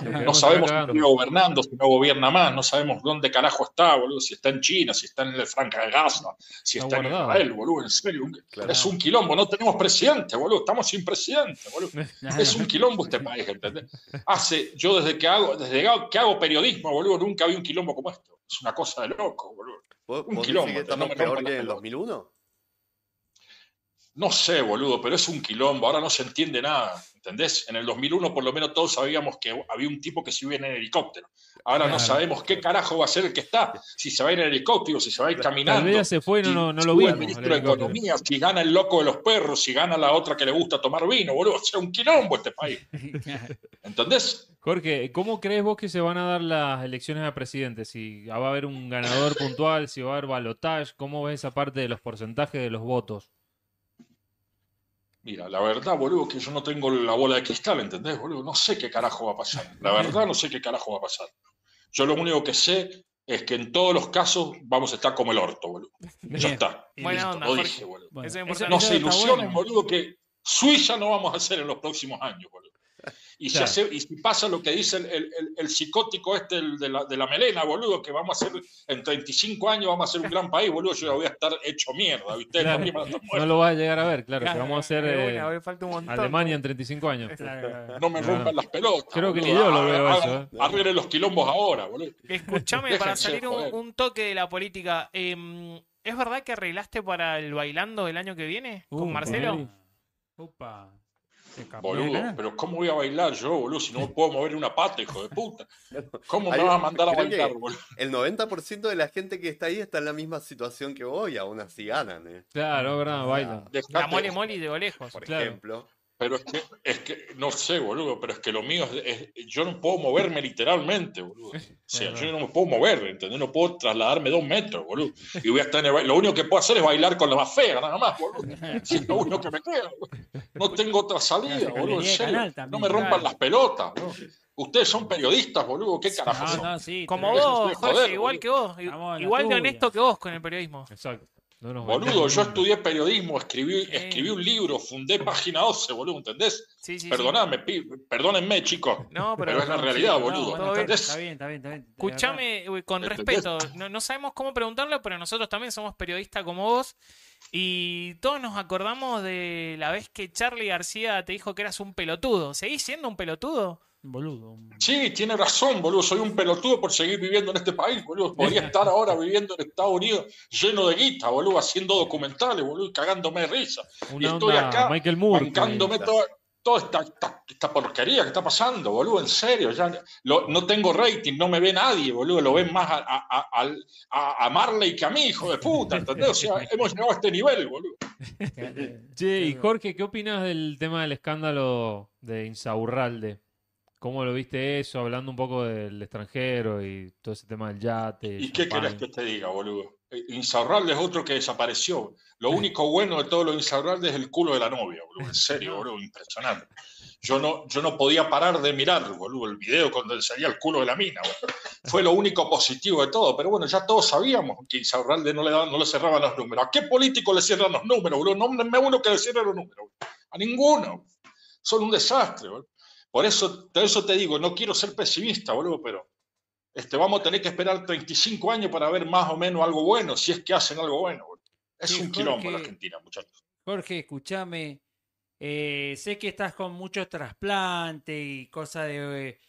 U: No
C: queremos
U: sabemos
C: sacar
U: si
C: cagando.
U: sigue gobernando, si no gobierna más, no sabemos dónde carajo está, boludo, si está en China, si está en la Franja de Gaza, si está, en
C: guardado.
U: Israel, boludo, en serio. un- Es un quilombo, no tenemos presidente, boludo, estamos sin presidente, boludo. Es un quilombo este país, ¿entendés? Hace, yo desde que hago, desde que hago periodismo, boludo, nunca vi un quilombo como esto. Es una cosa de loco, boludo.
A: ¿Vos,
U: Un
A: vos decís
U: quilombo,
A: que
U: no
A: estamos
U: me
A: peor
U: rompan
A: que
U: las
A: en el
U: pelotas.
A: 2001?
U: No sé, boludo, pero es un quilombo. Ahora no se entiende nada. ¿Entendés? En el 2001 por lo menos todos sabíamos que había un tipo que se iba en helicóptero. Ahora no
C: Claro.
U: sabemos qué carajo va a ser el que está. Si se va a ir en helicóptero, si se va a ir caminando.
C: Tal vez ya se fue y no, no, no lo
U: si
C: vimos.
U: el
C: al
U: ministro de
C: helicóptero.
U: Economía, si gana el loco de los perros, si gana la otra que le gusta tomar vino, boludo. O sea, un quilombo este país. ¿Entendés?
C: Jorge, ¿cómo crees vos que se van a dar las elecciones a presidente? Si va a haber un ganador puntual, si va a haber balotage, ¿cómo ves esa parte de los porcentajes de los votos?
U: Mira, la verdad, boludo, que yo no tengo la bola de cristal, ¿entendés, boludo? No sé qué carajo va a pasar. La verdad, no sé qué carajo va a pasar. Yo lo único que sé es que en todos los casos vamos a estar como el orto, boludo. Ya está.
B: Buena
U: Listo,
B: onda,
U: lo
B: Jorge.
U: dije, boludo.
B: Bueno, Eso es
U: no
B: importante.
U: se
B: Está
U: ilusionen,
B: bueno.
U: boludo, que Suiza no vamos a hacer en los próximos años, boludo. Y, si,
C: Claro.
U: hace- y si pasa lo que dice el, el- el- el psicótico este el de, la, de la melena, boludo, que vamos a hacer en 35 años, vamos a ser un gran país, boludo, yo ya voy a estar hecho mierda, ¿viste?
C: Claro,
U: También van a estar
C: no lo vas a llegar a ver, claro.
U: Claro,
C: que vamos a hacer
U: de
C: eh,
U: una, hoy falta un montón.
C: Alemania en 35 años.
U: No me rompan las pelotas.
C: Creo que ni
U: boludo.
C: yo lo
U: Ah,
C: veo
U: ah,
C: eso, eh.
U: Arreglen los quilombos ahora, boludo.
B: Escuchame, para
U: Déjense
B: salir un,
U: joder.
B: un toque de la política, eh, ¿es verdad que arreglaste para el bailando del año que viene
D: Uh,
B: con Marcelo?
D: Opa.
U: Boludo, pero ¿cómo voy a bailar yo, boludo? Si no puedo mover una pata, hijo de puta. ¿Cómo me
A: Hay-
U: vas a mandar a
A: creo que
U: bailar, boludo?
A: El 90% de la gente que está ahí está en la misma situación que vos y aún así ganan, ¿eh?
C: Claro, verdad, baila.
B: La mole mole de Olejos.
A: Por ejemplo.
U: Pero es que, es que, no sé, boludo, pero es que lo mío es, es- yo no puedo moverme literalmente, boludo. O sea, yo no me puedo mover, ¿entendés? No puedo trasladarme dos metros, boludo. Y voy a estar en el baile. Lo único que puedo hacer es bailar con la más fea, nada más, boludo. Si es lo único que me queda, boludo. No tengo otra salida,
D: Hace
U: boludo. en
D: galería de
U: serio.
D: canal también,
U: no me rompan
D: claro.
U: las pelotas, boludo. Ustedes son periodistas, boludo. ¿Qué carajo son?
B: Como
U: Déjense
B: vos,
U: de
B: Jorge,
U: joder,
B: igual que vos.
D: a la
B: Igual de
D: tuya.
B: honesto que vos con el periodismo.
C: Exacto. No nos
U: Boludo, yo estudié periodismo, escribí, escribí un libro, fundé Página 12, boludo, ¿entendés?
B: Sí, sí,
U: Perdonadme, pi- perdónenme, chicos.
B: No, pero-
U: es la
B: no,
U: realidad,
B: sí,
U: boludo.
B: no, todo bien,
U: ¿entendés?
B: está
D: bien, está bien, está bien.
B: Escuchame, güey, con
U: ¿Entendés?
B: respeto, no, no sabemos cómo preguntarlo, pero nosotros también somos periodistas como vos. Y todos nos acordamos de la vez que Charlie García te dijo que eras un pelotudo. ¿Seguís siendo un pelotudo?
D: Boludo.
U: Sí, tiene razón, boludo. Soy un pelotudo por seguir viviendo en este país, boludo. Podría estar ahora viviendo en Estados Unidos lleno de guita, boludo, haciendo documentales, boludo, y cagándome de risa.
C: Una
U: y estoy
C: onda
U: acá
C: Michael Moore,
U: bancándome
C: que-
U: toda, toda esta, esta- esta porquería que está pasando, boludo. En serio, ya lo- no tengo rating, no me ve nadie, boludo. Lo ven más a, a- a- al- a- a Marley que a mí, hijo de puta, ¿entendés? O sea, hemos llegado a este nivel, boludo.
C: Che, y Jorge, ¿qué opinas del tema del escándalo de Insaurralde? ¿Cómo lo viste eso? Hablando un poco del extranjero y todo ese tema del yate.
U: ¿Y qué
C: champán.
U: querés que te diga, boludo? Eh, Insaurralde es otro que desapareció. Lo único bueno de todo lo de Insaurralde es el culo de la novia, boludo. En serio, boludo, impresionante. Yo no, yo no podía parar de mirar, boludo, el video cuando salía el culo de la mina, boludo. Fue lo único positivo de todo. Pero bueno, ya todos sabíamos que Insaurralde no le, daban, no le cerraban los números. ¿A qué político le cierran los números, boludo? No me uno que le cierre los números. boludo. A ninguno. Son un desastre, boludo. Por eso, por eso te digo, no quiero ser pesimista, boludo, pero este, vamos a tener que esperar 35 años para ver más o menos algo bueno, si es que hacen algo bueno. boludo. Es
D: Sí,
U: un quilombo
D: Jorge.
U: la Argentina, muchachos.
D: Jorge, escúchame. Eh, sé que estás con muchos trasplantes y cosas de. eh,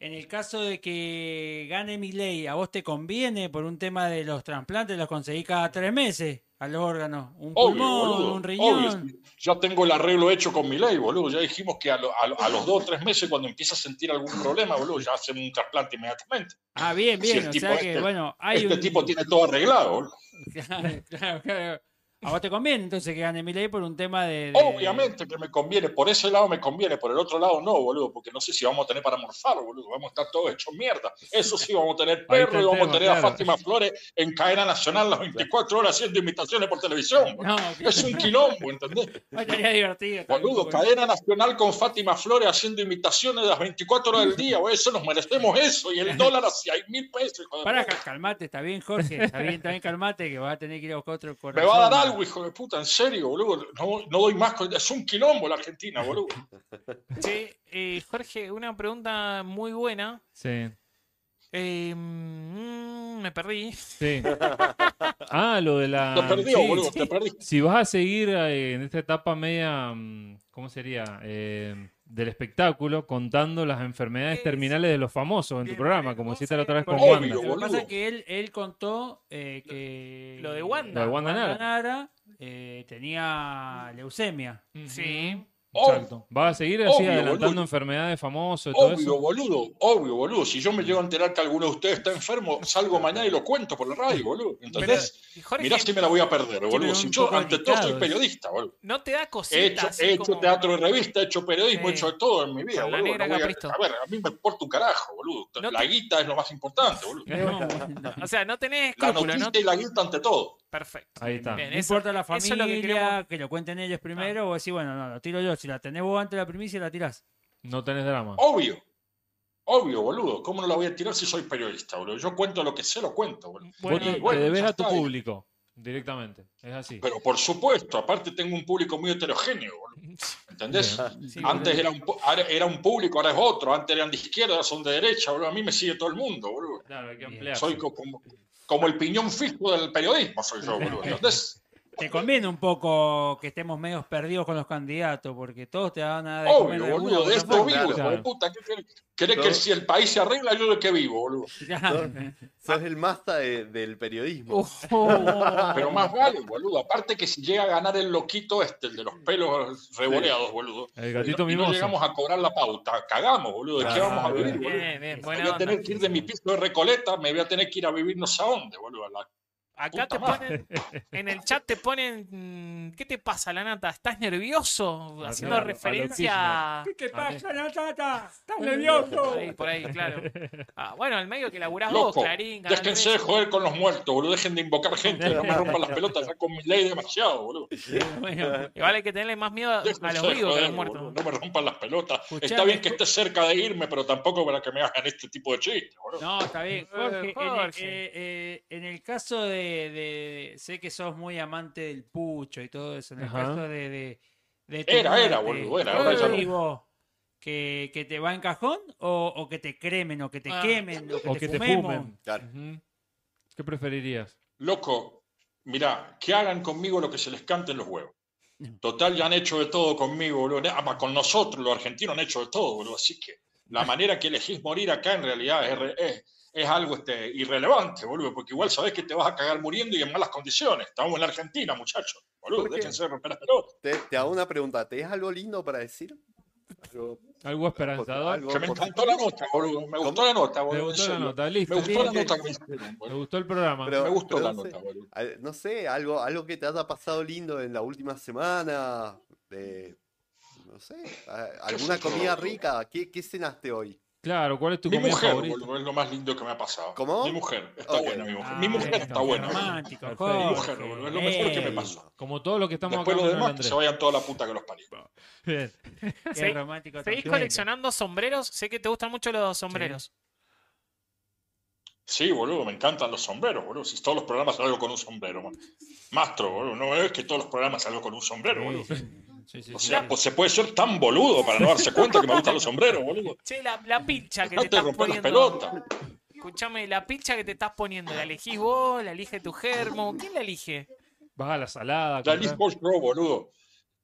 D: en el caso de que gane mi ley, ¿a vos te conviene por un tema de los trasplantes? Los conseguí cada tres meses a los órganos. Un
U: Obvio,
D: pulmón,
U: boludo.
D: un riñón.
U: obvio. Ya tengo el arreglo hecho con mi ley, boludo. Ya dijimos que a, lo- a lo- a los dos o tres meses, cuando empieza a sentir algún problema, boludo, ya hacen un trasplante inmediatamente.
D: Ah, bien,
U: Si
D: bien.
U: el
D: o
U: tipo
D: sea que,
U: este-
D: bueno, hay
U: este
D: un.
U: tipo tiene todo arreglado, boludo.
D: Claro, claro, claro. A vos te conviene entonces que gane mi ley por un tema de. de-
U: Obviamente que me conviene, por ese lado me conviene, por el otro lado no, boludo, porque no sé si vamos a tener para morfar, boludo, vamos a estar todos hechos mierda. Eso sí, vamos a tener
C: Ahí
U: perro y vamos
C: tentemos,
U: a tener
C: claro.
U: a Fátima Flores en cadena nacional las 24 horas haciendo imitaciones por televisión. boludo.
D: No,
U: es un quilombo, ¿entendés?
D: Ay, estaría divertido.
U: Boludo, cadena nacional con Fátima Flores haciendo imitaciones las 24 horas del día, boludo, eso nos merecemos eso, y el dólar hacia mil pesos. hijo de
D: Pará,
U: puta.
D: cal- calmate, está bien, Jorge. Está bien, está bien, calmate, que vas a tener que ir a buscar otro
U: Me
D: corazón.
U: va a dar
B: eh.
U: algo, hijo de puta, en serio, boludo. No, no doy más. con- Es un quilombo la Argentina, boludo.
B: Che, eh, Jorge, una pregunta muy buena.
C: Sí,
B: Eh, mm, me perdí.
C: sí. Ah, lo de la.
U: Te perdió, boludo, te perdí.
C: Si vas a seguir eh, en esta etapa media, mm, ¿cómo sería? Eh, del espectáculo, contando las enfermedades terminales de los famosos en tu programa, como hiciste la otra vez con Wanda.
D: Lo que pasa es que él, él contó eh, que.
B: Lo de Wanda.
C: Lo de Wanda Nara.
D: Nara, eh, tenía leucemia.
B: Sí.
U: Oh.
C: Exacto. ¿Vas a seguir así
U: Obvio,
C: adelantando
U: boludo.
C: enfermedades famosos y todo
U: Obvio,
C: eso?
U: boludo, obvio, boludo. Si yo me llego a enterar que alguno de ustedes está enfermo, salgo mañana y lo cuento por la radio, boludo. Entonces,
B: Pero, Jorge,
U: mirá si me la voy a perder, boludo.
B: pero
U: Si
B: un
U: yo,
B: poco
U: ante todo, soy
B: delicado, ¿eh?
U: periodista, boludo.
B: ¿No te da
U: He hecho,
B: cositas? eh,
U: he hecho teatro de revista, he hecho periodismo, he hecho de todo en mi vida,
B: Con la
U: boludo. No
B: negra
U: voy a,
B: Capristo.
U: a ver, a mí me importa un carajo, boludo.
B: No
U: la
B: te-
U: guita es lo más importante, boludo.
B: O sea, no tenés
U: La
B: escrúpulo,
U: noticia
B: ¿no?
U: y la guita ante todo.
B: Perfecto.
C: Ahí está.
B: Bien,
D: No
B: eso-
D: importa la
B: eso es
D: familia,
B: lo que
D: que,
B: queremos. Ah.
D: lo cuenten ellos primero, o decís, bueno, no, lo tiro yo. Si la tenés vos antes de la primicia, la tirás.
C: No tenés drama.
U: Obvio. Obvio, boludo. ¿Cómo no la voy a tirar si soy periodista, boludo? Yo cuento lo que sé, lo cuento, boludo.
C: Vos te,
U: Y
C: te
U: bueno,
C: debes
U: ya
C: a tu
U: está,
C: público directamente. Es así.
U: Pero por supuesto, aparte tengo un público muy heterogéneo, boludo. ¿entendés? Antes era un, pu- ahora era un público, ahora es otro. Antes eran de izquierda, ahora son de derecha, boludo. A mí me sigue todo el mundo, boludo.
C: Claro, hay que ampliar.
U: Soy co- como, como el piñón fijo del periodismo, soy yo, boludo. ¿Entendés?
D: te conviene un poco que estemos medios perdidos con los candidatos, porque todos te van a dar
U: Obvio, boludo, de esto
D: vivo.
U: vivo, hijo de puta. ¿qué querés? ¿Querés que
A: Todo.
U: si el país se arregla, yo de que vivo, boludo?
A: Sos, sos el masta de- del periodismo.
B: Oh.
U: Pero más vale, boludo. Aparte que si llega a ganar el loquito este, el de los pelos reboleados, boludo.
C: El gatito
U: y no, y no
C: mimoso.
U: llegamos a cobrar la pauta. Cagamos, boludo. ¿De qué
C: Claro.
U: vamos a vivir,
C: Bien,
U: boludo?
B: bien,
U: voy
B: buena
U: a
B: onda.
U: tener que ir de mi piso de Recoleta, me voy a tener que ir a vivir no sé a dónde, boludo. a la-
B: Acá te
U: madre.
B: ponen, en el chat te ponen, mm, ¿qué te pasa, la nata? ¿Estás nervioso?
C: A-
B: Haciendo
C: a lo
B: referencia a...
D: ¿Qué te pasa, Natata? ¡Estás
B: Por
D: nervioso!
B: ahí, por ahí, claro. Ah, bueno, el medio que laburás vos,
U: Loco,
B: Clarín. Canal
U: déjense de
B: 13.
U: joder con los muertos, boludo. Dejen de invocar gente. No me rompan las pelotas ya con mi ley demasiado, boludo.
B: Bueno, igual hay que tenerle más miedo a
U: Déjense
B: a los
U: de
B: vivos que a
U: joder,
B: los muertos.
U: eh, boludo, No me rompan las pelotas.
B: Escuchame,
U: Está bien que
B: escu-
U: esté cerca de irme, pero tampoco para que me hagan este tipo de chistes, boludo.
D: No, está bien. Jorge,
B: Eh,
D: en el-
B: Jorge.
D: eh, eh, en el, caso de, de- de- Sé que sos muy amante del pucho y todo eso. En el
U: Ajá.
D: caso de. de, de tu
U: Era, era,
D: muerte,
U: boludo, era,
D: ¿tu
U: ahora ya no.
D: amigo que, que te va en cajón o, o que te cremen o que te
B: Ah.
D: quemen o que
C: O
D: te
C: que te
D: fumemos?
C: fumen. Ujú. ¿Qué preferirías?
U: Loco, mirá, que hagan conmigo lo que se les cante en los huevos. Total, ya han hecho de todo conmigo, boludo. Ah, pa- con nosotros, los argentinos, han hecho de todo, boludo. Así que la manera que elegís morir acá en realidad es, re- es, es algo este, irrelevante, boludo. Porque igual sabés que te vas a cagar muriendo y en malas condiciones. Estamos en la Argentina, muchachos. Boludo,
A: ¿Por qué?
U: déjense de romper las pelotas.
A: Te, te hago una pregunta, ¿tenés algo lindo para decir?
C: Algo esperanzador.
U: Que me encantó la nota, boludo. Me gustó la nota,
C: Me
U: boludo. en
C: gustó la
U: serio.
C: nota, listo.
U: Me gustó la
C: Bien,
U: nota que me
C: bien.
U: hicieron,
C: Me
U: boludo.
C: gustó el programa.
U: Me gustó la
A: no sé,
U: nota, boludo.
A: al- no sé, algo, algo que te haya pasado lindo en la última semana. de- no sé, a- alguna
U: sé yo,
A: comida
U: boludo.
A: rica. ¿Qué, qué cenaste hoy?
C: Claro, ¿cuál es tu
U: Mi
C: comida
U: mujer,
C: favorita?
U: boludo, es lo más lindo que me ha pasado.
A: ¿Cómo?
U: Mi mujer, está
A: Ok.
U: buena, mi mujer.
D: Ah,
U: mi mujer
D: bien,
U: está buena. boludo.
D: romántico,
U: Mi
D: Jorge.
U: mujer, boludo, es lo mejor que me
D: Ey.
U: pasó.
C: Como todos los que estamos
U: Después
C: acá.
U: los
C: menos
U: demás que
C: Andrés.
U: se vayan toda la puta que los parió.
C: Bien.
D: Qué
B: Se-
D: romántico
B: ¿Seguís
D: también.
B: coleccionando sombreros? Sé que te gustan mucho los sombreros.
U: Sí, boludo, me encantan los sombreros, boludo. Si todos los programas salgo con un sombrero, man. Mastro, boludo, no es que todos los programas salgo con un sombrero, boludo. O sea, pues se puede ser tan boludo para no darse cuenta que me gustan los sombreros, boludo.
B: Che, la, la pincha que
U: No
B: te
U: te
B: estás
U: rompas las
B: poniendo.
U: pelotas.
B: Escuchame, la pincha que te estás poniendo, ¿la elegís vos? ¿La elige tu germo? ¿Quién la elige?
C: Vas a la salada.
U: La
C: compras-
U: Liz Bosch Row, boludo.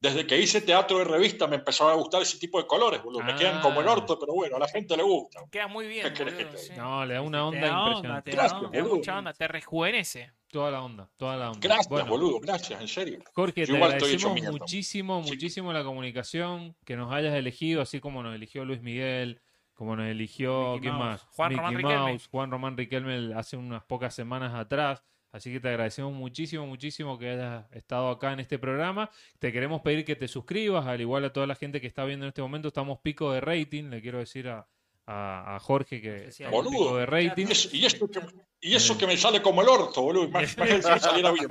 U: Desde que hice teatro de revista me empezó a gustar ese tipo de colores, boludo. Me quedan como el orto, pero bueno, a la gente le gusta.
B: Queda muy bien,
U: ¿Qué querés que
B: boludo,
U: te
B: sí.
C: No, le da una onda
D: Te da onda,
C: impresionante.
D: te da
U: Gracias,
D: onda.
B: Te da
U: boludo.
B: mucha onda, te rejuvenece.
C: Toda la onda, toda la onda.
U: Gracias,
C: Bueno.
U: boludo, gracias, en serio.
C: Jorge,
U: Yo
C: te
U: igual estoy hecho
C: agradecemos
U: mierda.
C: muchísimo, muchísimo la comunicación, que nos hayas elegido, así como nos eligió Luis Miguel, como nos eligió,
B: Mickey
C: ¿quién
B: Mouse.
C: más?
B: Juan
C: Mickey
B: Román Riquelme.
C: Mouse, Juan Román Riquelme hace unas pocas semanas atrás. Así que te agradecemos muchísimo, muchísimo que hayas estado acá en este programa. Te queremos pedir que te suscribas, al igual a toda la gente que está viendo en este momento. Estamos pico de rating, le quiero decir a, a- a Jorge que
D: si
C: estamos
U: hay-
C: pico de rating. Eh.
U: Y eso, y eso que, y eso que me sale como el orto, boludo. Imagínate si me saliera bien.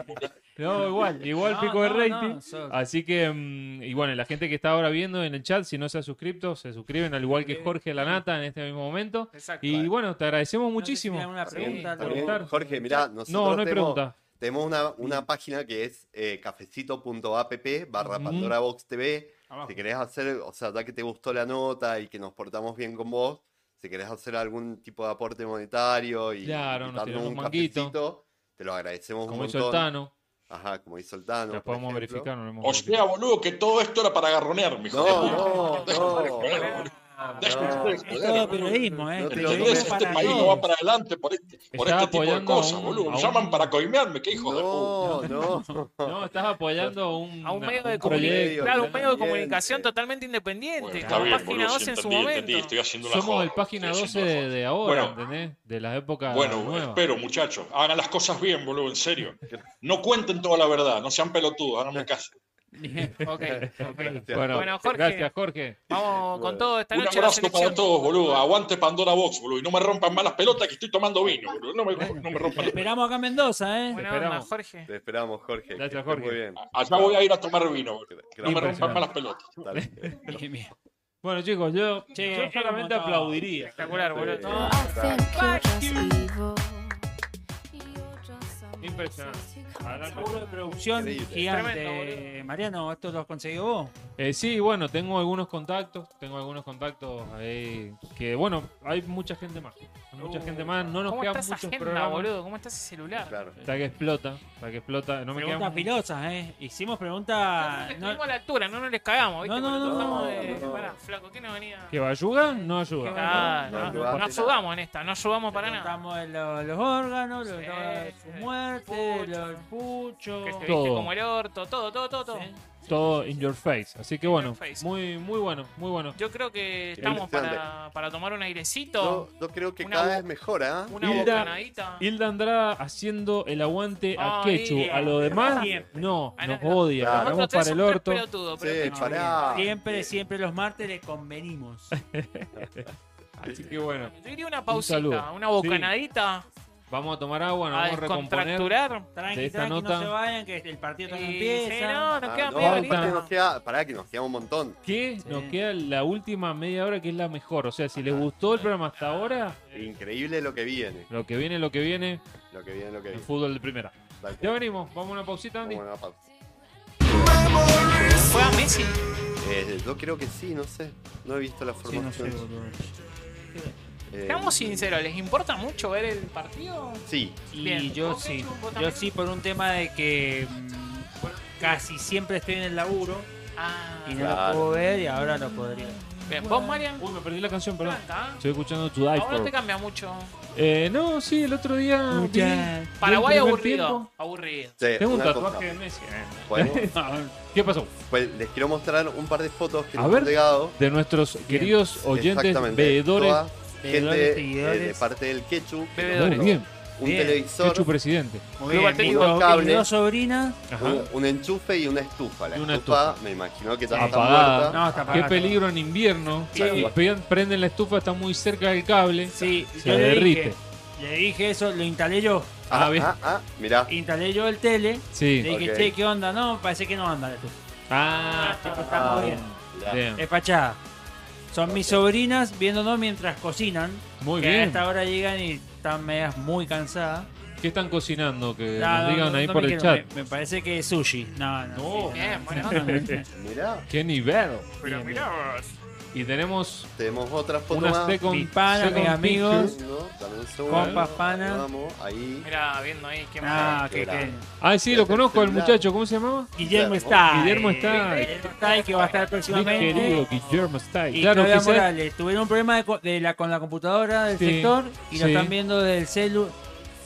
C: No, igual, igual
D: No,
C: pico de
D: no,
C: rating.
D: no, sos-
C: Así que, mm, y bueno, la gente que está ahora viendo en el chat, si no se ha suscrito, se suscriben, al igual que Jorge Lanata en este mismo momento.
B: Exacto.
C: Y bueno, te agradecemos
D: muchísimo.
C: muchísimo.
D: una pregunta,
A: También,
D: Lu.
A: Jorge, mirá,
C: No,
A: nosotros
C: no hay
A: tenemos,
C: pregunta.
A: tenemos una, una página que es eh, cafecito.app barra Pandora Box TV.
D: Abajo.
A: Si querés hacer, o sea, ya que te gustó la nota y que nos portamos bien con vos, si querés hacer algún tipo de aporte monetario y
C: Claro, nos
A: darnos
C: tiramos
A: un
C: un manguito.
A: cafecito, te lo agradecemos un
C: Como
A: montón.
C: hizo el Tano,
A: Ajá, como hizo el Tano.
C: la
A: por
C: podemos
A: ejemplo.
C: verificar. No lo hemos
U: O sea, boludo, que todo esto era para garronear, mijo.
A: No, no,
U: no.
D: Es todo periodismo, ¿eh?
A: No te lo
D: Periodismo
A: tomes.
D: para
U: Este país no
D: todos.
U: va para adelante por este, por
C: Está
U: este tipo de
C: apoyando a
U: cosas,
C: un-
U: boludo.
C: a
U: Me
C: un-
U: llaman para coimearme, qué hijo
A: No, no.
C: verificado. No, estás apoyando a un,
B: A un medio de,
C: un
B: comuni-
C: proyecto.
B: claro, un medio de
A: independiente.
B: comunicación totalmente independiente.
U: de puta. Está
B: con
U: bien,
B: página
U: boludo,
B: 12
U: sí,
B: en su
U: entendí,
B: momento.
U: entendí, estoy haciendo la
C: Somos
U: joda,
C: el página
U: estoy
C: 12
U: haciendo la
C: de,
U: joda.
C: de ahora,
U: Bueno,
C: ¿entendés? De las épocas
U: Bueno,
C: nuevas.
U: espero, muchachos. Hagan las cosas bien, boludo, en serio. No cuenten toda la verdad, no sean pelotudos, háganme caso.
B: Ok, ok.
C: Bueno,
B: Bueno, Jorge.
C: gracias, Jorge.
B: Vamos con todo esta
U: Un
B: noche la
U: abrazo para
B: selección.
U: todos, boludo. Aguante Pandora Box, boludo. Y no me rompan malas pelotas que estoy tomando vino, boludo. No me, no me rompan.
D: Esperamos acá en Mendoza, ¿eh?
B: Buena
C: Te
B: onda,
C: esperamos.
B: Jorge.
A: Te esperamos, Jorge. que
C: Gracias,
A: estés
C: Jorge.
A: Muy bien.
U: Allá voy a ir a tomar vino, boludo. No me rompan
C: Impresionante.
U: malas pelotas.
A: Dale.
D: Bien, bien.
C: Bueno, chicos, yo,
D: Che,
C: yo solamente
D: un montón.
C: aplaudiría.
B: Espectacular, boludo.
A: Sí.
B: No,
C: Impresionante.
D: Laburo de producción
A: Increíble.
D: gigante.
B: Tremendo, boludo.
D: Mariano, ¿esto lo has conseguido vos?
C: Eh, sí, bueno, tengo algunos contactos, tengo algunos contactos ahí que, bueno, hay mucha gente más. ¿no? mucha
D: Uh,
C: gente más. No nos
B: ¿Cómo
C: quedan
B: está esa
C: muchos
B: agenda,
C: programas.
B: boludo? ¿Cómo está ese celular?
C: Hasta que explota. Hasta que explota. No me quedan
D: Preguntas filosas, ¿eh? Hicimos preguntas.
B: No a Ah, la altura, no nos les cagamos, ¿viste?
D: No, no,
B: Cuando
D: no,
B: tratamos
D: no,
B: de-
D: no, no.
B: Pará, flaco, ¿qué nos venía?
C: ¿Que ayuda? No ayuda.
B: Ah, no, no, no ayudamos en esta, no ayudamos para nada.
D: Preguntamos los, los órganos, los, su muerte, los puchos.
B: Que se viste
C: Todo.
B: como el orto, todo, todo, todo. todo.
C: Todo in your face. Así que bueno,
B: face.
C: muy, muy bueno, muy bueno.
B: Yo creo que Eh, estamos
C: Interesante.
B: para, para tomar un airecito.
A: Yo creo que
B: Una
A: cada
B: bo-
A: vez mejora.
B: una
C: Hilda,
B: bocanadita.
C: Hilda Andrada haciendo el aguante a
B: Ay, Ah,
C: Quechu. A lo demás, no, nos odia.
A: Claro.
C: Vamos
A: Nosotros
C: para el orto.
A: Sí, pará.
D: Siempre, siempre los martes le convenimos.
C: Así que bueno.
B: Yo diría una
C: saludo.
B: pausita, una
C: Sí.
B: bocanadita.
C: Vamos a tomar agua, nos
B: A
C: vamos a
B: descontracturar.
C: recomponer
D: Tranqui,
C: de esta
D: tranqui, no se
C: nota.
D: vayan, que el partido todavía
B: Sí,
D: empieza.
B: sí, no, nos
A: Ah,
B: queda
A: no,
B: media
A: aparte
B: horita.
A: nos queda, pará que nos queda un montón.
C: que nos queda la última media hora que es la mejor. O sea, si les gustó el programa hasta ahora,
A: Increíble lo que viene.
C: lo que viene, lo que viene,
A: Lo que viene, lo que
C: el
A: viene.
C: fútbol de primera.
A: Tal cual.
C: Ya venimos, vamos a una pausita, Andy.
A: Vamos a una pausa.
B: ¿Juega Messi?
A: Eh, yo creo que sí, no sé. No he visto la
D: no
A: formación.
D: sé,
A: Eh,
B: Seamos sinceros, ¿les importa mucho ver el partido?
A: Sí.
D: Y
B: Bien.
D: yo
B: ¿Vos,
D: sí,
B: Ketchup, vos
D: yo
B: también?
D: sí por un tema de que mm, casi siempre estoy en el laburo
B: Ah,
D: y no
C: Claro.
D: lo puedo ver y ahora lo podría.
B: bien. ¿Vos, Marian?
C: Uy, me perdí la canción, perdón.
B: Planta.
C: Estoy escuchando To Die
B: Ahora no te
C: For.
B: cambia mucho.
C: Eh, no, sí, el otro día. vi- vi el
B: Paraguay
C: primer
B: aburrido.
C: tiempo.
B: Aburrido.
A: Sí,
C: Tengo un
A: una
C: tatuaje
A: cosa.
C: de Messi. eh.
A: ¿Podemos?
C: ¿Qué pasó?
A: Pues les quiero mostrar un par de fotos que
C: A
A: nos
C: ver,
A: han llegado. Em,
C: De nuestros queridos oyentes, veedores.
A: Toda
C: Veedores,
A: gente,
C: seguidores.
A: eh, de parte del Quechu. que nos
C: Muy
A: mandó
C: bien.
A: Un
C: Bien.
A: televisor.
C: Quechu presidente.
D: Muy bien,
A: un
D: lindo.
A: cable,
D: Y dos sobrinas.
A: un, un enchufe y una estufa. La
C: Y una
A: estufa, me imagino que ya está
C: apagada.
A: muerta.
C: Qué peligro en invierno.
A: Sí.
C: Y pe- prenden la estufa, está muy cerca del cable.
D: Sí,
C: se
D: yo le
C: derrite.
D: dije- Le dije eso, lo instalé yo.
C: Ah, bien.
A: Ah, ah, mirá.
D: Instalé yo el tele.
C: Sí.
D: Le dije,
C: Ok.
D: che, ¿qué onda? No, parece que no anda esto.
C: Ah,
D: tipo, está muy bien.
C: bien.
D: Es fachada. Son mis sobrinas viéndonos mientras cocinan.
C: Muy
D: que A
C: bien.
D: esta hora llegan y están medias muy cansadas.
C: ¿Qué están cocinando? Que
D: No,
C: nos
D: no,
C: digan
D: no,
C: ahí
D: no
C: por
D: me
C: el
D: quiero-
C: chat.
D: Me, me parece que es sushi. No, no. sí, no,
B: Bien, buena
D: no,
B: onda.
D: no, no.
A: Mirá.
C: Qué nivel.
B: Pero
D: Bien,
B: mirá vos.
C: Y tenemos
A: Tenemos otra foto
C: una
A: más.
C: second,
D: Mi pana,
C: second
D: mis amigos.
C: picture.
A: ¿no? Dame un segundo.
D: Compas, pana.
A: Vamos, ahí.
B: Mirá, viendo ahí qué
D: Ah,
B: más.
D: que, que-
C: Ah, sí, lo conozco al muchacho. ¿Cómo se llamaba?
D: Guillermo está.
C: Guillermo está.
D: Guillermo está y que va a estar
C: Mi
D: próximamente.
C: querido Guillermo está. ahí.
D: Y
C: Claro,
D: Claudia
C: quizás.
D: Morales, tuvieron un problema de co- de la, con la computadora del
C: Sí,
D: sector y lo
C: sí.
D: están viendo del celu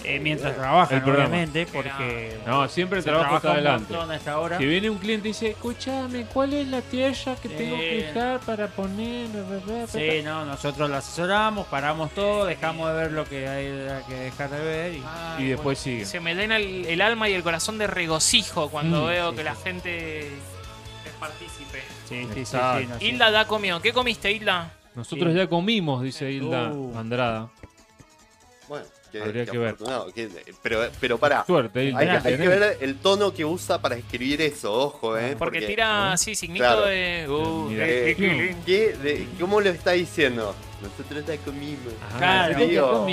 D: eh, mientras trabajan,
C: El programa.
D: obviamente, porque
C: No, siempre el
D: se
C: trabajo está
D: trabaja un
C: adelante.
D: montón a esta hora.
C: Que viene un cliente y dice, escúchame, ¿cuál es la tierra que tengo que
D: Bien.
C: estar para poner? Bla, bla, bla,
D: Eh, Sí, no, nosotros lo asesoramos, paramos todo, dejamos de ver lo que hay que dejar de ver. Y...
C: Y después sigue.
B: Ah, Se me llena el, el alma y el corazón de regocijo cuando
C: Mm,
B: veo
D: sí,
B: que
D: sí.
B: la gente es partícipe.
D: Sí, sí, sí, sí,
C: Exacto.
D: no, sí.
B: Hilda da comido. ¿Qué comiste, Hilda?
C: Nosotros
D: Sí. Uh.
C: ya comimos, dice Hilda Andrada.
A: Bueno, qué-
C: Habría
A: qué
C: que ver.
A: afortunado, qué- pero, pero pará.
C: Suerte,
D: ¿eh?
A: Hay,
C: Hilda.
A: que- hay que ver el tono que usa para escribir eso, ojo, eh.
B: Porque tira así, signito
A: Claro.
B: de. Uh,
A: Mira,
B: qué-
A: eh,
B: qué- qué-
A: ¿qué- de- ¿Cómo lo está diciendo? Nosotros ya comimos.
D: Claro,
A: Digo,
D: nosotros
A: oh,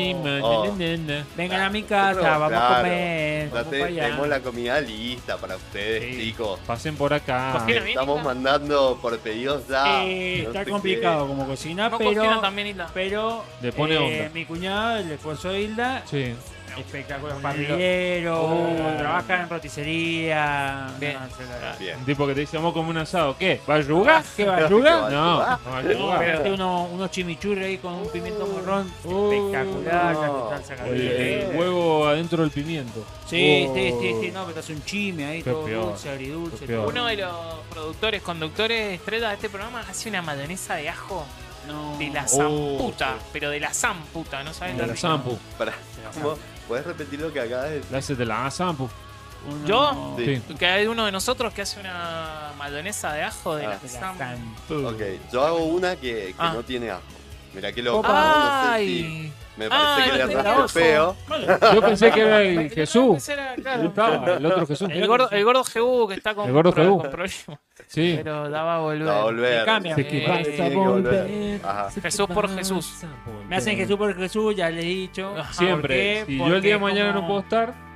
D: Vengan a mi
A: nosotros,
D: casa, vamos a
A: claro,
D: comer.
A: ya
D: vamos
A: te-
D: pa' allá.
A: tenemos la comida lista para ustedes, chicos.
C: Pasen por acá.
B: Cocina bien,
A: Estamos
B: Hilda.
A: mandando por pedidos ya.
D: Eh,
A: no
D: está
A: sé
D: complicado como cocina,
B: No
D: pero,
B: cocina también, Hilda.
D: pero
C: Le pone
D: eh,
C: onda.
D: mi cuñado, el esposo de Hilda,
C: Sí.
D: espectacular parrillero,
C: Oh.
D: trabaja en roticería.
B: Bien.
D: no, se la-
A: qué. Bien.
C: Un tipo que te dice, vamos a comer un asado. ¿Qué? ¿Va a yugar?
D: ¿Qué va, yuga?
C: No,
A: Ah.
C: no va a
D: No,
C: yugar.
D: pero hace uno- unos chimichurri ahí con un pimiento morrón espectacular, la salsa
C: El,
D: caliente.
C: el huevo adentro del pimiento.
D: Sí,
C: Oh.
D: sí, sí, sí, no, pero hace un chime ahí,
C: Qué
D: todo
C: peor,
D: dulce, agridulce.
C: qué peor.
D: todo.
B: Uno de los productores, conductores estrellas de este programa hace una mayonesa de ajo
D: No.
B: de la
C: Oh,
B: zamputa, pero de la zamputa, ¿no sabes?
C: De la Zampu.
A: Pará, ¿cómo- ¿Puedes repetir lo que acabas de decir?
C: La haces de la Zampu.
D: Uno-
B: Yo,
A: Sí.
B: que hay uno de nosotros que hace una mayonesa de ajo de
A: Ah.
B: la
D: de la
B: zamputa.
D: zampu.
A: Ok, yo hago una que, que
B: Ah.
A: no tiene ajo. Mirá que loco.
B: Opa.
A: no sé si-
B: Ay.
A: me parece
B: Ay,
A: que
B: no
A: le
B: tenía
A: raspo
B: ojo.
A: feo.
C: Yo pensé que era el Jesús.
B: Ese era, claro.
C: Ahí estaba, el otro Jesús.
B: El gordo, el gordo Jebú que está con,
C: El gordo
B: pro-
C: Jebú.
B: con problemas.
C: Sí.
B: Pero daba volver.
A: Va a
D: Me
A: volver.
D: cambian.
C: Se que
B: Eh,
C: vas a
A: tiene que
C: volver.
A: volver. Ajá.
B: Jesús por Jesús.
D: Me hacen Jesús por Jesús, ya les he dicho.
B: Ajá.
D: ¿Por
C: Siempre.
D: qué?
C: Si yo
D: Porque
C: el día de mañana
D: como-
C: no puedo estar,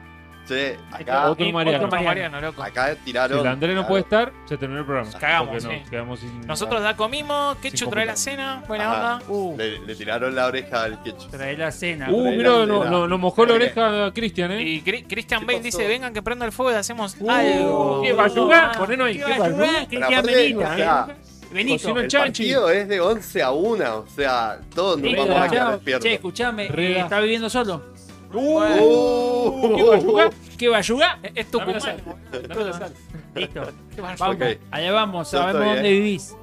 A: Che, acá.
C: Otro Mariano. Otro Mariano,
B: loco.
A: Acá
C: Si
A: tiraron.
C: el Andrés no
A: claro.
C: puede estar, se terminó el programa.
B: Cagamos,
C: Porque nos
B: sí.
C: quedamos sin.
B: Nosotros ya comimos, Quechu
C: Sin
B: trae la
C: computador.
B: cena, buena
A: Ajá.
B: onda. Uh,
A: Le, le tiraron la oreja al quechu.
D: Trae la cena.
C: Uh, mirá, no- no- nos mojó la oreja a Cristian, ¿eh?
B: Y Cri- Christian Bale dice, vengan que prenda el fuego y hacemos
C: Uh,
B: algo.
C: ¿qué va a jugar?
A: Ah,
C: Ponenos ahí,
B: ¿Qué
C: ¿qué
B: va a
C: va a
B: jugar?
C: jugar?
A: Pero
B: Cristian
A: aparte,
B: Benito,
A: o
B: ¿eh?
A: sea,
B: Benito.
A: el partido es de 11 a 1, o sea, todos nos
D: Listo,
A: vamos a quedar
D: chao. Che,
A: despiertos.
D: escuchame, eh,
A: Reda.
D: está viviendo solo.
A: Uh,
D: ¿Qué va a jugar? ¿Qué va a jugar?
B: Eh, Es
D: tu
B: Dame la sal,
C: dame la sal.
D: Listo. Vamos,
C: Ok.
D: allá vamos,
A: Yo
D: sabemos
A: estoy,
D: dónde
A: eh.
D: vivís.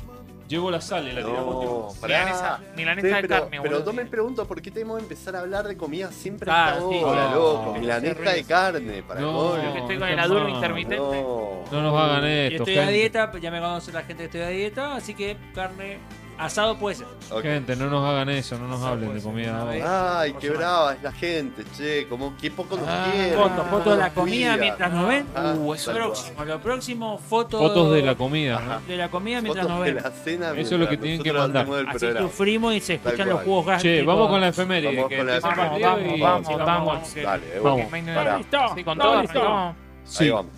C: Llevo la sal y la tiramos.
A: No,
C: tipo.
A: pará.
B: milanesa
A: Sí,
B: de
A: pero,
B: carne,
A: Pero
B: boludo.
A: no me pregunto por qué tenemos que empezar a hablar de comida siempre
B: Ah,
A: hasta
B: sí.
A: ahora,
C: No,
A: loco.
C: no,
A: Milanesa de carne, para
C: No,
A: colmo.
C: Yo que estoy
B: con el ayuno
C: no.
B: intermitente.
A: No.
C: No nos hagan
D: Y
C: esto,
D: estoy a
C: gente.
D: dieta, pues, ya me conoce la gente que estoy a dieta, así que carne asado puede ser.
C: Gente, no nos hagan eso, no nos hablen de comida. ahora.
A: Ay, qué brava es la gente, che, como que poco nos
B: Ah,
A: quiere.
D: Fotos, fotos de la comida
A: cuida.
D: mientras nos ven.
A: Ah,
D: Uh, eso
A: tal
D: es próximo. Lo próximo, fotos.
C: Fotos de la comida, ¿no?
D: de la comida mientras
A: Fotos
D: nos
A: de
D: ven.
A: la cena
C: Eso es lo que tienen que mandar.
D: Así sufrimos y se
A: Tal
D: escuchan los
A: cual.
D: jugos
C: Che,
D: gástricos.
C: vamos con la efeméride.
A: Vamos
C: que
A: con la
C: empieza el
A: efeméride.
C: partido
A: Vamos,
C: y-
A: vamos,
C: sí,
B: vamos.
A: Dale, de
C: Vamos.
A: una.
B: Main event.
A: Pará.
B: Sí, con
D: Listo,
B: todo
D: listo.
B: arrancamos.
A: Ahí
C: Sí,
A: vamos.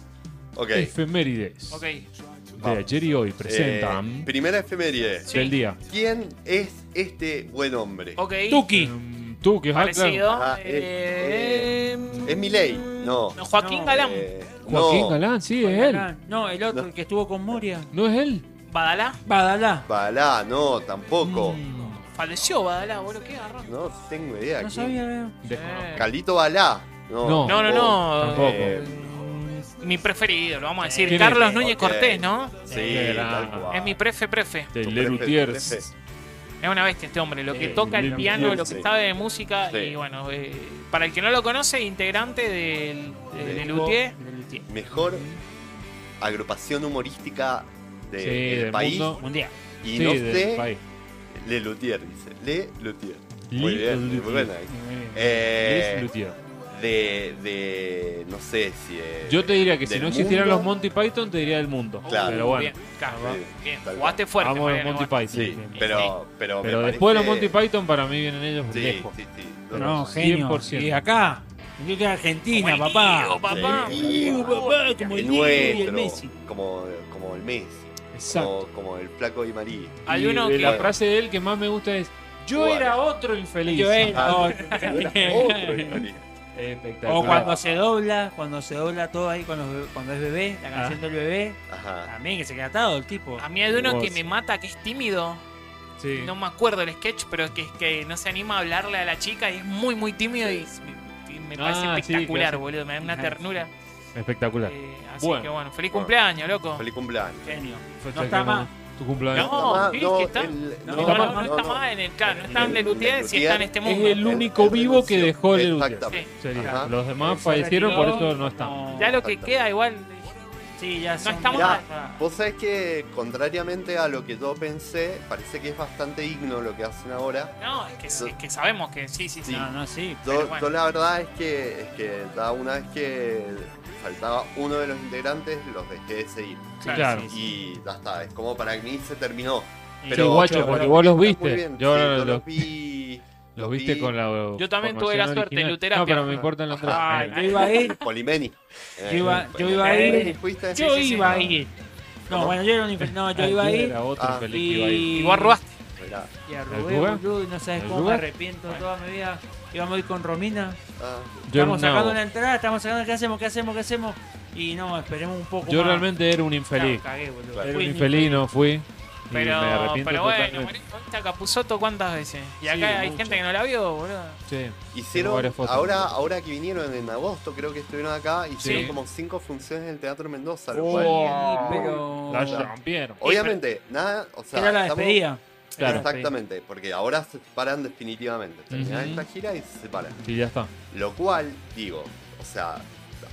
A: Ok.
C: efemérides.
B: Ok.
C: De ayer y hoy
A: Eh,
C: presentan.
A: primera efeméride.
C: Del día.
A: ¿Quién es este buen hombre?
B: Ok.
D: Tuki.
C: Tú, que es
B: Parecido.
A: Ajá, es-
B: Eh,
A: ¿Es Milei? No.
B: no, Joaquín
D: no,
B: Galán.
A: Eh,
C: Joaquín
A: no.
C: Galán, sí, eh. es él.
D: No, el otro, el que estuvo con Moria.
C: ¿No es él?
B: Badalá.
D: Badalá.
A: Balá, no, tampoco.
C: Mm.
B: Falleció Badalá, boludo. Qué garrón.
A: No tengo idea.
D: No
A: quién.
D: sabía.
A: Calito Balá. No,
C: No.
B: No, no, no.
A: tampoco.
B: Eh, mi preferido, lo vamos a decir.
C: ¿Quién es?
B: Carlos Núñez
A: Ok.
B: Cortés, ¿no?
A: Sí,
C: Era-
A: tal cual.
B: Es mi prefe, prefe.
C: De
A: Tu
C: Le
A: prefe,
C: Lutiers.
A: prefe.
B: Es una bestia este hombre, lo que
C: Sí,
B: toca el
C: Lil
B: piano,
C: Miguel,
B: lo que
A: sí.
B: sabe de música.
A: Sí.
B: Y bueno, eh, para el que no lo conoce, integrante del, de,
A: Del
B: de
A: grupo.
B: Luthier.
A: Mejor agrupación humorística de-
C: Sí,
A: del
C: del
A: país.
C: mundo.
D: Mundial.
A: Y
C: Sí,
A: no
C: del
A: sé.
C: país.
A: Le Lutier, dice. Le Lutier. Muy
C: Le
A: bien, muy
C: Luthier.
A: buena.
C: Muy bien. Les
A: Eh,
C: Luthier.
A: de, de. No sé si. eh,
C: Yo te diría que si
A: del
C: no existieran
A: mundo. Oh,
C: los Monty Python, te diría el mundo.
A: Claro.
C: Pero bueno,
B: Bien, claro,
A: Sí,
B: bien.
A: tal
B: Jugaste fuerte,
C: vamos a los
B: Mariano,
C: Monty
B: bueno.
C: Python.
A: Sí,
C: Bien, bien.
A: pero. Pero, me
C: Pero después de los Monty
A: parece-
C: Python, para mí vienen ellos
A: Sí,
C: lejos.
A: sí, sí.
D: No,
A: No,
D: genio.
C: 100%.
D: Y acá. Yo que Argentina,
B: Como el
D: papá.
B: Diego, papá.
A: Sí.
D: Diego, papá, como el
A: el
D: Diego y el
A: nuestro.
D: Messi.
A: Como, como el Messi.
C: Exacto.
A: Como, como el flaco Di María.
B: Hay
C: Y
B: uno
C: de
B: que-
C: La frase de él que más me gusta es: Yo
A: ¿Cuál?
C: era otro infeliz.
D: Yo era
A: Ah.
D: otro.
C: Espectacular.
D: O cuando se dobla, cuando se dobla todo ahí con los be- cuando es bebé,
C: Ah.
D: la canción del bebé,
A: Ajá.
D: también que se queda atado el tipo.
B: A mí hay uno que
C: Hermoso.
B: me mata, que es tímido.
C: Sí.
B: No me acuerdo el sketch, pero que es que no se anima a hablarle a la chica y es muy, muy tímido y, y me parece
C: Ah, sí,
B: espectacular,
C: claro.
B: boludo. Me da una
D: Ajá.
B: ternura.
C: Espectacular.
B: Eh, así
C: Bueno.
B: que bueno, feliz
A: Bueno.
B: cumpleaños, loco.
A: Feliz cumpleaños.
D: Genio. No
C: Perfecto.
D: está más.
C: Tu cumpleaños.
B: No,
A: más,
B: sí,
A: no,
B: que está.
A: el-
B: No,
A: no,
B: no,
A: no,
B: no
A: no,
B: está
A: no.
B: más en el claro, no está en
A: En-
B: Delutier
A: en
B: si está en este
C: Es
B: mundo.
C: el único vivo que dejó el Luthier.
A: Exactamente.
C: Sería.
A: Ajá.
C: Los demás fallecieron, por eso no están.
D: No.
B: Ya lo que
A: Exactamente.
B: queda igual.
D: Sí, ya son-
B: estamos
A: Mirá,
D: Ah.
A: Vos sabés que, contrariamente a lo que yo pensé, parece que es bastante digno lo que hacen ahora.
B: No, es que, es que sabemos que sí, sí, sí.
D: No, no, sí.
A: Yo,
B: Pero bueno.
A: yo la verdad es que, es que ya una vez que faltaba uno de los integrantes, los dejé de seguir.
C: Claro.
D: sí, sí.
A: Y ya está, es como para mí se terminó.
D: Sí,
A: Pero,
C: guacho,
A: pero
C: porque vos los
A: está muy
C: viste.
A: bien.
C: Yo
A: Sí,
C: los-
A: los vi.
C: Los viste con la.
B: Yo también tuve la
C: formación
B: suerte,
C: original.
B: Luterapia.
C: No, pero me importan los tres.
D: Ay, yo
C: Eh,
D: iba a ir.
A: Polimeni. Eh,
D: Yo iba- yo iba a
A: Polimeni,
D: ir.
A: ¿Fuiste?
D: Yo iba a ir. No,
A: ¿Cómo?
D: bueno, yo era un infeliz. No, yo iba a ir.
C: Era otro
A: Ah.
C: infeliz que iba a ir.
D: Y,
B: Y vos robaste.
A: Mirá,
D: Y a
C: ¿Ayuda?
D: Rubén, boludo, y no sabes cómo me
C: ¿Ayuda?
D: arrepiento toda mi vida. Íbamos a ir con Romina.
A: ah,
C: Yo era
D: estamos
C: un
D: sacando
C: nabo.
D: la entrada, estamos sacando qué hacemos, qué hacemos, qué hacemos. Y no, esperemos un poco.
C: Yo
D: más.
C: realmente era un infeliz.
D: Claro, cagué, boludo.
A: Claro.
C: Era
D: Fui
C: un
D: un
C: infeliz, no fui. y me
B: Pero,
C: arrepiento
B: pero bueno,
C: totalmente.
B: Mariano, ¿viste a Capuzoto cuántas veces? Y acá
C: Sí,
B: hay
C: mucho.
B: gente que no la vio, boludo.
C: Sí. Tengo
A: Hicieron,
C: varias fotos.
A: ahora, ahora que vinieron en agosto, creo que estuvieron acá, hicieron
C: Sí.
A: como cinco funciones en el Teatro Mendoza. lo cual-
C: Oh,
D: pero-
C: La rompieron.
A: obviamente, nada, o sea,
D: Era la
A: estamos-
D: despedida.
C: Claro.
A: Exactamente, porque ahora se separan definitivamente. Terminan
C: Ujú.
A: esta gira y se separan.
C: Y ya está.
A: Lo cual, digo, o sea,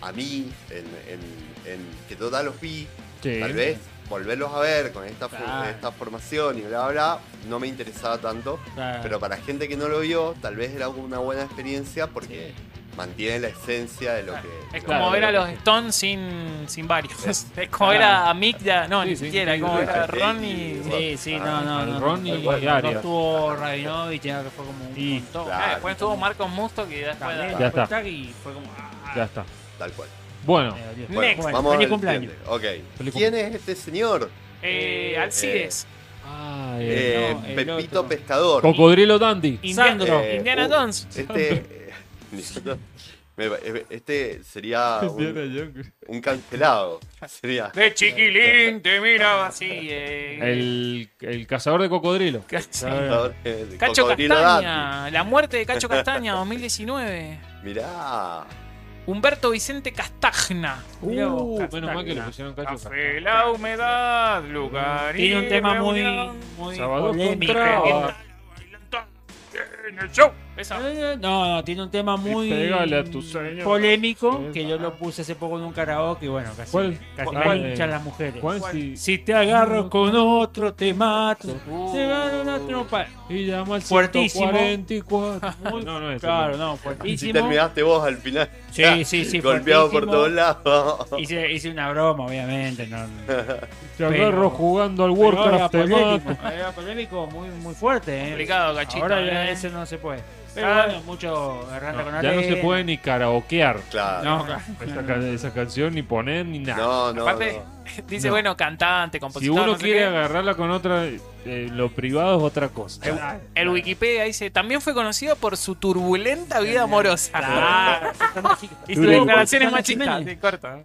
A: a mí, en, en- en que total los vi,
C: Sí.
A: tal vez volverlos a ver con esta, fu-
D: Claro.
A: esta formación y bla, bla, bla, no me interesaba tanto.
D: Claro.
A: Pero para gente que no lo vio, tal vez era una buena experiencia porque mantiene la esencia de lo que. de
B: Ah, Es
A: lo
B: como
A: que- Eh,
B: ver a los Stones sin, sin varios. Es, como ver
D: Claro.
B: a Mick, ya, no,
C: Sí,
B: ni
C: sí,
B: siquiera.
C: sí,
B: Es como
C: sí,
B: ver a
A: sí,
B: Ron
A: sí,
B: y.
A: sí.
D: Sí, sí, no, no.
C: Al
D: no,
C: Ronnie
D: no, no,
C: y Arias.
D: No estuvo Rabinovich, ya que fue como un
C: Y-
D: montón.
A: Claro.
B: Ah, después estuvo Eh, Marcos Musto que después.
D: También,
C: Ya está.
D: después Tag y fue como. ah, ah.
C: Ya está.
A: Tal cual.
B: Eh,
C: Bueno,
A: Bueno, vamos al siguiente. Ok. ¿Quién es este señor?
B: Eh, Alcides.
A: Eh,
B: no, el
A: Pepito
B: otro.
A: Pescador.
C: Cocodrilo Dandy.
B: Indiana-
A: Sandro.
B: eh, Indiana
A: uh,
B: Jones.
A: Este, me pa- este sería
C: Indiana
A: un, un cancelado. Sería.
B: De chiquilín te miraba así. eh.
C: El, el cazador de cocodrilo.
A: Cazador eh, de
B: Cacho
A: Cocodrilo
B: Castaña. La muerte de Cacho Castaña 2019.
A: Mirá.
B: Humberto Vicente Castagna. Mirá vos, Castagna.
C: Uh, menos mal que le pusieron Cacho
B: Café, la humedad, lugar.
D: Tiene un tema muy, muy polémico.
B: En el show. Esa.
D: Eh, No, no, tiene un tema muy
C: pégale a tu señor. ah.
D: polémico que yo lo puse hace poco en un karaoke y bueno, casi,
C: ¿Cuál?
D: casi
C: ¿Cuál? Eh,
D: me linchan las mujeres.
C: ¿Cuál? Si-
D: te agarro con otro, te mato. Se va una trompa.
C: Y llama al
D: Uh. Fuertísimo.
C: 144.
D: Muy-
C: No, no es.
D: claro, no,
A: Y si
D: fuertísimo.
A: terminaste vos al final.
D: Sí, sí, sí.
A: Golpeado por
D: fuertísimo.
A: todos lados.
D: Hice, hice una broma, obviamente. No,
C: Te agarro jugando al
D: pero era
C: Warcraft. te
D: polémico,
C: mato.
D: era polémico muy, muy fuerte. ¿eh?
B: Complicado, Cachito,
D: Ahora
B: ¿eh?
D: ya ese no se puede. Pero
B: Ah.
D: bueno, mucho garganta con
C: Ya no se
D: arena.
C: puede ni karaokear.
A: Claro.
D: No, claro.
C: Esa, ca- esa canción ni poner ni nada.
A: No,
B: Aparte, dice,
C: No.
B: bueno, cantante,
D: pues,
C: Si
B: compositor.
C: uno
B: no sé
C: quiere
B: qué.
C: agarrarla con otra, eh, lo privado es otra cosa. Ah.
B: El Wikipedia dice, también fue conocido por su turbulenta vida amorosa. Ah.
D: Claro.
B: y sus
D: Tuvo-
B: declaraciones
D: Susana
B: machistas.
D: Jiménez.
B: Sí, ¿eh? corta.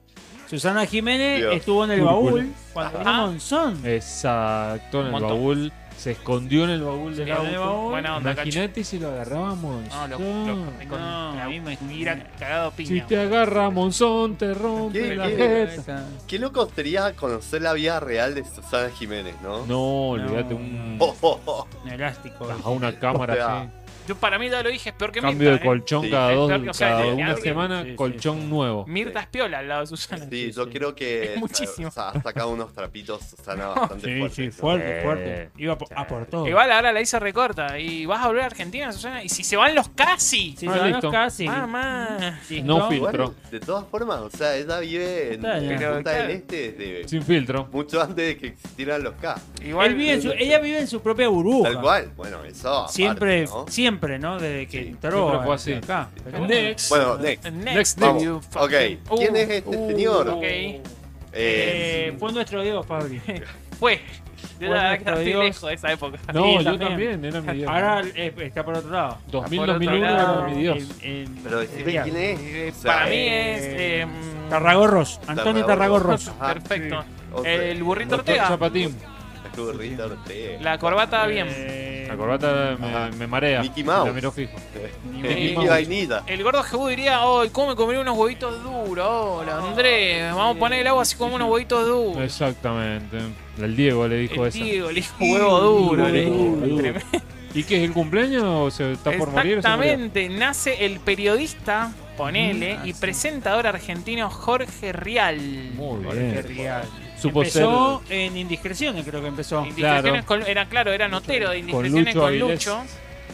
D: Susana Jiménez
C: Dios.
D: estuvo en el baúl cuando vino Monzón.
C: Exacto, en el
D: Ah. Montón.
C: baúl. Se escondió en el baúl del
D: Se escondió en el
C: auto.
D: baúl. Buena onda,
C: Imagínate si lo agarrábamos.
B: No, lo,
C: No.
B: lo- me con-
D: No,
B: la-
D: a mí me-
B: hubiera cagado
C: Si
B: piña.
C: te agarra Monzón, te rompe
A: ¿Qué-
C: la
A: qué-
C: jeta.
A: Qué loco sería conocer la vida real de Susana Jiménez, ¿no?
C: No, olvídate un.
A: Oh, oh, oh.
D: Un elástico.
C: A una cámara
A: O sea,
C: así.
B: Yo para mí ya lo dije, es peor que
C: Cambio de
B: Mirta, ¿eh?
C: colchón
A: Sí.
C: cada
B: Es
C: dos,
B: peor que- o sea,
C: cada
B: de-
C: una
B: alguien-
C: semana,
D: sí, sí,
C: colchón nuevo.
B: Mirta es piola al lado de Susana.
A: Sí, yo creo que eh,
B: Es muchísimo.
A: o sea, ha sacado unos trapitos Susana bastante fuertes.
D: sí,
A: ¿no?
D: fuerte, fuerte. Iba por- a por todo.
B: Igual ahora la hice recorta. Y vas a volver a Argentina, Susana. Y si se van los casi. Ah,
D: Sí,
C: Ah,
D: se van
C: listo.
D: los casi.
B: Mamá.
C: No
A: Igual,
C: filtro.
A: de todas formas, o sea, ella vive en
D: Está bien.
A: en Punta
B: Pero,
A: del Este desde
C: Sin filtro.
A: mucho antes de que existieran los K.
D: Él vive en su- ella vive en su propia burbuja.
A: Tal cual, bueno, eso. aparte,
D: Siempre,
A: ¿no?
D: siempre, ¿no? Desde que
C: siempre
D: entró
C: fue así.
D: acá. Pero
C: Next.
A: Bueno, next.
B: Next.
A: Vamos.
B: you
A: Ok,
B: fucking-
A: ¿quién
B: Uh,
A: es este
B: uh,
A: señor?
B: Ok.
A: Eh,
D: Eh, fue nuestro Dios, Fabri.
B: Fue. Yo la
D: Fue
B: verdad que
D: nuestro
B: estoy
D: Dios.
B: lejos de esa época.
C: No,
D: Sí,
C: yo
D: también.
C: también, era mi Dios.
D: Ahora eh, está por otro lado.
C: 2000,
B: por otro
C: 2001
B: lado,
C: era mi Dios.
D: En- en-
A: pero decime
D: en-
A: quién
B: Eh,
A: es. O sea,
B: Para mí es.
D: eh,
B: eh,
D: Tarragorros, Antonio
A: Tarragorros.
D: Tarragorros.
A: Ajá,
B: perfecto.
A: Ok.
B: El burrito
C: Doctor
B: Ortega.
C: Chapatín.
A: Arturo Rita Ortega.
B: La corbata bien.
D: Eh,
C: La corbata me, me marea.
A: Mickey Mouse.
C: La miro fijo.
A: Mickey
B: Mouse.
A: Vainilla.
B: El gordo Jebú diría, oh, ¿cómo me comería unos huevitos duros? Hola, Andrés, vamos a poner el agua así como unos huevitos duros.
C: Exactamente. El Diego le dijo
B: El
C: eso.
B: tío, le dijo huevo duro. le dijo. Tremendo.
C: ¿Y qué es el cumpleaños o se está por morir? o se murió?
B: Exactamente, nace el periodista, ponele,
D: Mm, ah,
B: y
D: sí.
B: presentador argentino Jorge Rial.
C: Muy bien.
D: Real.
C: Supo
D: empezó en Indiscreciones, creo que empezó.
B: Indiscreciones con- era claro, era notero de
C: Con
B: indiscreciones
C: Lucho
B: con
C: Avilés.
B: Lucho.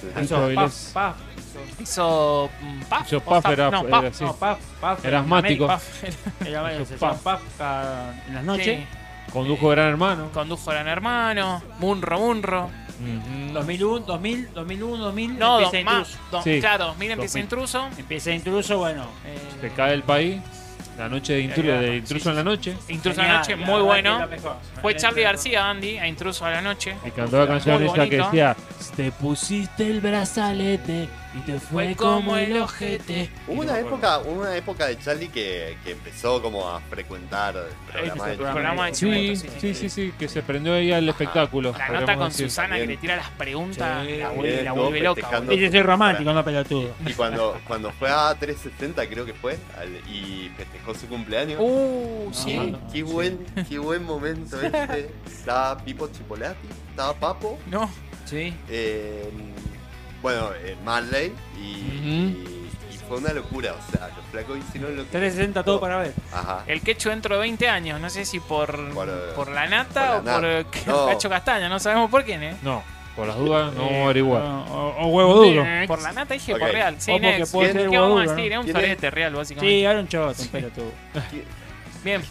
C: Lucho
D: Hizo
C: Avilés.
D: Paf, Paf,
B: Hizo mm, Paf.
C: Yo
B: o
C: Paf
B: Zap-
C: era,
B: no,
C: era
B: Paf,
C: así.
D: no, Paf, Paf.
C: Era asmático.
B: Paf era-
D: Era
C: Hizo
D: se hacían
C: Paf.
D: Paf cada- en las noches.
C: Condujo Gran Hermano.
B: Condujo Gran Hermano, Munro Munro.
C: Ujú.
D: 2001, 2000, 2001, 2000.
B: No,
D: empieza
B: dos, más,
D: Intruso.
B: dos-
C: Sí.
B: claro, 2000 empieza
C: 2000.
B: Intruso.
D: Empieza Intruso, bueno.
B: eh,
C: Se cae el país. La noche de intruso,
D: va,
C: de
D: sí,
C: intruso
D: sí,
C: en la noche.
B: Intruso a
D: Genial,
B: la noche,
D: Ah,
B: muy
D: la verdad que
B: bueno.
D: es la mejor.
B: Fue Charlie García, Andy, a Intruso a la noche.
C: Y cantó la canción
B: Muy
C: esa que
B: bonito.
C: decía: Te pusiste el brazalete y te fue como el ojete.
A: Hubo una época, hubo una época de Charlie que, que empezó como a frecuentar el programa de
B: el Ah, programa de
C: Sí,
B: Chimuelo, sí,
C: sí, sí, sí, que se prendió ahí al espectáculo.
B: La nota
C: podríamos
B: con
C: decir.
B: Susana que
A: Bien.
B: le tira las preguntas,
D: Sí.
B: la vuelve, la
A: Estuvo
B: vuelve loca.
A: festejando.
B: boludo.
D: Y yo soy romántico, no pelotudo.
A: Y cuando, cuando fue a 360 creo que fue, al- y festejó su cumpleaños.
B: Uh,
A: qué,
B: sí.
A: qué buen, qué buen momento este. Estaba Pipo Chipolati, estaba Papo,
B: No.
D: Sí.
A: eh, bueno, eh, Marley y, y- y fue una locura, o sea, los flacos hicieron lo que
D: 360 todo para ver.
A: Ajá.
B: El quecho dentro de 20 años, no sé si por,
A: Por, eh,
B: por la nata
A: por la
B: o por
A: nata.
B: eh,
A: No.
B: Cacho Castaña, no sabemos por quién, ¿eh?
C: No, por las dudas no Eh, vamos a averiguar.
D: O, Eh, o- o huevo duro.
B: eh, Por la nata dije
A: Ok.
B: por real. Sí,
D: O porque
B: next. ¿Qué
D: puede ser
B: vamos a
D: Guadalajara,
B: decir? Era un
A: ¿Quién es?
B: sorete real, básicamente.
D: Sí, era un choto, un pelotudo.
B: Bien.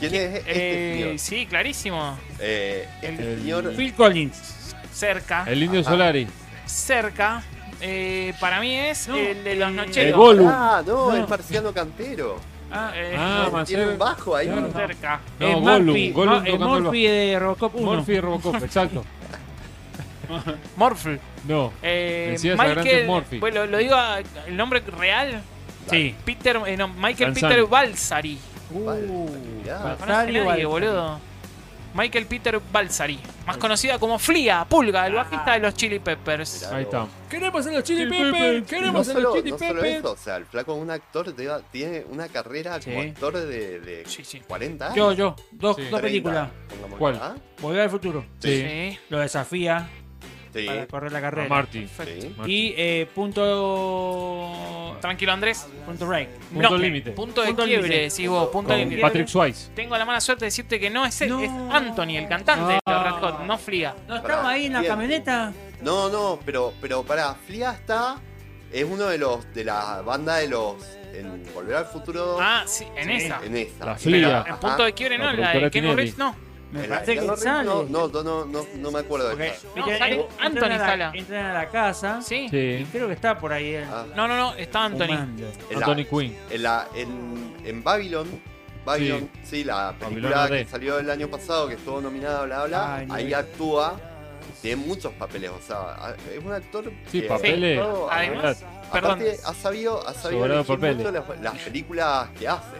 A: ¿Quién es este
B: Eh,
A: señor?
B: sí, clarísimo.
A: Eh, este
C: el-
A: señor
D: Phil Collins.
B: Cerca.
C: El Indio
A: Ajá.
C: Solari.
B: ah. Cerca. Eh, para mí es
D: No,
B: el de los
D: eh,
B: nocheros.
C: El Golu.
A: Ah, no,
D: No.
A: el marciano cantero.
B: Ah, eh,
C: Ah, Mancera.
A: Tiene un bajo ahí.
C: Claro.
B: cerca.
C: No,
D: Eh,
C: Gollum,
D: Murphy,
C: Gollum
D: no, eh,
C: tocando el
D: Murphy
C: bajo.
D: de Robocop 1.
C: Murphy de Robocop, exacto. Eh.
B: Morphy.
C: No.
B: Eh,
C: Encías Agrantes
B: Michael.
C: Morphy.
B: Bueno, lo digo a- el nombre real.
D: Sí.
B: Peter, eh, no, Michael
C: Balsani.
B: Peter Balsari.
C: Uh,
A: Mirá.
B: No conoce a nadie, boludo. Michael Peter Balsari, más conocida como Flia, Pulga, el bajista de los Chili Peppers.
C: Ahí está.
D: Queremos en los Chili
C: Peppers,
A: no solo, no solo eso, o sea, el flaco es un actor de- tiene una carrera como
D: Sí.
A: actor de, de 40 años.
D: Yo, yo, dos,
A: Sí. 30,
D: dos películas.
A: pongamos
C: ¿Cuál?
A: acá.
D: Volver al futuro.
C: Sí.
D: ¿Ah? Lo desafía
A: Sí.
D: para correr la carrera.
C: A Marty.
A: Sí.
D: Y eh, punto.
B: Tranquilo, Andrés.
D: Punto break.
C: Punto
B: No,
C: límite.
B: Punto de
D: Punto
B: quiebre,
D: límite.
B: decís vos, punto de
C: Con
B: quiebre.
C: Patrick Swayze.
B: Tengo la mala suerte de decirte que no es él, es Anthony, el cantante de los Red Hot, no Flia.
D: ¿No estaba ahí en la
A: Bien.
D: camioneta?
A: No, no, pero, pero pará, Flia está. Es uno de los. de la banda de los. En Volver al Futuro.
B: Ah, sí, en esa.
A: En esa.
C: La
A: Pero,
C: Flia.
A: ajá,
B: En punto de quiebre,
C: La
B: no, en la
C: productora
B: de Keanu
C: Tinelli.
B: Reeves, no.
D: Me
A: en la-
D: parece
A: en
D: que
A: la-
D: sale.
A: no, no, no, no, no, no me acuerdo de esa.
B: No,
D: Viste,
B: sale
D: eh,
B: Anthony
D: entran a la-
B: Jala.
D: Entran a la casa.
B: Sí.
D: Y
C: Sí.
D: creo que está por ahí él.
A: Ah,
B: No, no, no, está Anthony.
D: fumando.
A: en la-
C: Anthony Quinn.
A: En, la, en, en Babylon. Babylon, sí, la película
C: Babilona
A: que
C: D.
A: salió el año pasado, que estuvo nominada, bla, bla.
D: Ay, no
A: ahí
D: vi.
A: actúa. Tiene muchos papeles, o sea, es un actor.
C: Sí,
A: que-
C: papeles.
A: todo-
B: Además, perdón.
A: Aparte, ha sabido, ha sabido
C: Sobrado
A: elegir
C: papeles.
A: mucho las, las películas que hace.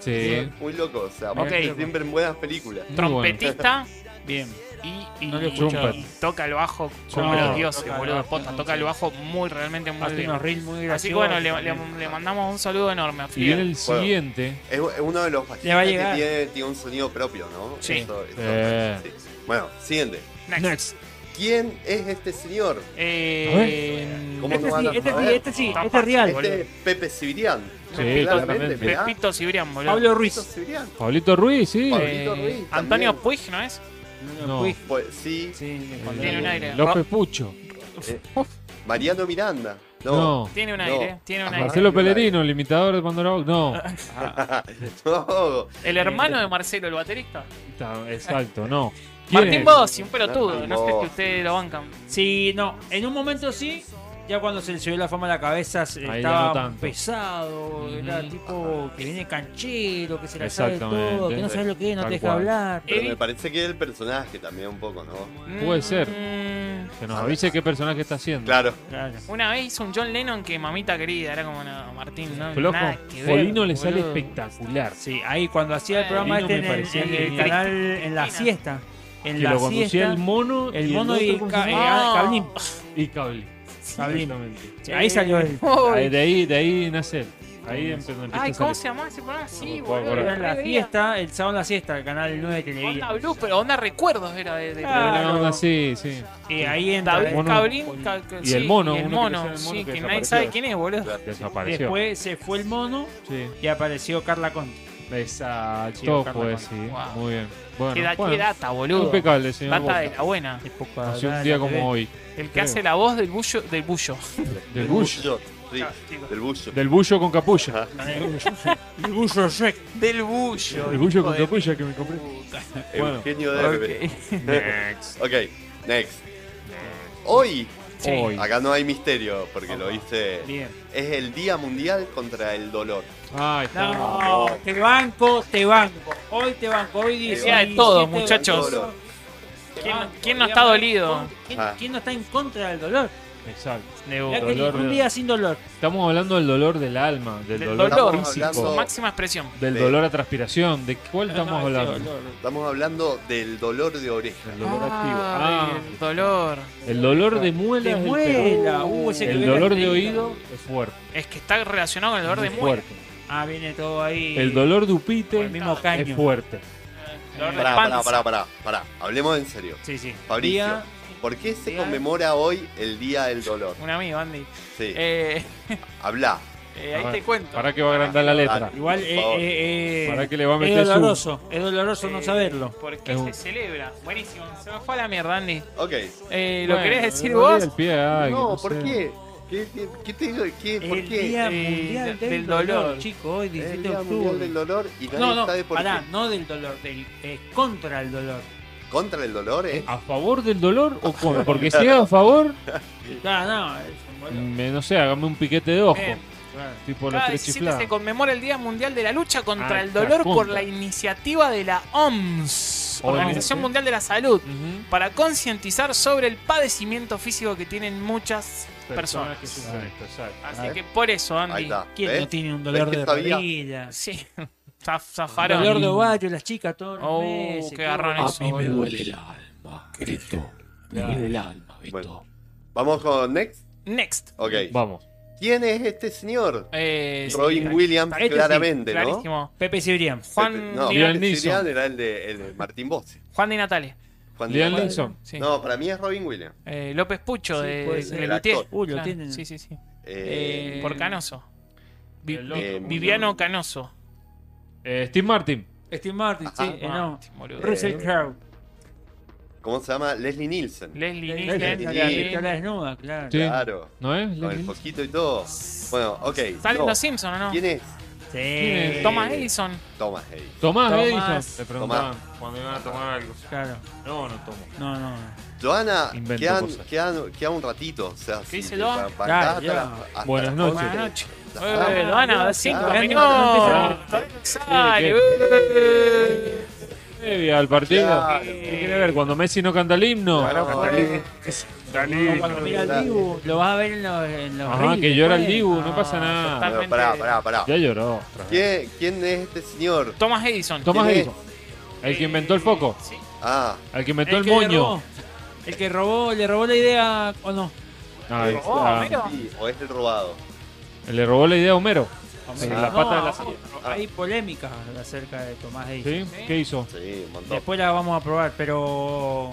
C: Sí.
A: Muy loco, o sea,
B: Ok.
A: siempre en buenas películas.
C: Muy bueno.
B: Trompetista
D: Bien.
B: y, y-
D: No lo
B: y
C: escucho.
B: toca el bajo como
C: No,
B: los dioses,
D: toca el
B: boludo.
D: bajo,
B: posta,
D: no,
B: toca
D: sí.
B: el bajo muy, realmente muy
D: Hace
B: bien.
D: unos reels muy graciosos.
B: Así que bueno, le, le-
D: también.
B: le mandamos un saludo enorme a
C: Y viene
B: Flia.
C: el siguiente.
A: Es, es uno de los
D: Le va
A: bajistas
D: a
A: que
D: llegar.
A: tiene, tiene un sonido propio, ¿no?
B: Sí.
A: Eso- eso-
C: Eh.
A: sí. Bueno, siguiente.
B: Next.
A: ¿Quién es este señor?
B: Eh,
A: ¿Cómo
D: Este
A: no van
D: sí,
A: a
D: este sí,
A: saber?
D: este sí,
B: Tapa,
D: este es real.
A: Este es Pepe Sibirián.
C: Sí,
A: claramente,
C: totalmente.
A: mirá.
B: Pepito Cibrián, boludo. Eh,
D: Pablo
A: Pepe
D: Ruiz.
A: Sibirián.
C: Pablito Ruiz, sí. Eh,
A: Pablo- Pablito Ruiz también.
B: Antonio Puig, ¿no es?
C: No. Eh,
D: Ruiz.
A: Pues sí,
D: Sí, cuando-
B: Tiene un aire.
C: López Pucho.
A: Eh, Mariano Miranda. No.
C: No.
B: Tiene un
A: No.
B: aire, tiene un
A: Ajá.
B: aire.
A: Sí.
C: Marcelo Pellerino, el imitador de Pandora Box. No.
A: No.
B: El hermano de Marcelo, el baterista.
C: Está- Exacto, no. ¿Quién
B: Martín
C: es?
B: Bossi, un pelotudo.
A: Martín
B: No sé si
A: Bossi.
B: ustedes lo bancan.
D: Sí, no. En un momento sí. Ya cuando se le subió la fama a la cabeza se-
C: Ahí ya no
D: estaba
C: tanto.
D: pesado, era
C: Ujú.
D: tipo que viene canchero, que se la sabe
C: Exactamente.
D: todo, que no sabe lo que es, no
C: Tal
D: te deja
C: cual.
D: hablar.
A: Pero
B: Evi-
A: me parece que es el personaje también un poco, ¿no?
C: Puede ser.
B: Mm,
C: Que nos avise qué personaje está haciendo.
A: Claro.
D: Claro.
B: Una vez hizo un John Lennon que mamita querida, era como no, Martín, no.
C: Flojo.
B: nada que ver,
C: Polino le sale
B: boludo.
C: espectacular.
D: Sí, ahí cuando hacía el programa
C: Lino
D: este en
C: me
D: el,
C: parecía
D: en el
C: genial.
D: canal, en la siesta. En
C: Que
D: la
C: lo conducía
D: siesta,
C: el mono.
D: el mono y,
C: otro, ¿cómo se
D: Ca-
C: llama?
D: eh,
B: No.
D: Cablín.
C: ah, Y Cable.
D: Cablín.
C: Exactamente.
D: Sí, Ahí salió el...
C: Ahí- De ahí, de ahí nace él. Ahí empe- empieza
B: Ay,
C: a
B: ¿cómo
C: salir.
B: se llamaba ese programa? Sí,
C: Por-
B: boludo.
C: por-
D: Era en la
B: re veía.
D: fiesta, el sábado en la siesta, el canal 9 de
B: Onda
D: Televisión.
B: blues, Ah, pero onda recuerdos era de. de-
D: Claro.
C: Era una onda así, sí.
D: Eh, ahí entra.
B: David
D: eh.
C: Mono-
B: Cablín, ca- ca-
C: y el
B: sí,
C: mono,
B: y el
C: uno que
B: mono,
C: sea el mono
B: sí,
C: que
B: que, nadie sabe
C: desapareció.
B: quién es, boludo.
C: Desapareció.
D: Después se fue el mono
C: Sí.
D: y apareció Carla Conte.
C: Exacto,
D: Carla
C: pues sí.
D: Conte.
B: Wow.
C: Muy bien. Bueno,
B: Qué, da- qué
C: bueno,
B: data, boludo.
C: impecable, señor.
B: Data de
C: Boca.
B: la buena.
C: Hace un día como hoy.
B: El que
C: Creo.
B: hace la voz del bullo. Del bullo.
C: Del bullo.
A: Sí, del bullo.
C: Del bullo con capulla.
B: Ah.
D: El Bullo Shrek.
B: del bullo.
C: El bullo
B: hijo
C: con
B: de
C: capulla que me compré.
B: puta.
C: Bueno,
A: Eugenio Derbe. Next. ok, next. Hoy,
B: Sí.
C: Hoy.
A: acá no hay misterio porque lo hice.
D: Bien.
A: Es el Día Mundial contra el Dolor.
C: Ay, está.
D: No, te banco, te banco. Hoy te banco, hoy dice.
B: día de todo, muchachos.
A: Dolor.
B: ¿Quién- quién no está dolido?
D: ¿Quién,
A: Ah.
D: quién no está en contra del dolor?
C: Exacto.
D: Mirá que
C: dolor,
D: un
C: ¿no?
D: día sin dolor.
C: Estamos hablando del dolor del alma, del
B: Del
C: dolor,
B: dolor.
C: físico,
A: Estamos hablando-
B: Máxima expresión.
C: del
A: de-
C: dolor a transpiración. ¿De
D: Ah,
C: cuál estamos hablando?
A: Estamos hablando del dolor de oreja.
C: El dolor
B: Ay,
C: activo.
B: Ah, el dolor.
C: Ah, el dolor de muela.
D: Te
C: es el
D: muela. Uh,
C: peor.
D: ese que
C: El
D: hubiera
C: dolor de
D: creído.
C: oído es fuerte.
B: Es que está relacionado con el dolor
C: muy
B: de muela.
C: fuerte.
D: Ah, viene todo ahí.
C: El dolor de upite
D: Por el mismo
C: es
D: caño.
C: fuerte.
B: El dolor de
A: Pará, pará,
B: panza.
A: pará, pará, pará. Hablemos en serio.
D: Sí, sí.
A: Fabricio,
D: Día-
A: ¿por qué se
D: día-
A: conmemora hoy el Día del Dolor?
B: Un amigo, Andy.
A: Sí,
B: Eh,
A: habla.
B: eh, ahí
C: A ver,
B: te cuento.
C: Para que va a agrandar la letra.
A: Dale.
D: Igual
A: Por
D: eh,
A: favor.
D: eh, eh,
C: Para que le va a
D: es
C: meter su-
D: doloroso. Es doloroso no
B: Eh,
D: saberlo.
B: ¿Por qué
C: Es
B: se
C: un-
B: celebra? Buenísimo. Se me fue a la mierda, Andy.
A: Ok.
B: Eh, ¿Lo
C: Bueno,
B: querés decir
C: le dolía
B: vos?
C: el pie a alguien,
A: No, ¿por
C: sé.
A: qué? ¿Qué, qué, qué te digo? ¿Qué, ¿Por
D: El
A: qué?
D: Día
B: Eh,
D: Mundial
B: del
D: del,
B: dolor.
D: dolor. chico. Hoy
A: Es
D: 17
A: el
D: de
A: Día Mundial del
D: octubre.
A: Dolor y nadie
D: No,
A: sabe
D: no,
A: por
D: pará,
A: qué.
D: no del dolor, del, eh, contra el dolor.
A: ¿Contra el dolor? Eh?
C: ¿A favor del dolor o contra? Porque si es a favor,
D: Ah, No, no, es un boludo.
C: me- no sé, hágame un piquete de ojo.
B: Bien.
C: Tipo los
B: Cada
C: tres
B: 17 se
C: chiflados.
B: conmemora el Día Mundial de la Lucha contra
C: Ah,
B: el Dolor
C: está,
B: por
C: punto.
B: la iniciativa de la OMS, Organización
C: Obviamente.
B: Mundial de la Salud, para concientizar sobre el padecimiento físico que tienen muchas personas.
C: Personas que sufren esto, exacto.
B: Así que por eso, Andy,
D: Ahí está. ¿Quién ¿Ves? no tiene un dolor ¿Ves que de sabía? rodilla?
B: Sí, Zaf- zafaron.
D: Dolor de ovario, las chicas, todos los
B: Oh,
D: meses,
B: qué
D: todo.
B: garrón
A: A mí me duele el
B: alma,
A: Grito.
B: Me duele el
A: alma, Vamos con Next.
B: Next.
A: Ok.
C: Vamos.
A: ¿Quién es este señor?
B: Eh, sí,
A: Robin
B: claro.
A: Williams,
B: Este sí,
A: claramente,
B: clarísimo.
A: ¿no?
D: Pepe Cibrián.
B: Juan
A: no,
B: Di-
A: Pepe Cibrián era el de, el de Martín Bossi.
B: Juan Di Natale.
A: Juan
B: Liam
A: Natale.
B: Neeson. Sí.
A: No, para mí es Robin Williams.
B: Eh, López Pucho
A: Sí,
B: de,
A: puede
B: de
A: ser.
B: Le
A: El
B: Luthier.
A: actor. Uy, lo
B: Claro,
A: tienen.
B: Sí, sí, sí.
A: Eh,
B: Por Canoso. Vi-
C: El otro,
B: eh,
C: ¿cómo
B: Viviano Canoso.
C: Eh, Steve Martin.
D: Steve Martin,
A: Ajá.
D: sí, eh, no.
B: Martin, boludo.
A: Eh,
D: Russell Crowe.
A: ¿Cómo se llama? Leslie Nielsen.
B: Leslie
D: Nielsen, la- la- la- la desnuda, claro. Sí.
A: eh, Claro.
C: ¿No es?
A: Con el foquito y todo. Bueno, ok.
B: ¿Salen
A: no.
B: los Simpsons o no?
A: ¿Quién es?
D: ¿Quién
A: es?
B: Thomas Edison.
A: Thomas Hayes.
C: Tomás,
B: Tomás.
C: Eh, Edison. Le preguntaban
A: Tomás.
C: cuando iban a tomar algo.
D: Claro.
C: No, no tomo.
D: No, no.
A: Joana,
C: Invento
A: quedan,
C: cosas.
A: quedan- queda un ratito. O sea,
B: ¿Qué
A: si
B: dice
A: te-
B: Loa?
A: pa- pa- acá
B: Dale,
A: hasta
B: ya.
A: la- hasta
C: Buenas
A: las
C: noches.
A: once.
B: Buenas noches.
A: Ya
B: Eh,
A: está.
B: Loana,
D: Ah,
A: Ya
B: cinco
A: está.
B: minutos. Sale, eh.
C: Previa al partido.
A: Claro.
C: ¿Qué quiere ver? Cuando Messi no canta el himno.
A: Claro, canta el himno.
D: No, cuando mira el Dibu, lo vas a ver en los, en los
C: Ajá,
D: reels
C: que llora el
D: después.
C: Dibu, no pasa nada.
A: Bueno, pará, pará, pará.
C: Ya lloró. otra vez.
A: ¿Quién, quién es este señor?
B: Thomas Edison.
C: Tomás
A: ¿Quién es?
C: Edison. El que inventó el foco.
A: Ah.
C: El que inventó el,
D: que le
C: moño.
D: robó. El que robó, le robó la idea o no.
C: Ah,
A: Eh,
C: está.
B: Oh,
A: ah, sí, o es el robado.
C: Le robó la idea a Homero. Sí,
D: Homero.
C: la
D: Ah, No,
C: pata de la silla.
D: Hay polémicas acerca de Tomás
C: ¿Sí?
D: Edison.
C: ¿Qué hizo?
A: Sí, un montón.
D: Después la vamos a probar, pero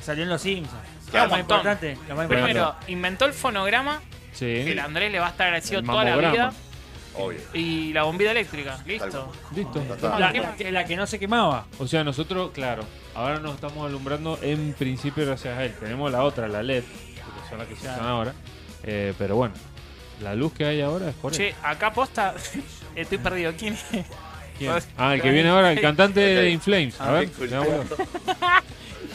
D: salió en los Simpsons.
B: Ah,
D: Lo más
B: un montón.
D: importante, lo más
B: Primero,
D: importante.
B: inventó el fonograma.
C: Sí.
B: Que el Andrés le va a estar agradecido
D: El
B: toda la vida.
D: mamograma.
A: Obvio.
B: Y la bombita eléctrica. Listo.
C: Listo.
D: La, la- la que no se quemaba.
C: O sea, nosotros, claro, ahora nos estamos alumbrando en principio gracias a él. Tenemos la otra, la LED, que son las que se usan
B: Claro.
C: ahora. Eh, pero bueno, la luz que hay ahora es por él.
B: Che, acá posta. Estoy perdido. ¿Quién es?
C: ¿Quién? Ah, el que viene ahora, el cantante de In Flames. A
A: Ah,
C: ver,
A: disculpe.
C: veamos.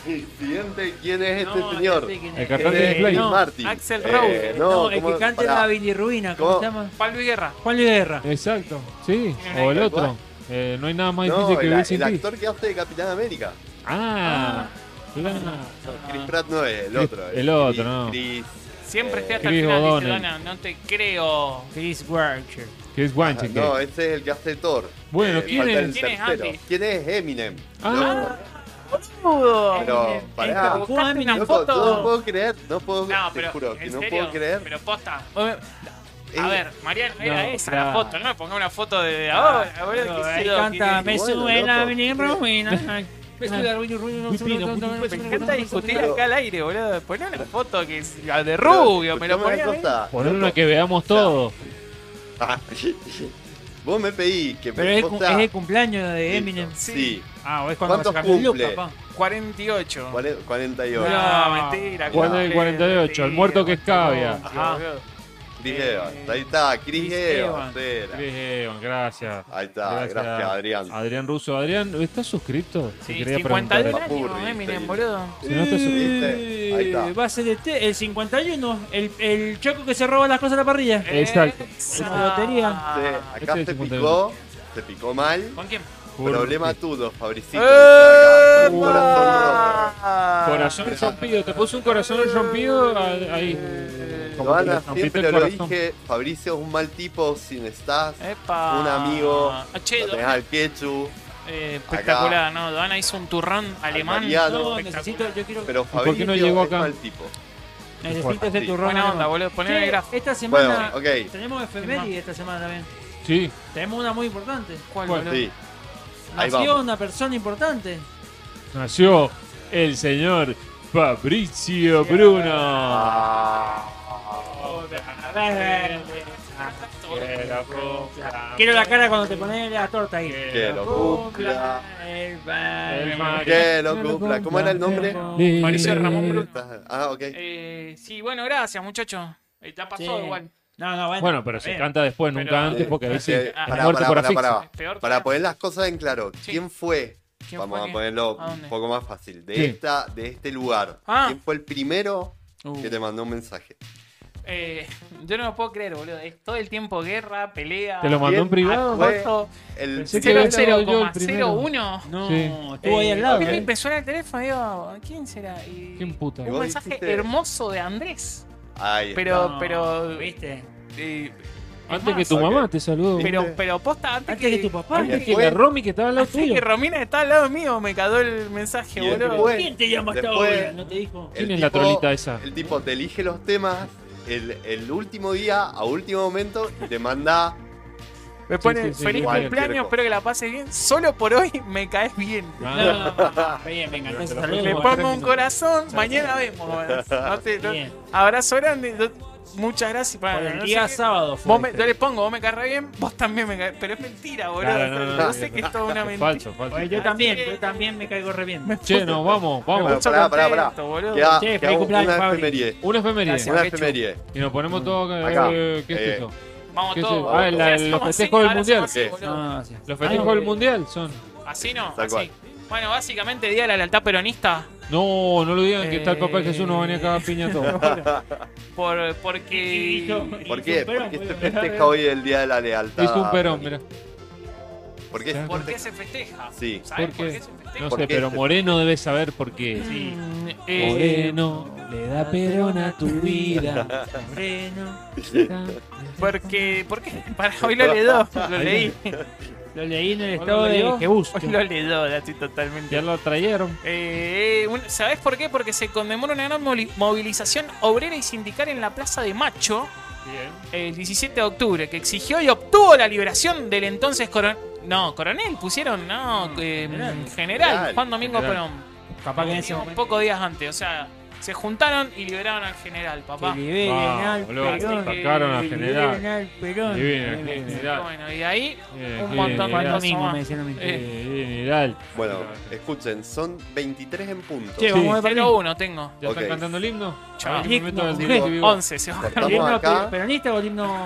A: Siguiente, ¿quién es este
D: No,
A: señor?
D: ya sé quién
C: El cantante de Flames.
A: Dean Martin.
B: Axel
A: Eh,
B: Rose.
A: no,
D: No, el
A: ¿cómo-
D: que canta
A: pará.
D: la bilirruina, ¿cómo,
A: ¿Cómo?
D: se llama?
B: Juan Luis Guerra.
D: Juan Luis Guerra.
C: Exacto, sí. O el otro. Eh, no hay nada más difícil
A: No,
C: que
A: el,
C: vivir sin
A: el
C: ti.
A: actor que hace de Capitán América.
C: Ah, claro.
B: Ah,
A: No, Chris Pratt no es, el otro.
C: El otro, no.
A: Chris,
B: Siempre
A: eh,
B: estoy hasta
C: Chris
B: el final. Dice,
C: O'Donnell.
B: Dana, no te creo.
D: Chris Wilder.
C: Que es Guanche. que-
A: No, este es el que hace Thor.
C: Bueno,
A: Eh,
C: ¿quién
A: falta
C: es?
A: el
B: ¿Quién es
A: tercero.
B: Andy?
A: ¿Quién es Eminem?
C: Ah,
B: Boludo.
D: Este,
A: Pero, pará.
B: Buscaste una
A: Loco,
B: foto.
A: yo no puedo creer, no puedo,
B: No,
A: te
B: pero,
A: juro que
B: ¿en
A: no
B: serio?
A: puedo creer. Eh,
B: Pero posta. A ver, Mariano, era
A: No,
B: esa
A: claro.
B: la foto, ¿no? Ponga una foto de
C: Ah,
B: ahora. a ver, Ah, qué sé
D: Ah, Ahí
B: yo,
D: canta,
B: quién
D: me
B: es.
D: sube la bilirruina. Me sube la bilirruina.
B: Me encanta discutir
D: Pero-
B: acá al aire, boludo. Poné una foto que es la de
A: Pero,
B: rubio, me lo
A: escuchame
B: ponía.
A: una
B: ahí.
A: cosa.
C: poner una que veamos todo.
A: Ah, Vos me pedís que
D: Pero
A: me
D: es, cu-
A: posta-
D: es el cumpleaños de
A: Listo,
D: Eminem.
A: Sí.
D: Ah, o es cuando
A: ¿Cuántos
D: se cambió el look,
A: cumple?
D: papá.
B: 48.
A: Cuare- 48.
B: No, mentira.
C: ¿Cuál es el 48? El muerto que es Cavia.
B: Ajá.
A: Chris Evans,
B: Eh,
A: ahí está, Chris,
C: Chris
A: Evans.
C: Evans.
A: era.
C: Chris Evans, gracias.
A: Ahí está, gracias, Adrián.
C: Adrián Russo. Adrián, ¿estás suscrito? Te
B: Sí,
C: quería
B: 51
C: preguntar.
B: años,
A: Papurri,
B: Eminem,
A: sí.
B: boludo.
C: Si no estás suscrito.
A: ¿Viste? Ahí está.
D: Eh, Va a ser este, el 51, el, el choco que se roba las cosas de la
B: Eh,
D: parrilla.
C: Exacto.
D: Una lotería. Ah,
A: Sí, acá
C: Este es
A: se
C: 51.
A: picó, se picó mal.
B: ¿Con quién?
A: Problema tuyo, Fabricito.
C: ¡Epa!
A: Un Corazón
C: Corazón rompido. Te puse un corazón rompido a- ahí.
A: roto.
C: Como que le
A: Joana,
C: rompiste
A: Eh, siempre
C: el
A: lo
C: corazón.
A: dije, Fabricio es un mal tipo, si necesitas
B: Epa.
A: un amigo,
B: Ah, che,
A: lo tenés al Quechu,
B: Eh, espectacular, ¿no? Doana hizo un turrón alemán.
A: Mariano.
D: No,
B: Espectacular.
D: necesito, yo quiero.
A: pero
C: por qué
A: Fabricio
C: no llegó
A: es
C: acá?
A: mal tipo.
D: necesito
A: Sí.
D: ese turrón.
B: Buena onda,
D: hermano.
B: boludo. Poner el
D: Che,
B: grafo.
D: Esta semana
A: Bueno, ok.
D: tenemos efeméride esta semana también.
C: Sí,
D: Tenemos una muy importante.
B: ¿Cuál,
C: ¿Cuál?
B: boludo?
A: Sí, ahí
D: Nació
A: vamos.
D: una persona importante.
C: nació el señor Fabricio Bruno.
A: Ah.
D: Quiero la cara cuando te pones la torta ahí.
A: Que lo cumpla,
D: El padre.
A: que lo cumpla. ¿Cómo era el nombre?
B: Mauricio Ramón Bruno.
A: Ah, ok.
B: Eh, sí, bueno, gracias, muchachos. Eh, Ya pasó
D: Sí.
B: igual.
D: No, no, bueno.
C: Bueno, pero se canta después,
B: Pero-
C: nunca antes, porque ahí sí.
A: Eh,
B: Ah,
A: pará,
C: muerto
A: pará,
C: por
A: pará,
C: asfixia.
A: pará.
B: Es peor
A: Para
B: todavía.
A: poner las cosas en claro,
B: Sí.
A: ¿quién fue?
B: ¿Quién
A: Vamos
B: fue
A: a
B: qué?
A: ponerlo
B: ¿A dónde?
A: un poco más fácil. De
C: Sí.
A: esta, de este lugar.
B: Ah.
A: ¿Quién fue el primero
D: Uh.
A: que te mandó un mensaje?
B: Eh, yo no lo puedo creer, boludo. Es todo el tiempo guerra, pelea.
C: ¿Te lo mandó en privado?
B: acoso,
C: El-
B: el
C: Pensé que había sido yo el
B: 00,01.
C: primero. No, Sí.
D: estuvo ahí al lado,
B: a mí
D: ¿eh?
B: Me suena el teléfono y digo, ¿quién será? Y
C: ¿Quién puta?
B: un mensaje hermoso de Andrés.
A: Ay,
B: Pero,
D: No,
B: pero.
D: ¿Viste?
B: eh,
C: Antes
B: es
C: que tu
B: más,
C: mamá te saludó.
B: Pero, pero posta, antes,
D: Antes que tu papá.
C: Antes que la Romy que estaba al lado
B: antes
C: tuyo.
B: que Romina está al lado mío, me cagó el mensaje,
A: Y
B: boludo.
A: después-
D: ¿Quién te llama hasta
A: después-
D: ahora? ¿No te dijo?
A: El
C: ¿Quién es la
A: tipo-
C: trolita esa?
A: El tipo te elige los temas el, el último día, a último momento, y te manda.
B: Me pone
A: Cualquier
B: feliz cumpleaños,
A: cosa.
B: espero que la pases bien. Solo por hoy me caes bien.
D: Ah, está bien, venga, entonces saludos.
B: Le pongo un corazón, mañana vemos. No te- no- abrazo grande. yo- muchas gracias. para
D: Por el día sábado fue
B: Vos me-
D: este.
B: yo le pongo, vos me caes re bien, vos también me caes. Pero es mentira, boludo.
C: Claro, no, no,
B: yo
C: no,
B: sé
C: no.
B: que esto es una mentira.
C: Falso, falso.
D: Oye, yo también, yo también me caigo re bien.
C: Che, no, vamos,
A: Bueno,
C: vamos.
A: pará, pará, pará.
B: contento, boludo.
A: Queda-
D: Che, feliz
A: queda
D: cumpleaños,
A: una
D: Fabri.
A: efeméride.
C: Una efeméride.
B: Gracias,
A: Una
B: Pecho.
A: efeméride.
C: Y nos ponemos todos acá.
A: Acá,
C: eh, ¿Qué
A: eh,
C: es esto?
B: Vamos
C: ¿Qué es
B: todos.
C: esto? Ah, la-
B: Sí,
C: los
B: somos
C: festejos del
B: así, ahora
C: mundial. Ah,
B: somos
A: Sí.
B: así, boludo. Ah,
D: No, sí.
C: Los festejos del mundial son.
B: Así no,
A: Tal
B: así.
A: cual.
B: Bueno, básicamente día de la lealtad peronista.
C: No, no lo digan que está el papá
B: Eh,
C: de Jesús nos venía acá a piña a todos.
B: Por, porque.
A: ¿Por qué? Porque se festeja hoy el Día de la Lealtad.
C: Hizo un perón, mira.
A: ¿Por qué?
B: ¿Por qué se festeja?
A: Sí.
B: ¿Sabés por
C: Porque-
B: qué se festeja?
C: No
A: ¿Por
C: sé,
A: qué?
C: pero Moreno debe saber por qué.
B: Mm, eh,
C: Moreno le da perón a tu vida. Eh,
D: Freno.
B: Porque, ¿por qué? Para, hoy lo leído, lo leí.
D: Lo leí en el estado de
C: leyó?
D: Jebus.
B: Hoy lo leído, estoy totalmente.
C: Ya lo trajeron.
B: Eh, un- ¿Sabés por qué? Porque se conmemora una gran moli- movilización obrera y sindical en la Plaza de Macho el 17 de octubre, que exigió y obtuvo la liberación del entonces coronel. No, coronel, pusieron, no, eh, general,
A: General.
B: Juan Domingo
C: Mm, General.
B: Perón.
D: Capaz que en ese
B: Unos
D: momento.
B: pocos días antes, o sea, se juntaron y liberaron al general, papá.
D: Que liberen
C: Va,
D: al
C: boludo,
D: Perón.
C: sacaron al
D: que
C: general.
D: liberen al Perón.
C: Liberen al
D: Eh,
C: general.
B: Bueno, y ahí
C: Eh,
B: un
C: qué
B: montón de
C: general.
B: cosas
D: Domingo me
B: más.
D: decían lo mismo.
B: Eh,
C: General.
A: Bueno, escuchen, son 23 en punto.
D: Che, vamos a ver
B: Pero uno tengo.
C: ¿Ya están
A: Ok.
C: cantando el himno?
B: Chao.
C: A ver, que me meto en el
D: Himno,
C: directo
D: ¿qué?
C: vivo.
B: 11 se va.
D: ¿El
A: Cortamos
D: himno
A: acá.
D: pe- peronista o el himno.?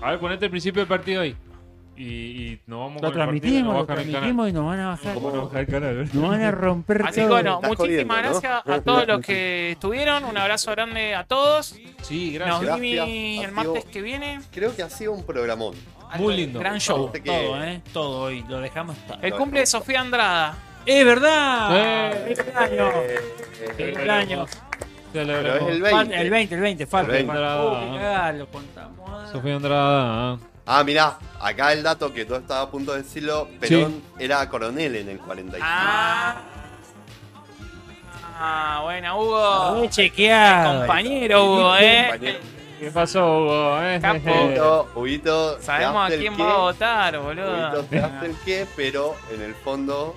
C: A ver, ponete el principio del partido ahí. Y, y nos vamos
D: Lo
C: con el partido,
D: transmitimos,
C: nos
D: lo
C: bajan el canal.
D: transmitimos y nos van a bajar.
C: ¿Cómo nos bajan el canal? ¿eh?
D: Nos van a romper
B: Así que
D: todo.
B: bueno,
A: Estás
B: muchísimas
A: jodiendo, ¿no?
B: gracias a todos los que estuvieron. Un abrazo grande a todos.
C: Sí,
B: Nos
C: gracias.
A: Gracias.
B: vimos
A: Ha
B: el martes
A: sido-
B: que viene.
A: Creo que ha sido un programón.
B: Algo
C: Muy
B: de
C: lindo.
B: Gran show.
A: Parece que-
D: Todo, ¿eh? Todo hoy. Lo dejamos todo.
B: El cumple de Sofía Andrada.
D: ¡Es verdad!
C: Eh.
D: ¡Feliz año!
A: Eh, eh,
D: ¡Feliz año!
A: pero es el
D: Falta-
A: 20.
D: El 20, el 20, falta.
A: El 20.
D: falta. Oh, qué cagada, lo contamos. ah.
C: Sofía Andrada. ah.
A: Ah, mirá, acá el dato que yo estaba a punto de decirlo, Perón era coronel en el 45.
B: Ah. Ah, buena, Hugo.
D: Muy chequeado.
B: Compañero, Hugo, eh.
A: Compañero.
C: ¿Qué pasó, Hugo? Eh,
B: Capo.
C: eh, eh.
A: Huguito, Huguito, te
B: Sabemos
A: hace
B: a
A: el
B: quién
A: qué,
B: va a votar,
A: Huguito
B: boludo.
A: te hace el qué, pero en el fondo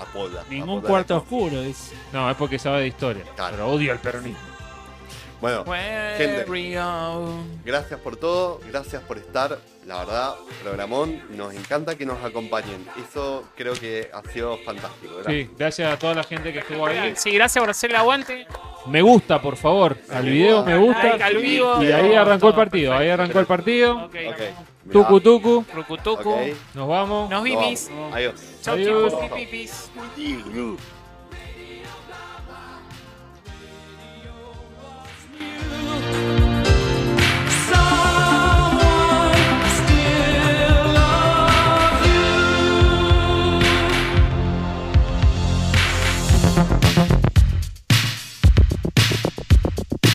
A: apoda.
D: Ningún
A: apoda
D: cuarto
A: la cosa.
D: oscuro, dice.
C: No, es porque sabe de historia.
A: Claro.
C: Pero odio al peronismo.
A: Bueno,
B: Where we go.
A: Gracias por todo, gracias por estar. La verdad, programón, nos encanta que nos acompañen. Eso creo que ha sido fantástico, ¿verdad?
C: Sí, gracias a toda la gente que estuvo ahí.
B: Sí, gracias por hacer el aguante.
C: Me gusta, por favor. Al video me gusta.
B: Like al vivo.
C: Y ahí arrancó el partido. Ahí arrancó el partido.
B: Ok.
A: Ok, mirá,
C: Tucu, tucu.
B: Rucutucu.
A: ok,
C: Nos vamos.
B: Nos
A: nos
B: vimos.
A: vamos. Adiós.
B: Chau,
C: Adiós.
B: chicos. Pipipis.
A: Adiós.